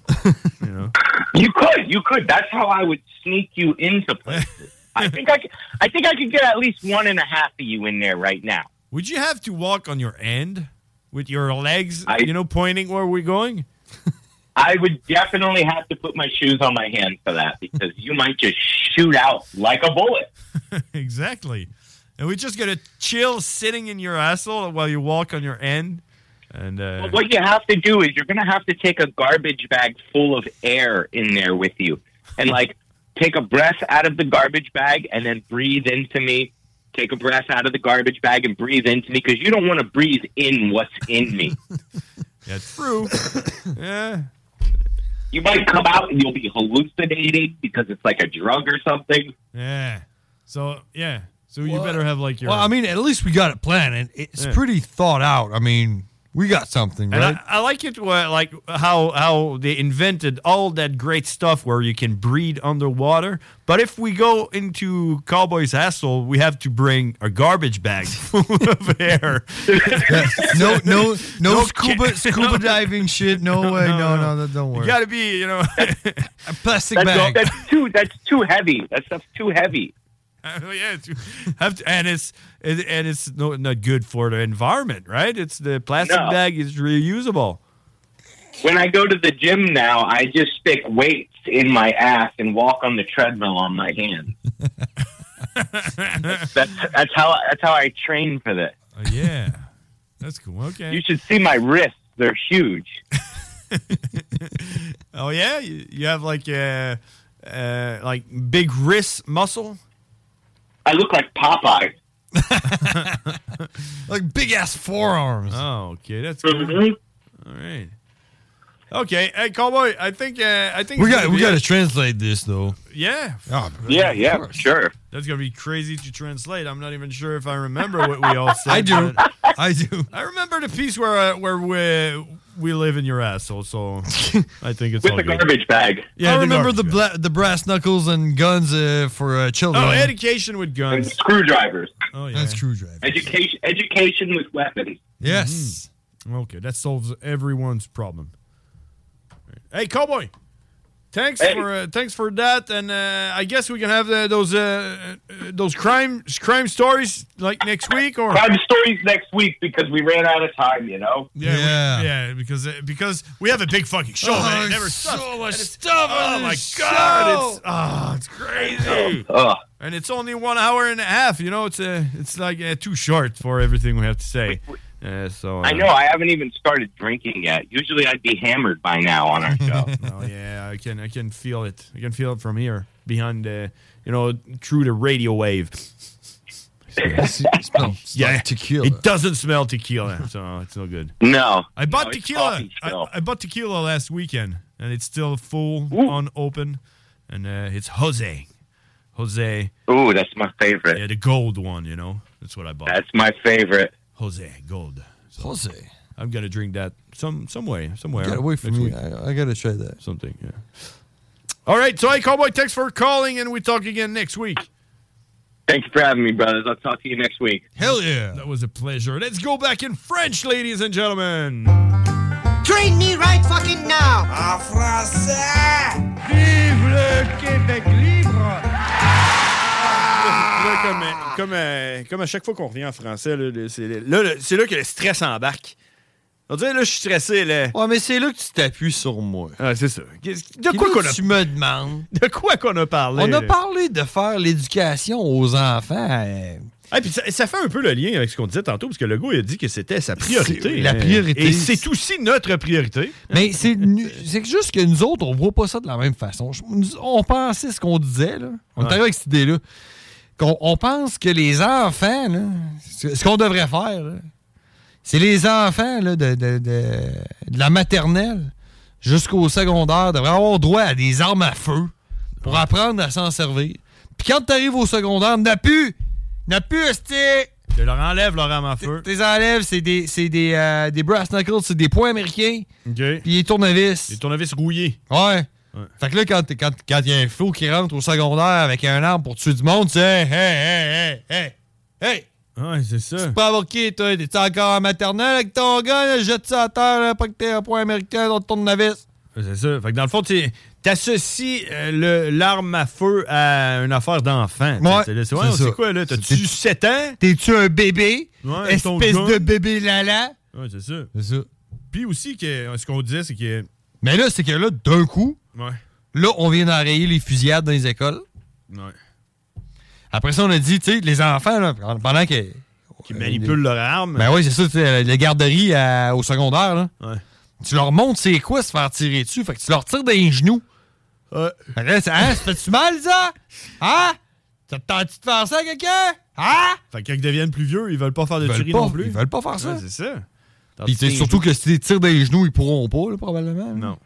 [SPEAKER 12] You know.
[SPEAKER 14] You could, you could. That's how I would sneak you into places. I think I could, I think I could get at least one and a half of you in there right now.
[SPEAKER 12] Would you have to walk on your end with your legs, you know, pointing where we're going?
[SPEAKER 14] I would definitely have to put my shoes on my hand for that because you might just shoot out like a bullet.
[SPEAKER 12] exactly. And we're just gonna chill sitting in your asshole while you walk on your end. And uh,
[SPEAKER 14] But what you have to do is you're going to have to take a garbage bag full of air in there with you and like take a breath out of the garbage bag and then breathe into me. Take a breath out of the garbage bag and breathe into me because you don't want to breathe in what's in me.
[SPEAKER 12] That's true. yeah.
[SPEAKER 14] You might come out and you'll be hallucinating because it's like a drug or something.
[SPEAKER 12] Yeah. So yeah. So you better have like your.
[SPEAKER 13] Well, I mean, at least we got it planned. and It's
[SPEAKER 12] Yeah.
[SPEAKER 13] pretty thought out. I mean, we got something,
[SPEAKER 12] and
[SPEAKER 13] right?
[SPEAKER 12] I, I like it where, like how how they invented all that great stuff where you can breathe underwater. But if we go into Cowboy's asshole, we have to bring a garbage bag full of air.
[SPEAKER 13] no, no, no,
[SPEAKER 12] No
[SPEAKER 13] scuba,
[SPEAKER 12] ca-
[SPEAKER 13] scuba
[SPEAKER 12] no.
[SPEAKER 13] diving shit. No, way. No, no, no, don't worry.
[SPEAKER 12] You gotta be, you know,
[SPEAKER 13] a plastic
[SPEAKER 14] That's,
[SPEAKER 13] bag.
[SPEAKER 14] that's too. That's too heavy. That stuff's too heavy.
[SPEAKER 12] Oh, yeah, it's- have to, and it's and and it's no, not good for the environment, right? It's the plastic
[SPEAKER 14] No.
[SPEAKER 12] bag is reusable.
[SPEAKER 14] When I go to the gym now, I just stick weights in my ass and walk on the treadmill on my hands. that's, that's how that's how I train for this.
[SPEAKER 12] Oh, yeah, that's cool. Okay,
[SPEAKER 14] You should see my wrists; they're huge.
[SPEAKER 12] Oh yeah, you, you have like uh, uh, like big wrist muscle.
[SPEAKER 14] I look like Popeye.
[SPEAKER 13] like big ass forearms.
[SPEAKER 12] Oh, okay, that's cool. All right. Okay, hey cowboy, I think uh, I think
[SPEAKER 13] we
[SPEAKER 12] it's
[SPEAKER 13] got,
[SPEAKER 12] gonna
[SPEAKER 13] we
[SPEAKER 12] be
[SPEAKER 13] got
[SPEAKER 12] it.
[SPEAKER 13] to translate this though.
[SPEAKER 12] Yeah.
[SPEAKER 13] Oh,
[SPEAKER 14] Yeah, yeah, sure.
[SPEAKER 12] That's gonna be crazy to translate. I'm not even sure if I remember what we all said.
[SPEAKER 13] I do.
[SPEAKER 12] but
[SPEAKER 13] I do.
[SPEAKER 12] I remember the piece where uh, where we we live in your asshole. So I think it's
[SPEAKER 14] With
[SPEAKER 12] all
[SPEAKER 14] the
[SPEAKER 12] good.
[SPEAKER 14] garbage bag.
[SPEAKER 12] Yeah,
[SPEAKER 13] I
[SPEAKER 12] the
[SPEAKER 13] remember
[SPEAKER 12] garbage
[SPEAKER 13] the bla- the brass knuckles and guns uh, for uh, children.
[SPEAKER 12] Oh, education with
[SPEAKER 14] And
[SPEAKER 12] guns.
[SPEAKER 14] screwdrivers.
[SPEAKER 12] Oh yeah. Mm-hmm.
[SPEAKER 13] That's screwdriver.
[SPEAKER 14] Education, education with weapons.
[SPEAKER 13] Yes.
[SPEAKER 12] Okay, that solves everyone's problem. Hey, cowboy. Thanks
[SPEAKER 14] Hey.
[SPEAKER 12] for uh, thanks for that, and uh, I guess we can have uh, those uh, uh, those crime crime stories like next week or
[SPEAKER 14] Crime stories next week because we ran out of time, you know?
[SPEAKER 12] Yeah, yeah, yeah because uh, because we have a big fucking show, man. It never stops.
[SPEAKER 5] Oh, much
[SPEAKER 12] stuff
[SPEAKER 5] on
[SPEAKER 12] oh my
[SPEAKER 5] this
[SPEAKER 12] god,
[SPEAKER 5] show.
[SPEAKER 12] it's oh, it's crazy.
[SPEAKER 14] Ugh.
[SPEAKER 12] And it's only one hour and a half. You know, it's uh, it's like uh, too short for everything we have to say. Uh, so uh,
[SPEAKER 14] I know, I haven't even started drinking yet. Usually I'd be hammered by now on our show.
[SPEAKER 12] oh yeah, I can I can feel it. I can feel it from here behind the you know through the radio wave. yeah, tequila. It doesn't smell tequila, so it's no good.
[SPEAKER 14] No.
[SPEAKER 12] I bought
[SPEAKER 14] No, it's
[SPEAKER 12] tequila.
[SPEAKER 14] coffee
[SPEAKER 12] I,
[SPEAKER 14] still.
[SPEAKER 12] I bought tequila last weekend, and it's still full on open, and uh, it's Jose, Jose.
[SPEAKER 14] Ooh, that's my favorite.
[SPEAKER 12] Yeah, the gold one. You know, that's what I bought.
[SPEAKER 14] That's my favorite.
[SPEAKER 12] Jose Gold. Jose. I'm gonna drink that some some way somewhere.
[SPEAKER 13] Get away
[SPEAKER 12] next
[SPEAKER 13] from me.
[SPEAKER 12] week.
[SPEAKER 13] I, I gotta try that.
[SPEAKER 12] Something, yeah. All right, so hey, Cowboy, thanks for calling, and we talk again next week.
[SPEAKER 14] Thank you for having me, brothers. I'll talk to you next week.
[SPEAKER 12] Hell yeah. That was a pleasure. Let's go back in French, ladies and gentlemen.
[SPEAKER 5] Train me right fucking now. En français. Vive le Québec libre.
[SPEAKER 12] Là, comme, euh, comme, euh, comme à chaque fois qu'on revient en français, là, le- c'est là, le- c'est là que le stress embarque. On dirait, là, je suis stressé. Là.
[SPEAKER 13] Ouais, mais c'est là que tu t'appuies sur moi.
[SPEAKER 12] Ah, c'est ça. Qu'est-ce- De
[SPEAKER 13] Puis
[SPEAKER 12] quoi
[SPEAKER 13] là,
[SPEAKER 12] qu'on a...
[SPEAKER 13] Tu me demandes.
[SPEAKER 12] De quoi qu'on a parlé?
[SPEAKER 13] On a
[SPEAKER 12] là?
[SPEAKER 13] parlé de faire l'éducation aux enfants. euh,
[SPEAKER 12] Ah, puis ça, ça fait un peu le lien avec ce qu'on disait tantôt, parce que le gars, il a dit que c'était sa
[SPEAKER 13] C'est
[SPEAKER 12] priorité.
[SPEAKER 13] la
[SPEAKER 12] hein.
[SPEAKER 13] priorité.
[SPEAKER 12] Et c'est aussi notre priorité.
[SPEAKER 13] Mais c'est nu- c'est que juste que nous autres, on voit pas ça de la même façon. Je- nous- On pensait ce qu'on disait, là. On est
[SPEAKER 12] Ouais.
[SPEAKER 13] arrivé avec cette idée-là. Qu'on on pense que les enfants, là, ce ce qu'on devrait faire, là, c'est les enfants là, de, de- de- de la maternelle jusqu'au secondaire devraient avoir droit à des armes à feu pour apprendre à s'en servir. Puis quand tu arrives au secondaire, n'a plus! N'a plus, esti!
[SPEAKER 12] Tu leur enlèves leur arme à feu.
[SPEAKER 13] Tu les enlèves, c'est des, c'est des, euh, des brass knuckles, c'est des points américains.
[SPEAKER 12] Puis
[SPEAKER 13] les tournevis. Les
[SPEAKER 12] tournevis rouillés.
[SPEAKER 13] Ouais. Fait que là, quand il quand, quand il y a un flou qui rentre au secondaire avec un arme pour tuer du monde, tu sais, hey, hey, hey, hey, hey.
[SPEAKER 12] Ouais, c'est ça.
[SPEAKER 13] Tu peux avoir qui, toi? T'es-tu encore en maternelle avec ton gars? là? jette ça à terre, là, pas que t'aies un point américain dans ton tournevis.
[SPEAKER 12] C'est ça. Fait que dans le fond, tu associes l'arme à feu à une affaire d'enfant.
[SPEAKER 13] Ouais,
[SPEAKER 12] C'est là, c'est-
[SPEAKER 13] c'est
[SPEAKER 12] ouais, c'est
[SPEAKER 13] ça.
[SPEAKER 12] quoi, là? T'as-tu 7 ans?
[SPEAKER 13] T'es-tu un bébé?
[SPEAKER 12] Ouais, ton
[SPEAKER 13] Espèce
[SPEAKER 12] gars.
[SPEAKER 13] de bébé lala.
[SPEAKER 12] Ouais, c'est ça.
[SPEAKER 13] C'est ça.
[SPEAKER 12] Puis aussi, que, euh, ce qu'on disait, c'est que.
[SPEAKER 13] Mais là, c'est que là, d'un coup,
[SPEAKER 12] Ouais.
[SPEAKER 13] là, on vient d'enrayer les fusillades dans les écoles.
[SPEAKER 12] Ouais.
[SPEAKER 13] Après ça, on a dit, tu sais, les enfants, là, pendant que.
[SPEAKER 12] Qui manipulent leur arme.
[SPEAKER 13] Ben oui, c'est ça, tu sais, les garderies à- au secondaire, là.
[SPEAKER 12] Ouais.
[SPEAKER 13] Tu leur montres c'est quoi se faire tirer dessus. Fait que tu leur tires dans les genoux.
[SPEAKER 12] Ouais.
[SPEAKER 13] Fait que là, c'est, hein, ça fait-tu mal, ça? Hein? Ça te tente-tu de faire ça à quelqu'un? Hein?
[SPEAKER 12] Fait que quand ils deviennent plus vieux, ils veulent pas faire de
[SPEAKER 13] Ils veulent
[SPEAKER 12] tuerie
[SPEAKER 13] pas-
[SPEAKER 12] non plus.
[SPEAKER 13] ils veulent pas faire ça.
[SPEAKER 12] Ouais, c'est ça.
[SPEAKER 13] Puis tu sais, surtout que si tu les tires dans les genoux, ils pourront pas, là, probablement.
[SPEAKER 12] Non.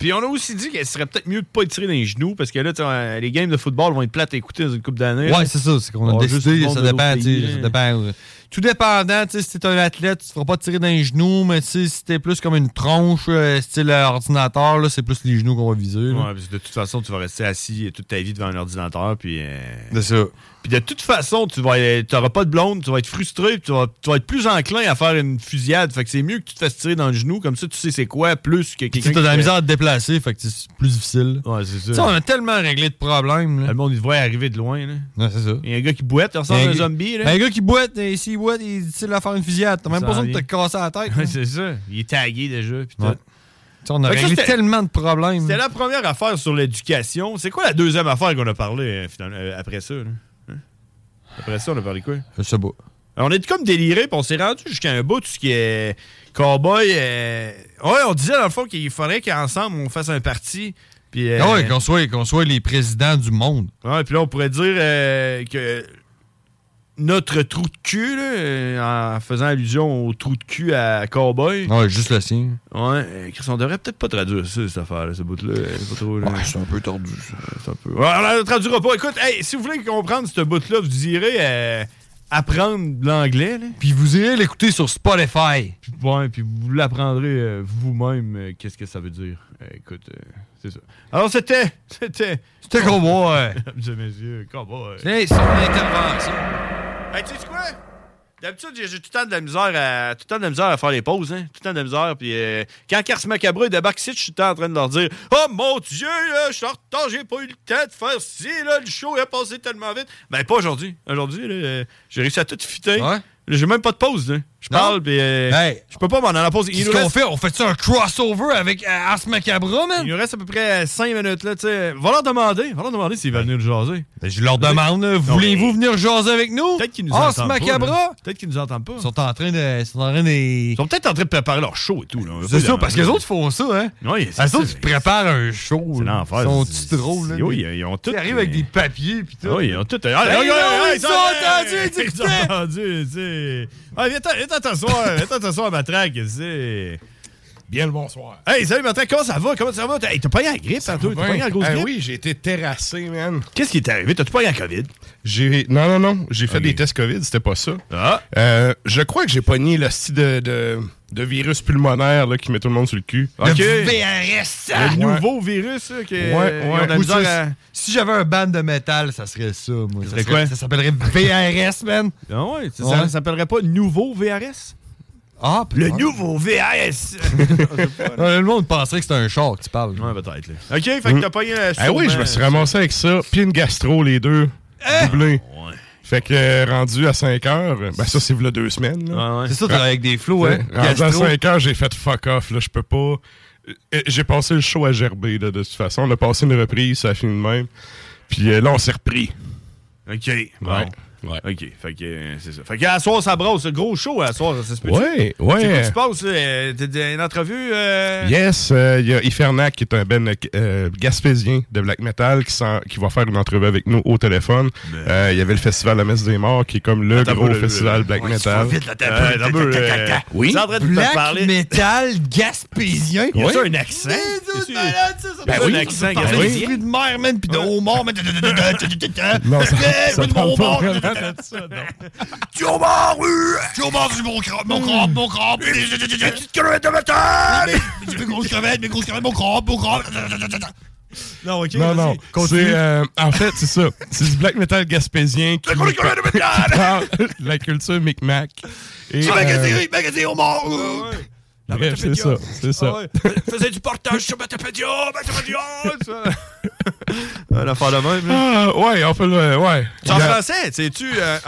[SPEAKER 12] Puis on a aussi dit qu'il serait peut-être mieux de pas y tirer dans les genoux parce que là, tu sais, euh, les games de football vont être plates à écouter dans une coupe d'années.
[SPEAKER 13] Ouais, c'est ça. C'est qu'on a
[SPEAKER 12] On va juste
[SPEAKER 13] décidé,
[SPEAKER 12] tout le
[SPEAKER 13] ça
[SPEAKER 12] monde de
[SPEAKER 13] dépend,
[SPEAKER 12] l'autre
[SPEAKER 13] tu sais,
[SPEAKER 12] pays,
[SPEAKER 13] ça
[SPEAKER 12] hein.
[SPEAKER 13] dépend. euh, Tout dépendant, tu sais, si t'es un athlète, tu te feras pas tirer dans les genoux, mais tu sais, si t'es plus comme une tronche, euh, style euh, ordinateur, là, c'est plus les genoux qu'on va viser. là.
[SPEAKER 12] Ouais, parce que de toute façon, tu vas rester assis toute ta vie devant un ordinateur. Puis, euh,
[SPEAKER 13] C'est ça.
[SPEAKER 12] puis de toute façon, tu n'auras pas de blonde, tu vas être frustré, puis tu vas, tu vas être plus enclin à faire une fusillade. Fait que c'est mieux que tu te fasses tirer dans le genou, comme ça tu sais c'est quoi, plus que
[SPEAKER 13] Puis tu
[SPEAKER 12] quelqu'un.
[SPEAKER 13] sais, t'as
[SPEAKER 12] qui
[SPEAKER 13] de la
[SPEAKER 12] fait-
[SPEAKER 13] misère à te déplacer, fait que c'est plus difficile.
[SPEAKER 12] Ouais, Ah, c'est
[SPEAKER 13] Tu sais,
[SPEAKER 12] ça.
[SPEAKER 13] on a tellement réglé de problèmes. Là.
[SPEAKER 12] Le monde, il devrait arriver de loin. Là.
[SPEAKER 13] Ouais, c'est ça.
[SPEAKER 12] Il y a un gars qui boite, il ressemble à un zombie. Là.
[SPEAKER 13] Un Ben, gars qui boite, et s'il boite, il dit de la faire une fusillade. T'as même
[SPEAKER 12] Ça
[SPEAKER 13] pas besoin
[SPEAKER 12] en
[SPEAKER 13] de te
[SPEAKER 12] vient.
[SPEAKER 13] casser la tête.
[SPEAKER 12] Ouais,
[SPEAKER 13] là.
[SPEAKER 12] c'est ça. Il est tagué déjà. puis tout.
[SPEAKER 13] Ouais. Tu sais, on a
[SPEAKER 12] Fait que ça,
[SPEAKER 13] réglé
[SPEAKER 12] c'était-
[SPEAKER 13] tellement de problèmes.
[SPEAKER 12] C'était la première affaire sur l'éducation. C'est quoi la deuxième affaire qu'on a parlé euh, finalement, euh, après ça? là? Hein? Après ça, on a parlé de quoi?
[SPEAKER 13] Je sais pas.
[SPEAKER 12] Alors, on est comme déliré, puis on s'est rendu jusqu'à un bout, tout ce qui est cowboy. euh, Ouais, on disait dans le fond qu'il faudrait qu'ensemble on fasse un parti. Puis, euh,
[SPEAKER 13] Ah ouais, qu'on soit, qu'on soit les présidents du monde.
[SPEAKER 12] ouais, puis là, on pourrait dire euh, que notre trou de cul, là, euh, en faisant allusion au trou de cul à cowboy.
[SPEAKER 13] Ouais, juste le signe.
[SPEAKER 12] Ouais, euh, Chris, on devrait peut-être pas traduire ça, cette affaire-là, ce bout-là. euh, c'est pas trop, là. Euh,
[SPEAKER 13] c'est un peu tordu.
[SPEAKER 12] C'est un peu. Ouais, on ne traduira pas. Écoute, hey, si vous voulez comprendre ce bout-là, vous direz euh, apprendre l'anglais. là.
[SPEAKER 13] Puis vous irez l'écouter sur Spotify.
[SPEAKER 12] Puis, ouais, puis vous l'apprendrez euh, vous-même euh, qu'est-ce que ça veut dire. Euh, écoute, euh, c'est ça. Alors, c'était. C'était.
[SPEAKER 13] C'était Cowboy.
[SPEAKER 12] Mesdames et messieurs, Cowboy.
[SPEAKER 13] C'est son intervention.
[SPEAKER 12] Hey, tu Ben, sais quoi? D'habitude, j'ai j'ai tout le temps de la misère à tout le temps de la misère à faire les pauses, hein. Tout le temps de la misère. Puis euh, quand Cars Macabre débarque ici, je suis tout le temps en train de leur dire Oh mon Dieu, là, je suis en retard, j'ai pas eu le temps de faire ci, là, le show est passé tellement vite. Ben pas aujourd'hui. Aujourd'hui, là, euh, j'ai réussi à tout fitter. Là, J'ai même pas de pause, là. Je parle, puis euh, je peux pas m'en aller en pause.
[SPEAKER 13] Ben, Qu'est-ce qu'on fait?
[SPEAKER 12] On fait ça un crossover avec
[SPEAKER 13] euh,
[SPEAKER 12] Ars Macabre, man? Il nous reste à peu près 5 minutes, là, tu sais. Va leur demander, va leur demander s'ils veulent venir nous jaser.
[SPEAKER 13] Ben, Je leur demande, là, voulez-vous venir jaser avec nous?
[SPEAKER 12] Peut-être qu'ils nous
[SPEAKER 13] Ah,
[SPEAKER 12] entendent
[SPEAKER 13] ce
[SPEAKER 12] pas,
[SPEAKER 13] macabre!
[SPEAKER 12] là. Peut-être qu'ils nous entendent pas.
[SPEAKER 13] Ils sont en train de. Ils sont en train de. Ils
[SPEAKER 12] sont peut-être en train de préparer leur show et tout. là.
[SPEAKER 13] C'est ça, parce que les autres font ça, hein?
[SPEAKER 12] Oui,
[SPEAKER 13] Les autres, ils préparent un show.
[SPEAKER 12] C'est l'enfer.
[SPEAKER 13] Ils sont petits drôles, là.
[SPEAKER 12] Oui, ils ont tout.
[SPEAKER 13] Ils arrivent avec des papiers, pis tout.
[SPEAKER 12] Oui, ils ont tout. Hey,
[SPEAKER 13] Hey,
[SPEAKER 12] hey,
[SPEAKER 13] non,
[SPEAKER 12] hey,
[SPEAKER 13] ils sont
[SPEAKER 12] hey,
[SPEAKER 13] entendus, ils
[SPEAKER 12] Ils ont entendu, tu sais. Ah, viens t'en- viens t'asseoir, viens t'asseoir, Matraque, tu sais.
[SPEAKER 22] Bien le bonsoir.
[SPEAKER 12] Hey, salut Matraque, comment ça va? Comment ça va? T'as hey, t'as pas eu la grippe, tantôt? T'as pas eu la grosse
[SPEAKER 22] Eh
[SPEAKER 12] grippe?
[SPEAKER 22] oui, j'ai été terrassé, man.
[SPEAKER 12] Qu'est-ce qui est arrivé? T'as-tu pas eu la COVID?
[SPEAKER 22] J'ai... Non, non, non. J'ai fait des tests COVID, c'était pas ça. Euh, je crois que j'ai pogné le style de, de, de virus pulmonaire là, qui met tout le monde sur le cul.
[SPEAKER 12] Le
[SPEAKER 22] Ok.
[SPEAKER 13] VRS!
[SPEAKER 12] Le nouveau virus, là, que. ils ont de la
[SPEAKER 13] Ou
[SPEAKER 12] misère
[SPEAKER 13] tu-
[SPEAKER 12] à-
[SPEAKER 13] Si j'avais un band de métal, ça serait ça, moi. Ça,
[SPEAKER 12] serait quoi?
[SPEAKER 13] ça s'appellerait VRS, man.
[SPEAKER 12] Ah ouais, ça- ça s'appellerait pas nouveau VRS?
[SPEAKER 13] Ah, Euh,
[SPEAKER 12] Le nouveau VRS!
[SPEAKER 13] le monde penserait que c'était un char que tu parles.
[SPEAKER 12] Ouais, peut-être. OK, fait que t'as pogné la
[SPEAKER 22] Ah oui, je me suis ramassé avec ça. Puis une gastro, les deux. Doublé. Fait que euh, rendu à 5 heures, ben ça c'est v'là deux semaines. là.
[SPEAKER 13] C'est ça, travailler avec des flots, hein?
[SPEAKER 22] Rendu à
[SPEAKER 13] Gastro.
[SPEAKER 22] 5 heures, j'ai fait fuck off, là, je peux pas. Euh, J'ai passé le show à gerber, là, de toute façon. On a passé une reprise, ça a fini de même. Puis euh, là, on s'est repris.
[SPEAKER 12] OK. Bon. OK. Fait que euh, c'est ça. Fait qu'à la soir, ça brosse. Gros show à la soir, ça se peut
[SPEAKER 22] Ouais, ouais.
[SPEAKER 12] C'est quoi qui se passe, là? Euh, T'as t'as une entrevue? euh,
[SPEAKER 22] Yes, euh, il y a Ifernac, qui est un ben euh, gaspésien de black metal, qui, s'en- qui va faire une entrevue avec nous au téléphone. Euh, Il y avait le festival La Messe des Morts, qui est comme le
[SPEAKER 12] Attends,
[SPEAKER 22] gros
[SPEAKER 12] le- le-
[SPEAKER 22] festival black
[SPEAKER 12] Ouais, tu vas
[SPEAKER 22] metal.
[SPEAKER 12] vite, là, t'as un peu-
[SPEAKER 22] attends,
[SPEAKER 12] t'as- t'as-
[SPEAKER 22] euh,
[SPEAKER 12] t'as- t'as-
[SPEAKER 22] oui.
[SPEAKER 12] t'es en train de
[SPEAKER 13] Black
[SPEAKER 12] te parler.
[SPEAKER 13] metal gaspésien.
[SPEAKER 12] Y a-tu un accent?
[SPEAKER 13] C'est malade, ça. ça
[SPEAKER 12] Ben
[SPEAKER 13] doit
[SPEAKER 12] oui, Ah
[SPEAKER 13] être-
[SPEAKER 12] un
[SPEAKER 13] ça
[SPEAKER 12] accent
[SPEAKER 13] parle
[SPEAKER 12] gaspésien.
[SPEAKER 13] de bruit de mer, man, pis de homard, man.
[SPEAKER 22] Non, ça-
[SPEAKER 13] Eh,
[SPEAKER 22] ça
[SPEAKER 13] bruit de
[SPEAKER 22] parle
[SPEAKER 13] mon
[SPEAKER 22] pas
[SPEAKER 13] homard.
[SPEAKER 22] vraiment
[SPEAKER 13] Tu es au mort, euh, Tu es au mort, c'est mon crampe,
[SPEAKER 12] Mmh.
[SPEAKER 13] mon crampe, mon crampe. Mes petites crevettes de matin. Mes grosses crevettes, mes grosses crevettes, mon crampe, mon crampe. Non, ok.
[SPEAKER 22] non, non. C'est, euh, en fait, c'est ça. C'est du black metal gaspésien qui, qui parle de la culture Micmac. Et,
[SPEAKER 13] Tu
[SPEAKER 22] euh,
[SPEAKER 13] magasines, magasines au mort.
[SPEAKER 12] Ah
[SPEAKER 13] euh.
[SPEAKER 22] bref, c'est ça. C'est ça.
[SPEAKER 13] Faisais du portage sur Matapédia, Matapédia. ça.
[SPEAKER 12] L'affaire de même, là.
[SPEAKER 22] Ah, ouais, on peut le. Ouais.
[SPEAKER 12] C'est en
[SPEAKER 22] Il y a-
[SPEAKER 12] français, sais-tu? euh, euh,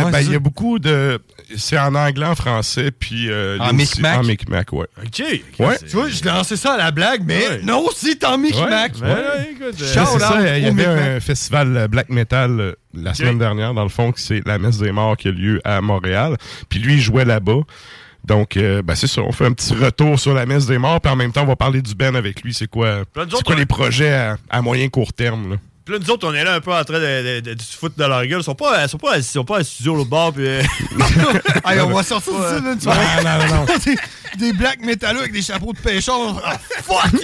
[SPEAKER 22] Euh,
[SPEAKER 12] ouais,
[SPEAKER 22] ben,
[SPEAKER 12] c'est
[SPEAKER 22] il y
[SPEAKER 12] ça.
[SPEAKER 22] a beaucoup de. C'est en anglais, en français, puis. euh,
[SPEAKER 13] En
[SPEAKER 22] aussi-
[SPEAKER 13] micmac?
[SPEAKER 22] En micmac, ouais.
[SPEAKER 12] OK.
[SPEAKER 22] Ouais.
[SPEAKER 13] Tu vois, je lançais ça à la blague, mais non, c'est Ah, en micmac.
[SPEAKER 12] Ben,
[SPEAKER 22] Ouais, ouais,
[SPEAKER 12] euh,
[SPEAKER 22] Ça, c'est ça, il y avait un festival euh, black metal euh, la semaine dernière, dans le fond, que c'est la messe des morts qui a lieu à Montréal. Puis lui, il jouait là-bas. Donc, euh, ben, c'est ça, on fait un petit retour sur la messe des morts, puis en même temps, on va parler du Ben avec lui. C'est quoi,
[SPEAKER 12] Plein de
[SPEAKER 22] c'est
[SPEAKER 12] autres,
[SPEAKER 22] quoi
[SPEAKER 12] hein.
[SPEAKER 22] les projets à, à moyen court terme? là.
[SPEAKER 12] Puis là, nous autres, on est là un peu en train de, de, de- de se foutre de leur gueule. Ils sont pas, ils sont pas, ils sont pas à studio le bord. Puis, euh,
[SPEAKER 13] Hey, on va sortir de ça, là, tu vois. Des, des black métalleux avec des chapeaux de pêcheurs. Ah, fuck!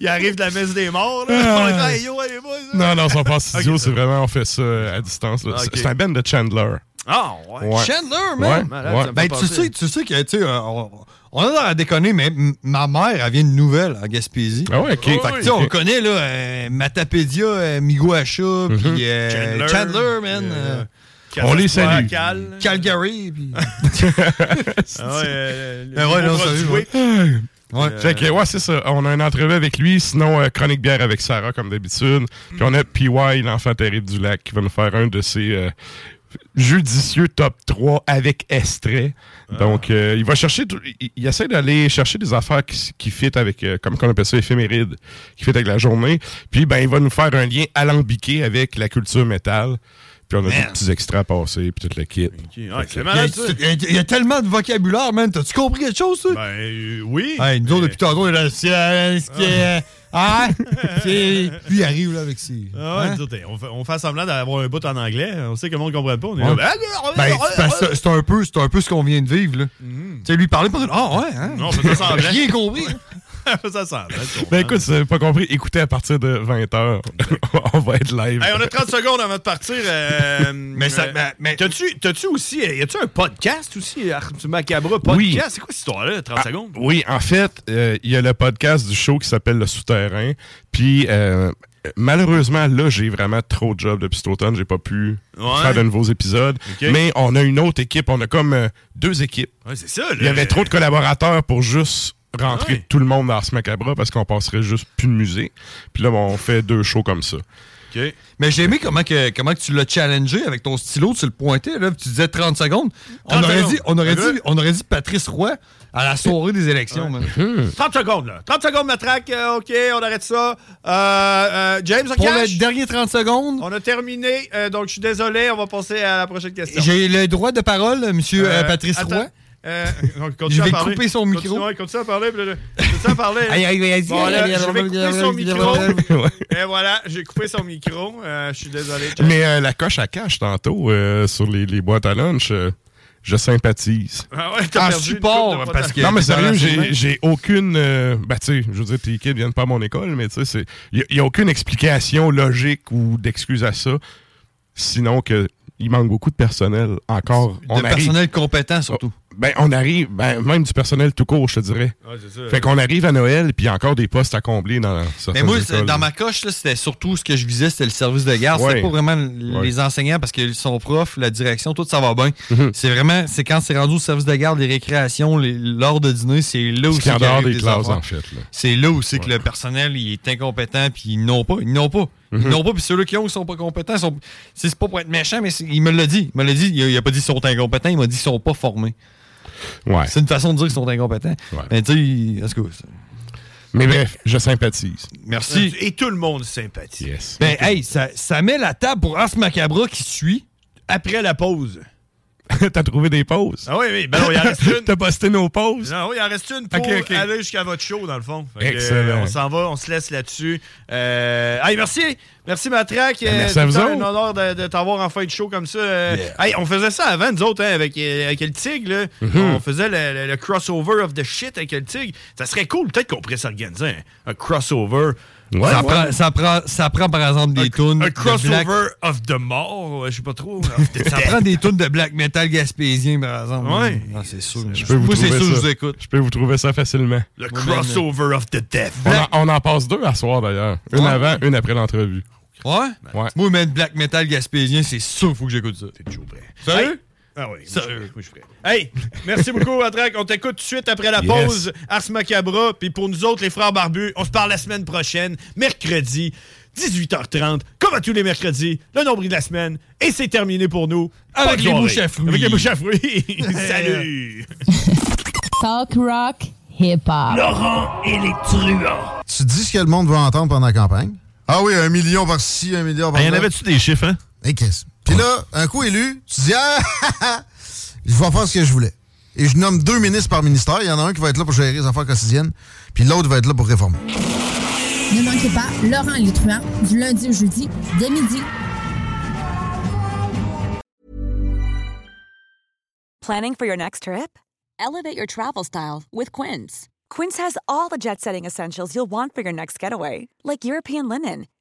[SPEAKER 12] Il arrive de la messe des morts. Là.
[SPEAKER 22] Ah.
[SPEAKER 12] On est là, Hey, yo, hey, boys.
[SPEAKER 22] Non, non, c'est pas en studio, c'est vraiment, on fait ça euh, à distance. là. C'est-
[SPEAKER 12] Ok.
[SPEAKER 22] C'est un Ben de Chandler.
[SPEAKER 12] Ah,
[SPEAKER 22] Ouais.
[SPEAKER 13] Chandler, man!
[SPEAKER 22] Ouais, Malade, ouais. ça me
[SPEAKER 13] Ben,
[SPEAKER 22] fait
[SPEAKER 13] tu
[SPEAKER 22] penser.
[SPEAKER 13] sais, tu sais que, tu sais, euh, on, on a l'air à déconner, mais m- ma mère, elle vient de nouvelle en Gaspésie.
[SPEAKER 22] Ah ouais, ok.
[SPEAKER 13] Fait que, tu sais,
[SPEAKER 22] Ok.
[SPEAKER 13] on connaît, là, euh, Matapédia, euh, Migoacha,
[SPEAKER 22] Mm-hmm.
[SPEAKER 13] puis euh, Chandler,
[SPEAKER 12] Chandler.
[SPEAKER 13] man. euh,
[SPEAKER 22] On les salue.
[SPEAKER 12] Cal.
[SPEAKER 13] Calgary, puis.
[SPEAKER 12] Ah ouais, euh, le
[SPEAKER 13] Ben ouais,
[SPEAKER 12] nouveau
[SPEAKER 13] non, sérieux,
[SPEAKER 12] Brunswick.
[SPEAKER 22] Ouais. Fait que, ouais, c'est ça. On a une entrevue avec lui, sinon euh, Chronique Bière avec Sarah, comme d'habitude. Puis on a PY, l'enfant terrible du lac, qui va nous faire un de ses euh, judicieux top 3 avec Estrait. Donc, euh, il va chercher, tout- il, il essaie d'aller chercher des affaires qui, s- qui fit avec, euh, comme on appelle ça, éphéméride, qui fit avec la journée. Puis, ben, il va nous faire un lien alambiqué avec la culture métal. Puis on a des petits extraits à passer, puis toute le kit.
[SPEAKER 12] Ah,
[SPEAKER 13] Il
[SPEAKER 12] c'est
[SPEAKER 13] y, a,
[SPEAKER 12] malade, ça.
[SPEAKER 13] il y a- il y a tellement de vocabulaire, man. T'as-tu compris quelque chose, ça?
[SPEAKER 12] Ben, euh, oui.
[SPEAKER 13] Hey, nous autres, depuis tantôt, on est là, c'est, euh, ce qui est. Ah! c'est- Lui, il arrive, là, avec ses.
[SPEAKER 12] Ah ouais,
[SPEAKER 13] hein?
[SPEAKER 12] nous autres, hey, on, fait, on fait semblant d'avoir un bout en anglais. On sait que le monde ne comprend pas. On est
[SPEAKER 13] Ouais.
[SPEAKER 12] là,
[SPEAKER 13] Ben, c'est parce que c'est un peu, c'est un peu ce qu'on vient de vivre, là. Tu sais, lui parler, pendant Ah, ouais, hein?
[SPEAKER 12] Mm-hmm. Non, on fait ça semblant.
[SPEAKER 13] Rien compris.
[SPEAKER 12] on fait ça hein, semblant.
[SPEAKER 22] Ben, écoute, si vous avez pas compris, écoutez à partir de 20h. on va être live.
[SPEAKER 12] Hey, on a 30 secondes avant de partir. mais ça. T'as-tu t'as-tu aussi. euh, Y a-tu un podcast aussi, Arthur Macabre podcast?
[SPEAKER 22] Oui.
[SPEAKER 12] C'est quoi cette histoire-là, 30 secondes?
[SPEAKER 22] Oui, en fait, euh, il y a le podcast du show qui s'appelle Le Souterrain. Puis euh, malheureusement, là, j'ai vraiment trop de jobs depuis cet automne. J'ai pas pu
[SPEAKER 12] Ouais.
[SPEAKER 22] faire de nouveaux épisodes.
[SPEAKER 12] Ok.
[SPEAKER 22] Mais on a une autre équipe. On a comme euh, deux équipes.
[SPEAKER 12] Ouais, c'est ça,
[SPEAKER 22] Il y
[SPEAKER 12] là.
[SPEAKER 22] avait trop de collaborateurs pour juste rentrer tout le monde dans ce macabre parce qu'on passerait juste plus de musée. Puis là, bon, on fait deux shows comme ça.
[SPEAKER 13] Mais j'ai aimé comment, que, comment que tu l'as challengé avec ton stylo, tu le pointais, là, puis tu disais 30 secondes. On
[SPEAKER 12] 30
[SPEAKER 13] aurait,
[SPEAKER 12] secondes.
[SPEAKER 13] dit, on, aurait
[SPEAKER 12] Ok.
[SPEAKER 13] dit, on aurait dit Patrice Roy à la soirée des élections. man.
[SPEAKER 12] 30 secondes, là. 30 secondes, Matraque. euh, OK, on arrête ça. Euh, euh, James, on
[SPEAKER 13] Pour
[SPEAKER 12] cache?
[SPEAKER 13] le dernier 30 secondes,
[SPEAKER 12] On a terminé, euh, donc je suis désolé. On va passer à la prochaine question.
[SPEAKER 13] j'ai le droit de parole, monsieur euh,
[SPEAKER 12] Euh,
[SPEAKER 13] Patrice
[SPEAKER 12] attends,
[SPEAKER 13] Roy.
[SPEAKER 12] euh, donc,
[SPEAKER 13] Je
[SPEAKER 12] continue à
[SPEAKER 13] vais
[SPEAKER 12] parler.
[SPEAKER 13] couper son
[SPEAKER 12] Continue-
[SPEAKER 13] micro.
[SPEAKER 12] ouais, continue à parler. puis là, là, Continue à parler. là.
[SPEAKER 13] Aïe, aïe, aïe, aïe,
[SPEAKER 12] Bon,
[SPEAKER 13] aïe,
[SPEAKER 12] là,
[SPEAKER 13] aïe,
[SPEAKER 12] je vais
[SPEAKER 13] aïe, aïe,
[SPEAKER 12] couper son
[SPEAKER 13] aïe,
[SPEAKER 12] micro.
[SPEAKER 13] aïe,
[SPEAKER 12] Et voilà, j'ai coupé son micro. Euh, je suis désolé. James.
[SPEAKER 22] Mais euh, la coche à cache tantôt euh, sur les, les boîtes à lunch, euh, je sympathise.
[SPEAKER 12] Ah ouais, t'as
[SPEAKER 13] En
[SPEAKER 12] perdu une
[SPEAKER 13] support,
[SPEAKER 12] coupe de
[SPEAKER 13] parce que-
[SPEAKER 12] photos.
[SPEAKER 22] Non, mais
[SPEAKER 13] t'es dans
[SPEAKER 22] sérieux,
[SPEAKER 13] la
[SPEAKER 22] j'ai-
[SPEAKER 13] semaine.
[SPEAKER 22] j'ai aucune. euh, ben, tu sais, je veux dire, tes kids viennent pas à mon école, mais tu sais, il n'y a, aucune explication logique ou d'excuse à ça, sinon que il manque beaucoup de personnel encore.
[SPEAKER 13] De personnel compétent, surtout.
[SPEAKER 22] Ben, on arrive, ben, même du personnel tout court, je te dirais.
[SPEAKER 12] Ouais, c'est ça.
[SPEAKER 22] fait qu'on arrive à Noël, puis il y a encore des postes à combler dans certaines
[SPEAKER 13] Mais moi, c'est-
[SPEAKER 22] écoles.
[SPEAKER 13] dans ma coche, là, c'était surtout ce que je visais, c'était le service de garde.
[SPEAKER 22] Ouais.
[SPEAKER 13] C'était pas vraiment l-
[SPEAKER 22] Ouais. Mm-hmm.
[SPEAKER 13] les enseignants parce qu'ils sont profs, la direction, tout ça va bien. C'est vraiment, c'est quand c'est rendu au service de garde, les récréations, les- l'heure de dîner, c'est là où
[SPEAKER 22] Ce qui est en
[SPEAKER 13] c'est
[SPEAKER 22] dehors
[SPEAKER 13] qu'arrivent
[SPEAKER 22] des
[SPEAKER 13] les
[SPEAKER 22] classes, hein.
[SPEAKER 13] enfants.
[SPEAKER 22] en fait, là.
[SPEAKER 13] C'est là où c'est que le personnel il est incompétent, puis ils n'ont pas. Ils n'ont pas. Ils
[SPEAKER 22] Mhm.
[SPEAKER 13] n'ont pas, puis ceux-là qui ont, ils sont pas compétents. ils Sont... C'est c'est pas pour être méchant, mais c'est- il me l'a dit. Il me l'a dit. Il a, il a pas dit qu'ils sont incompétents, il m'a dit qu'ils sont pas formés.
[SPEAKER 22] Ouais.
[SPEAKER 13] C'est une façon de dire qu'ils sont incompétents. Mais tu sais, il- en tout cas, c'est-
[SPEAKER 22] Mais bref, je sympathise.
[SPEAKER 13] Merci.
[SPEAKER 12] Et tout le monde sympathie.
[SPEAKER 13] Ben, hey, ça, ça met la table pour Ars Macabra qui suit.
[SPEAKER 12] Après la pause.
[SPEAKER 22] T'as trouvé des pauses?
[SPEAKER 12] Ah oui, oui. Ben non, il en reste une.
[SPEAKER 22] T'as posté nos pauses?
[SPEAKER 12] Non, oui, il en reste une pour
[SPEAKER 22] Ok, ok.
[SPEAKER 12] aller jusqu'à votre show, dans le fond. Fait que,
[SPEAKER 22] Excellent.
[SPEAKER 12] euh, on s'en va, on se laisse là-dessus. Euh, hey, merci. Merci, Matraque. Euh,
[SPEAKER 22] Ben, merci
[SPEAKER 12] tout
[SPEAKER 22] à
[SPEAKER 12] le
[SPEAKER 22] vous
[SPEAKER 12] temps,
[SPEAKER 22] autres.
[SPEAKER 12] un honneur de, de t'avoir en fin de show comme ça. Euh, hey, on faisait ça avant, nous autres, hein, avec, euh, avec le Tigre. là.
[SPEAKER 22] Mhm.
[SPEAKER 12] On faisait le, le- le crossover of the shit avec le Tigre. Ça serait cool, peut-être qu'on pourrait s'organiser un, un crossover.
[SPEAKER 13] ça,
[SPEAKER 12] Ouais.
[SPEAKER 13] Prend, ça, prend, ça prend, par exemple, des tunes.
[SPEAKER 12] Un
[SPEAKER 13] de black-
[SPEAKER 12] crossover of the mort, euh, je sais pas trop. of the
[SPEAKER 13] Ça prend des tunes de black metal gaspésien, par exemple.
[SPEAKER 12] Ouais.
[SPEAKER 13] Ah, c'est sûr.
[SPEAKER 22] Je peux vous
[SPEAKER 13] Moi,
[SPEAKER 22] trouver
[SPEAKER 13] c'est sûr,
[SPEAKER 22] ça.
[SPEAKER 13] je vous écoute.
[SPEAKER 22] Je peux vous trouver ça facilement.
[SPEAKER 12] Le
[SPEAKER 13] Moi, même,
[SPEAKER 12] crossover of the death.
[SPEAKER 22] On en, on en passe deux à soir, d'ailleurs. Une
[SPEAKER 13] Ouais.
[SPEAKER 22] avant, une après l'entrevue.
[SPEAKER 13] Ouais?
[SPEAKER 22] Ouais.
[SPEAKER 13] Moi, mettre black metal gaspésien, c'est sûr faut que j'écoute ça. C'est
[SPEAKER 12] toujours prêt.
[SPEAKER 13] Sérieux?
[SPEAKER 12] Ah oui, moi, je- moi, je suis prêt. Hey, merci beaucoup, Atrac. On t'écoute tout de suite après la
[SPEAKER 22] Yes.
[SPEAKER 12] pause. Ars Macabra. Puis pour nous autres, les frères barbus, on se parle la semaine prochaine, mercredi, 18h30, comme à tous les mercredis, le nombril de la semaine. Et c'est terminé pour nous.
[SPEAKER 13] Avec
[SPEAKER 12] Bonne
[SPEAKER 13] les
[SPEAKER 12] soirée.
[SPEAKER 13] mouches à fruits.
[SPEAKER 12] Avec les mouches à fruits. Salut.
[SPEAKER 1] Talk rock, hip-hop.
[SPEAKER 23] Laurent et les truands.
[SPEAKER 24] Tu dis ce que le monde veut entendre pendant la campagne? Ah oui, un million par-ci, un million
[SPEAKER 12] Ah,
[SPEAKER 24] par-là.
[SPEAKER 25] Il y en avait-tu des chiffres, hein?
[SPEAKER 24] Et qu'est-ce? Puis là, un coup élu, tu dis, ah, je vais faire ce que je voulais. Et je nomme deux ministres par ministère. Il y en a un qui va être là pour gérer les affaires quotidiennes, puis l'autre va être là pour réformer.
[SPEAKER 26] Ne manquez pas Laurent Létruant du lundi au jeudi dès midi.
[SPEAKER 27] Planning for your next trip? Elevate your travel style with Quince. Quince has all the jet setting essentials you'll want for your next getaway, like European linen,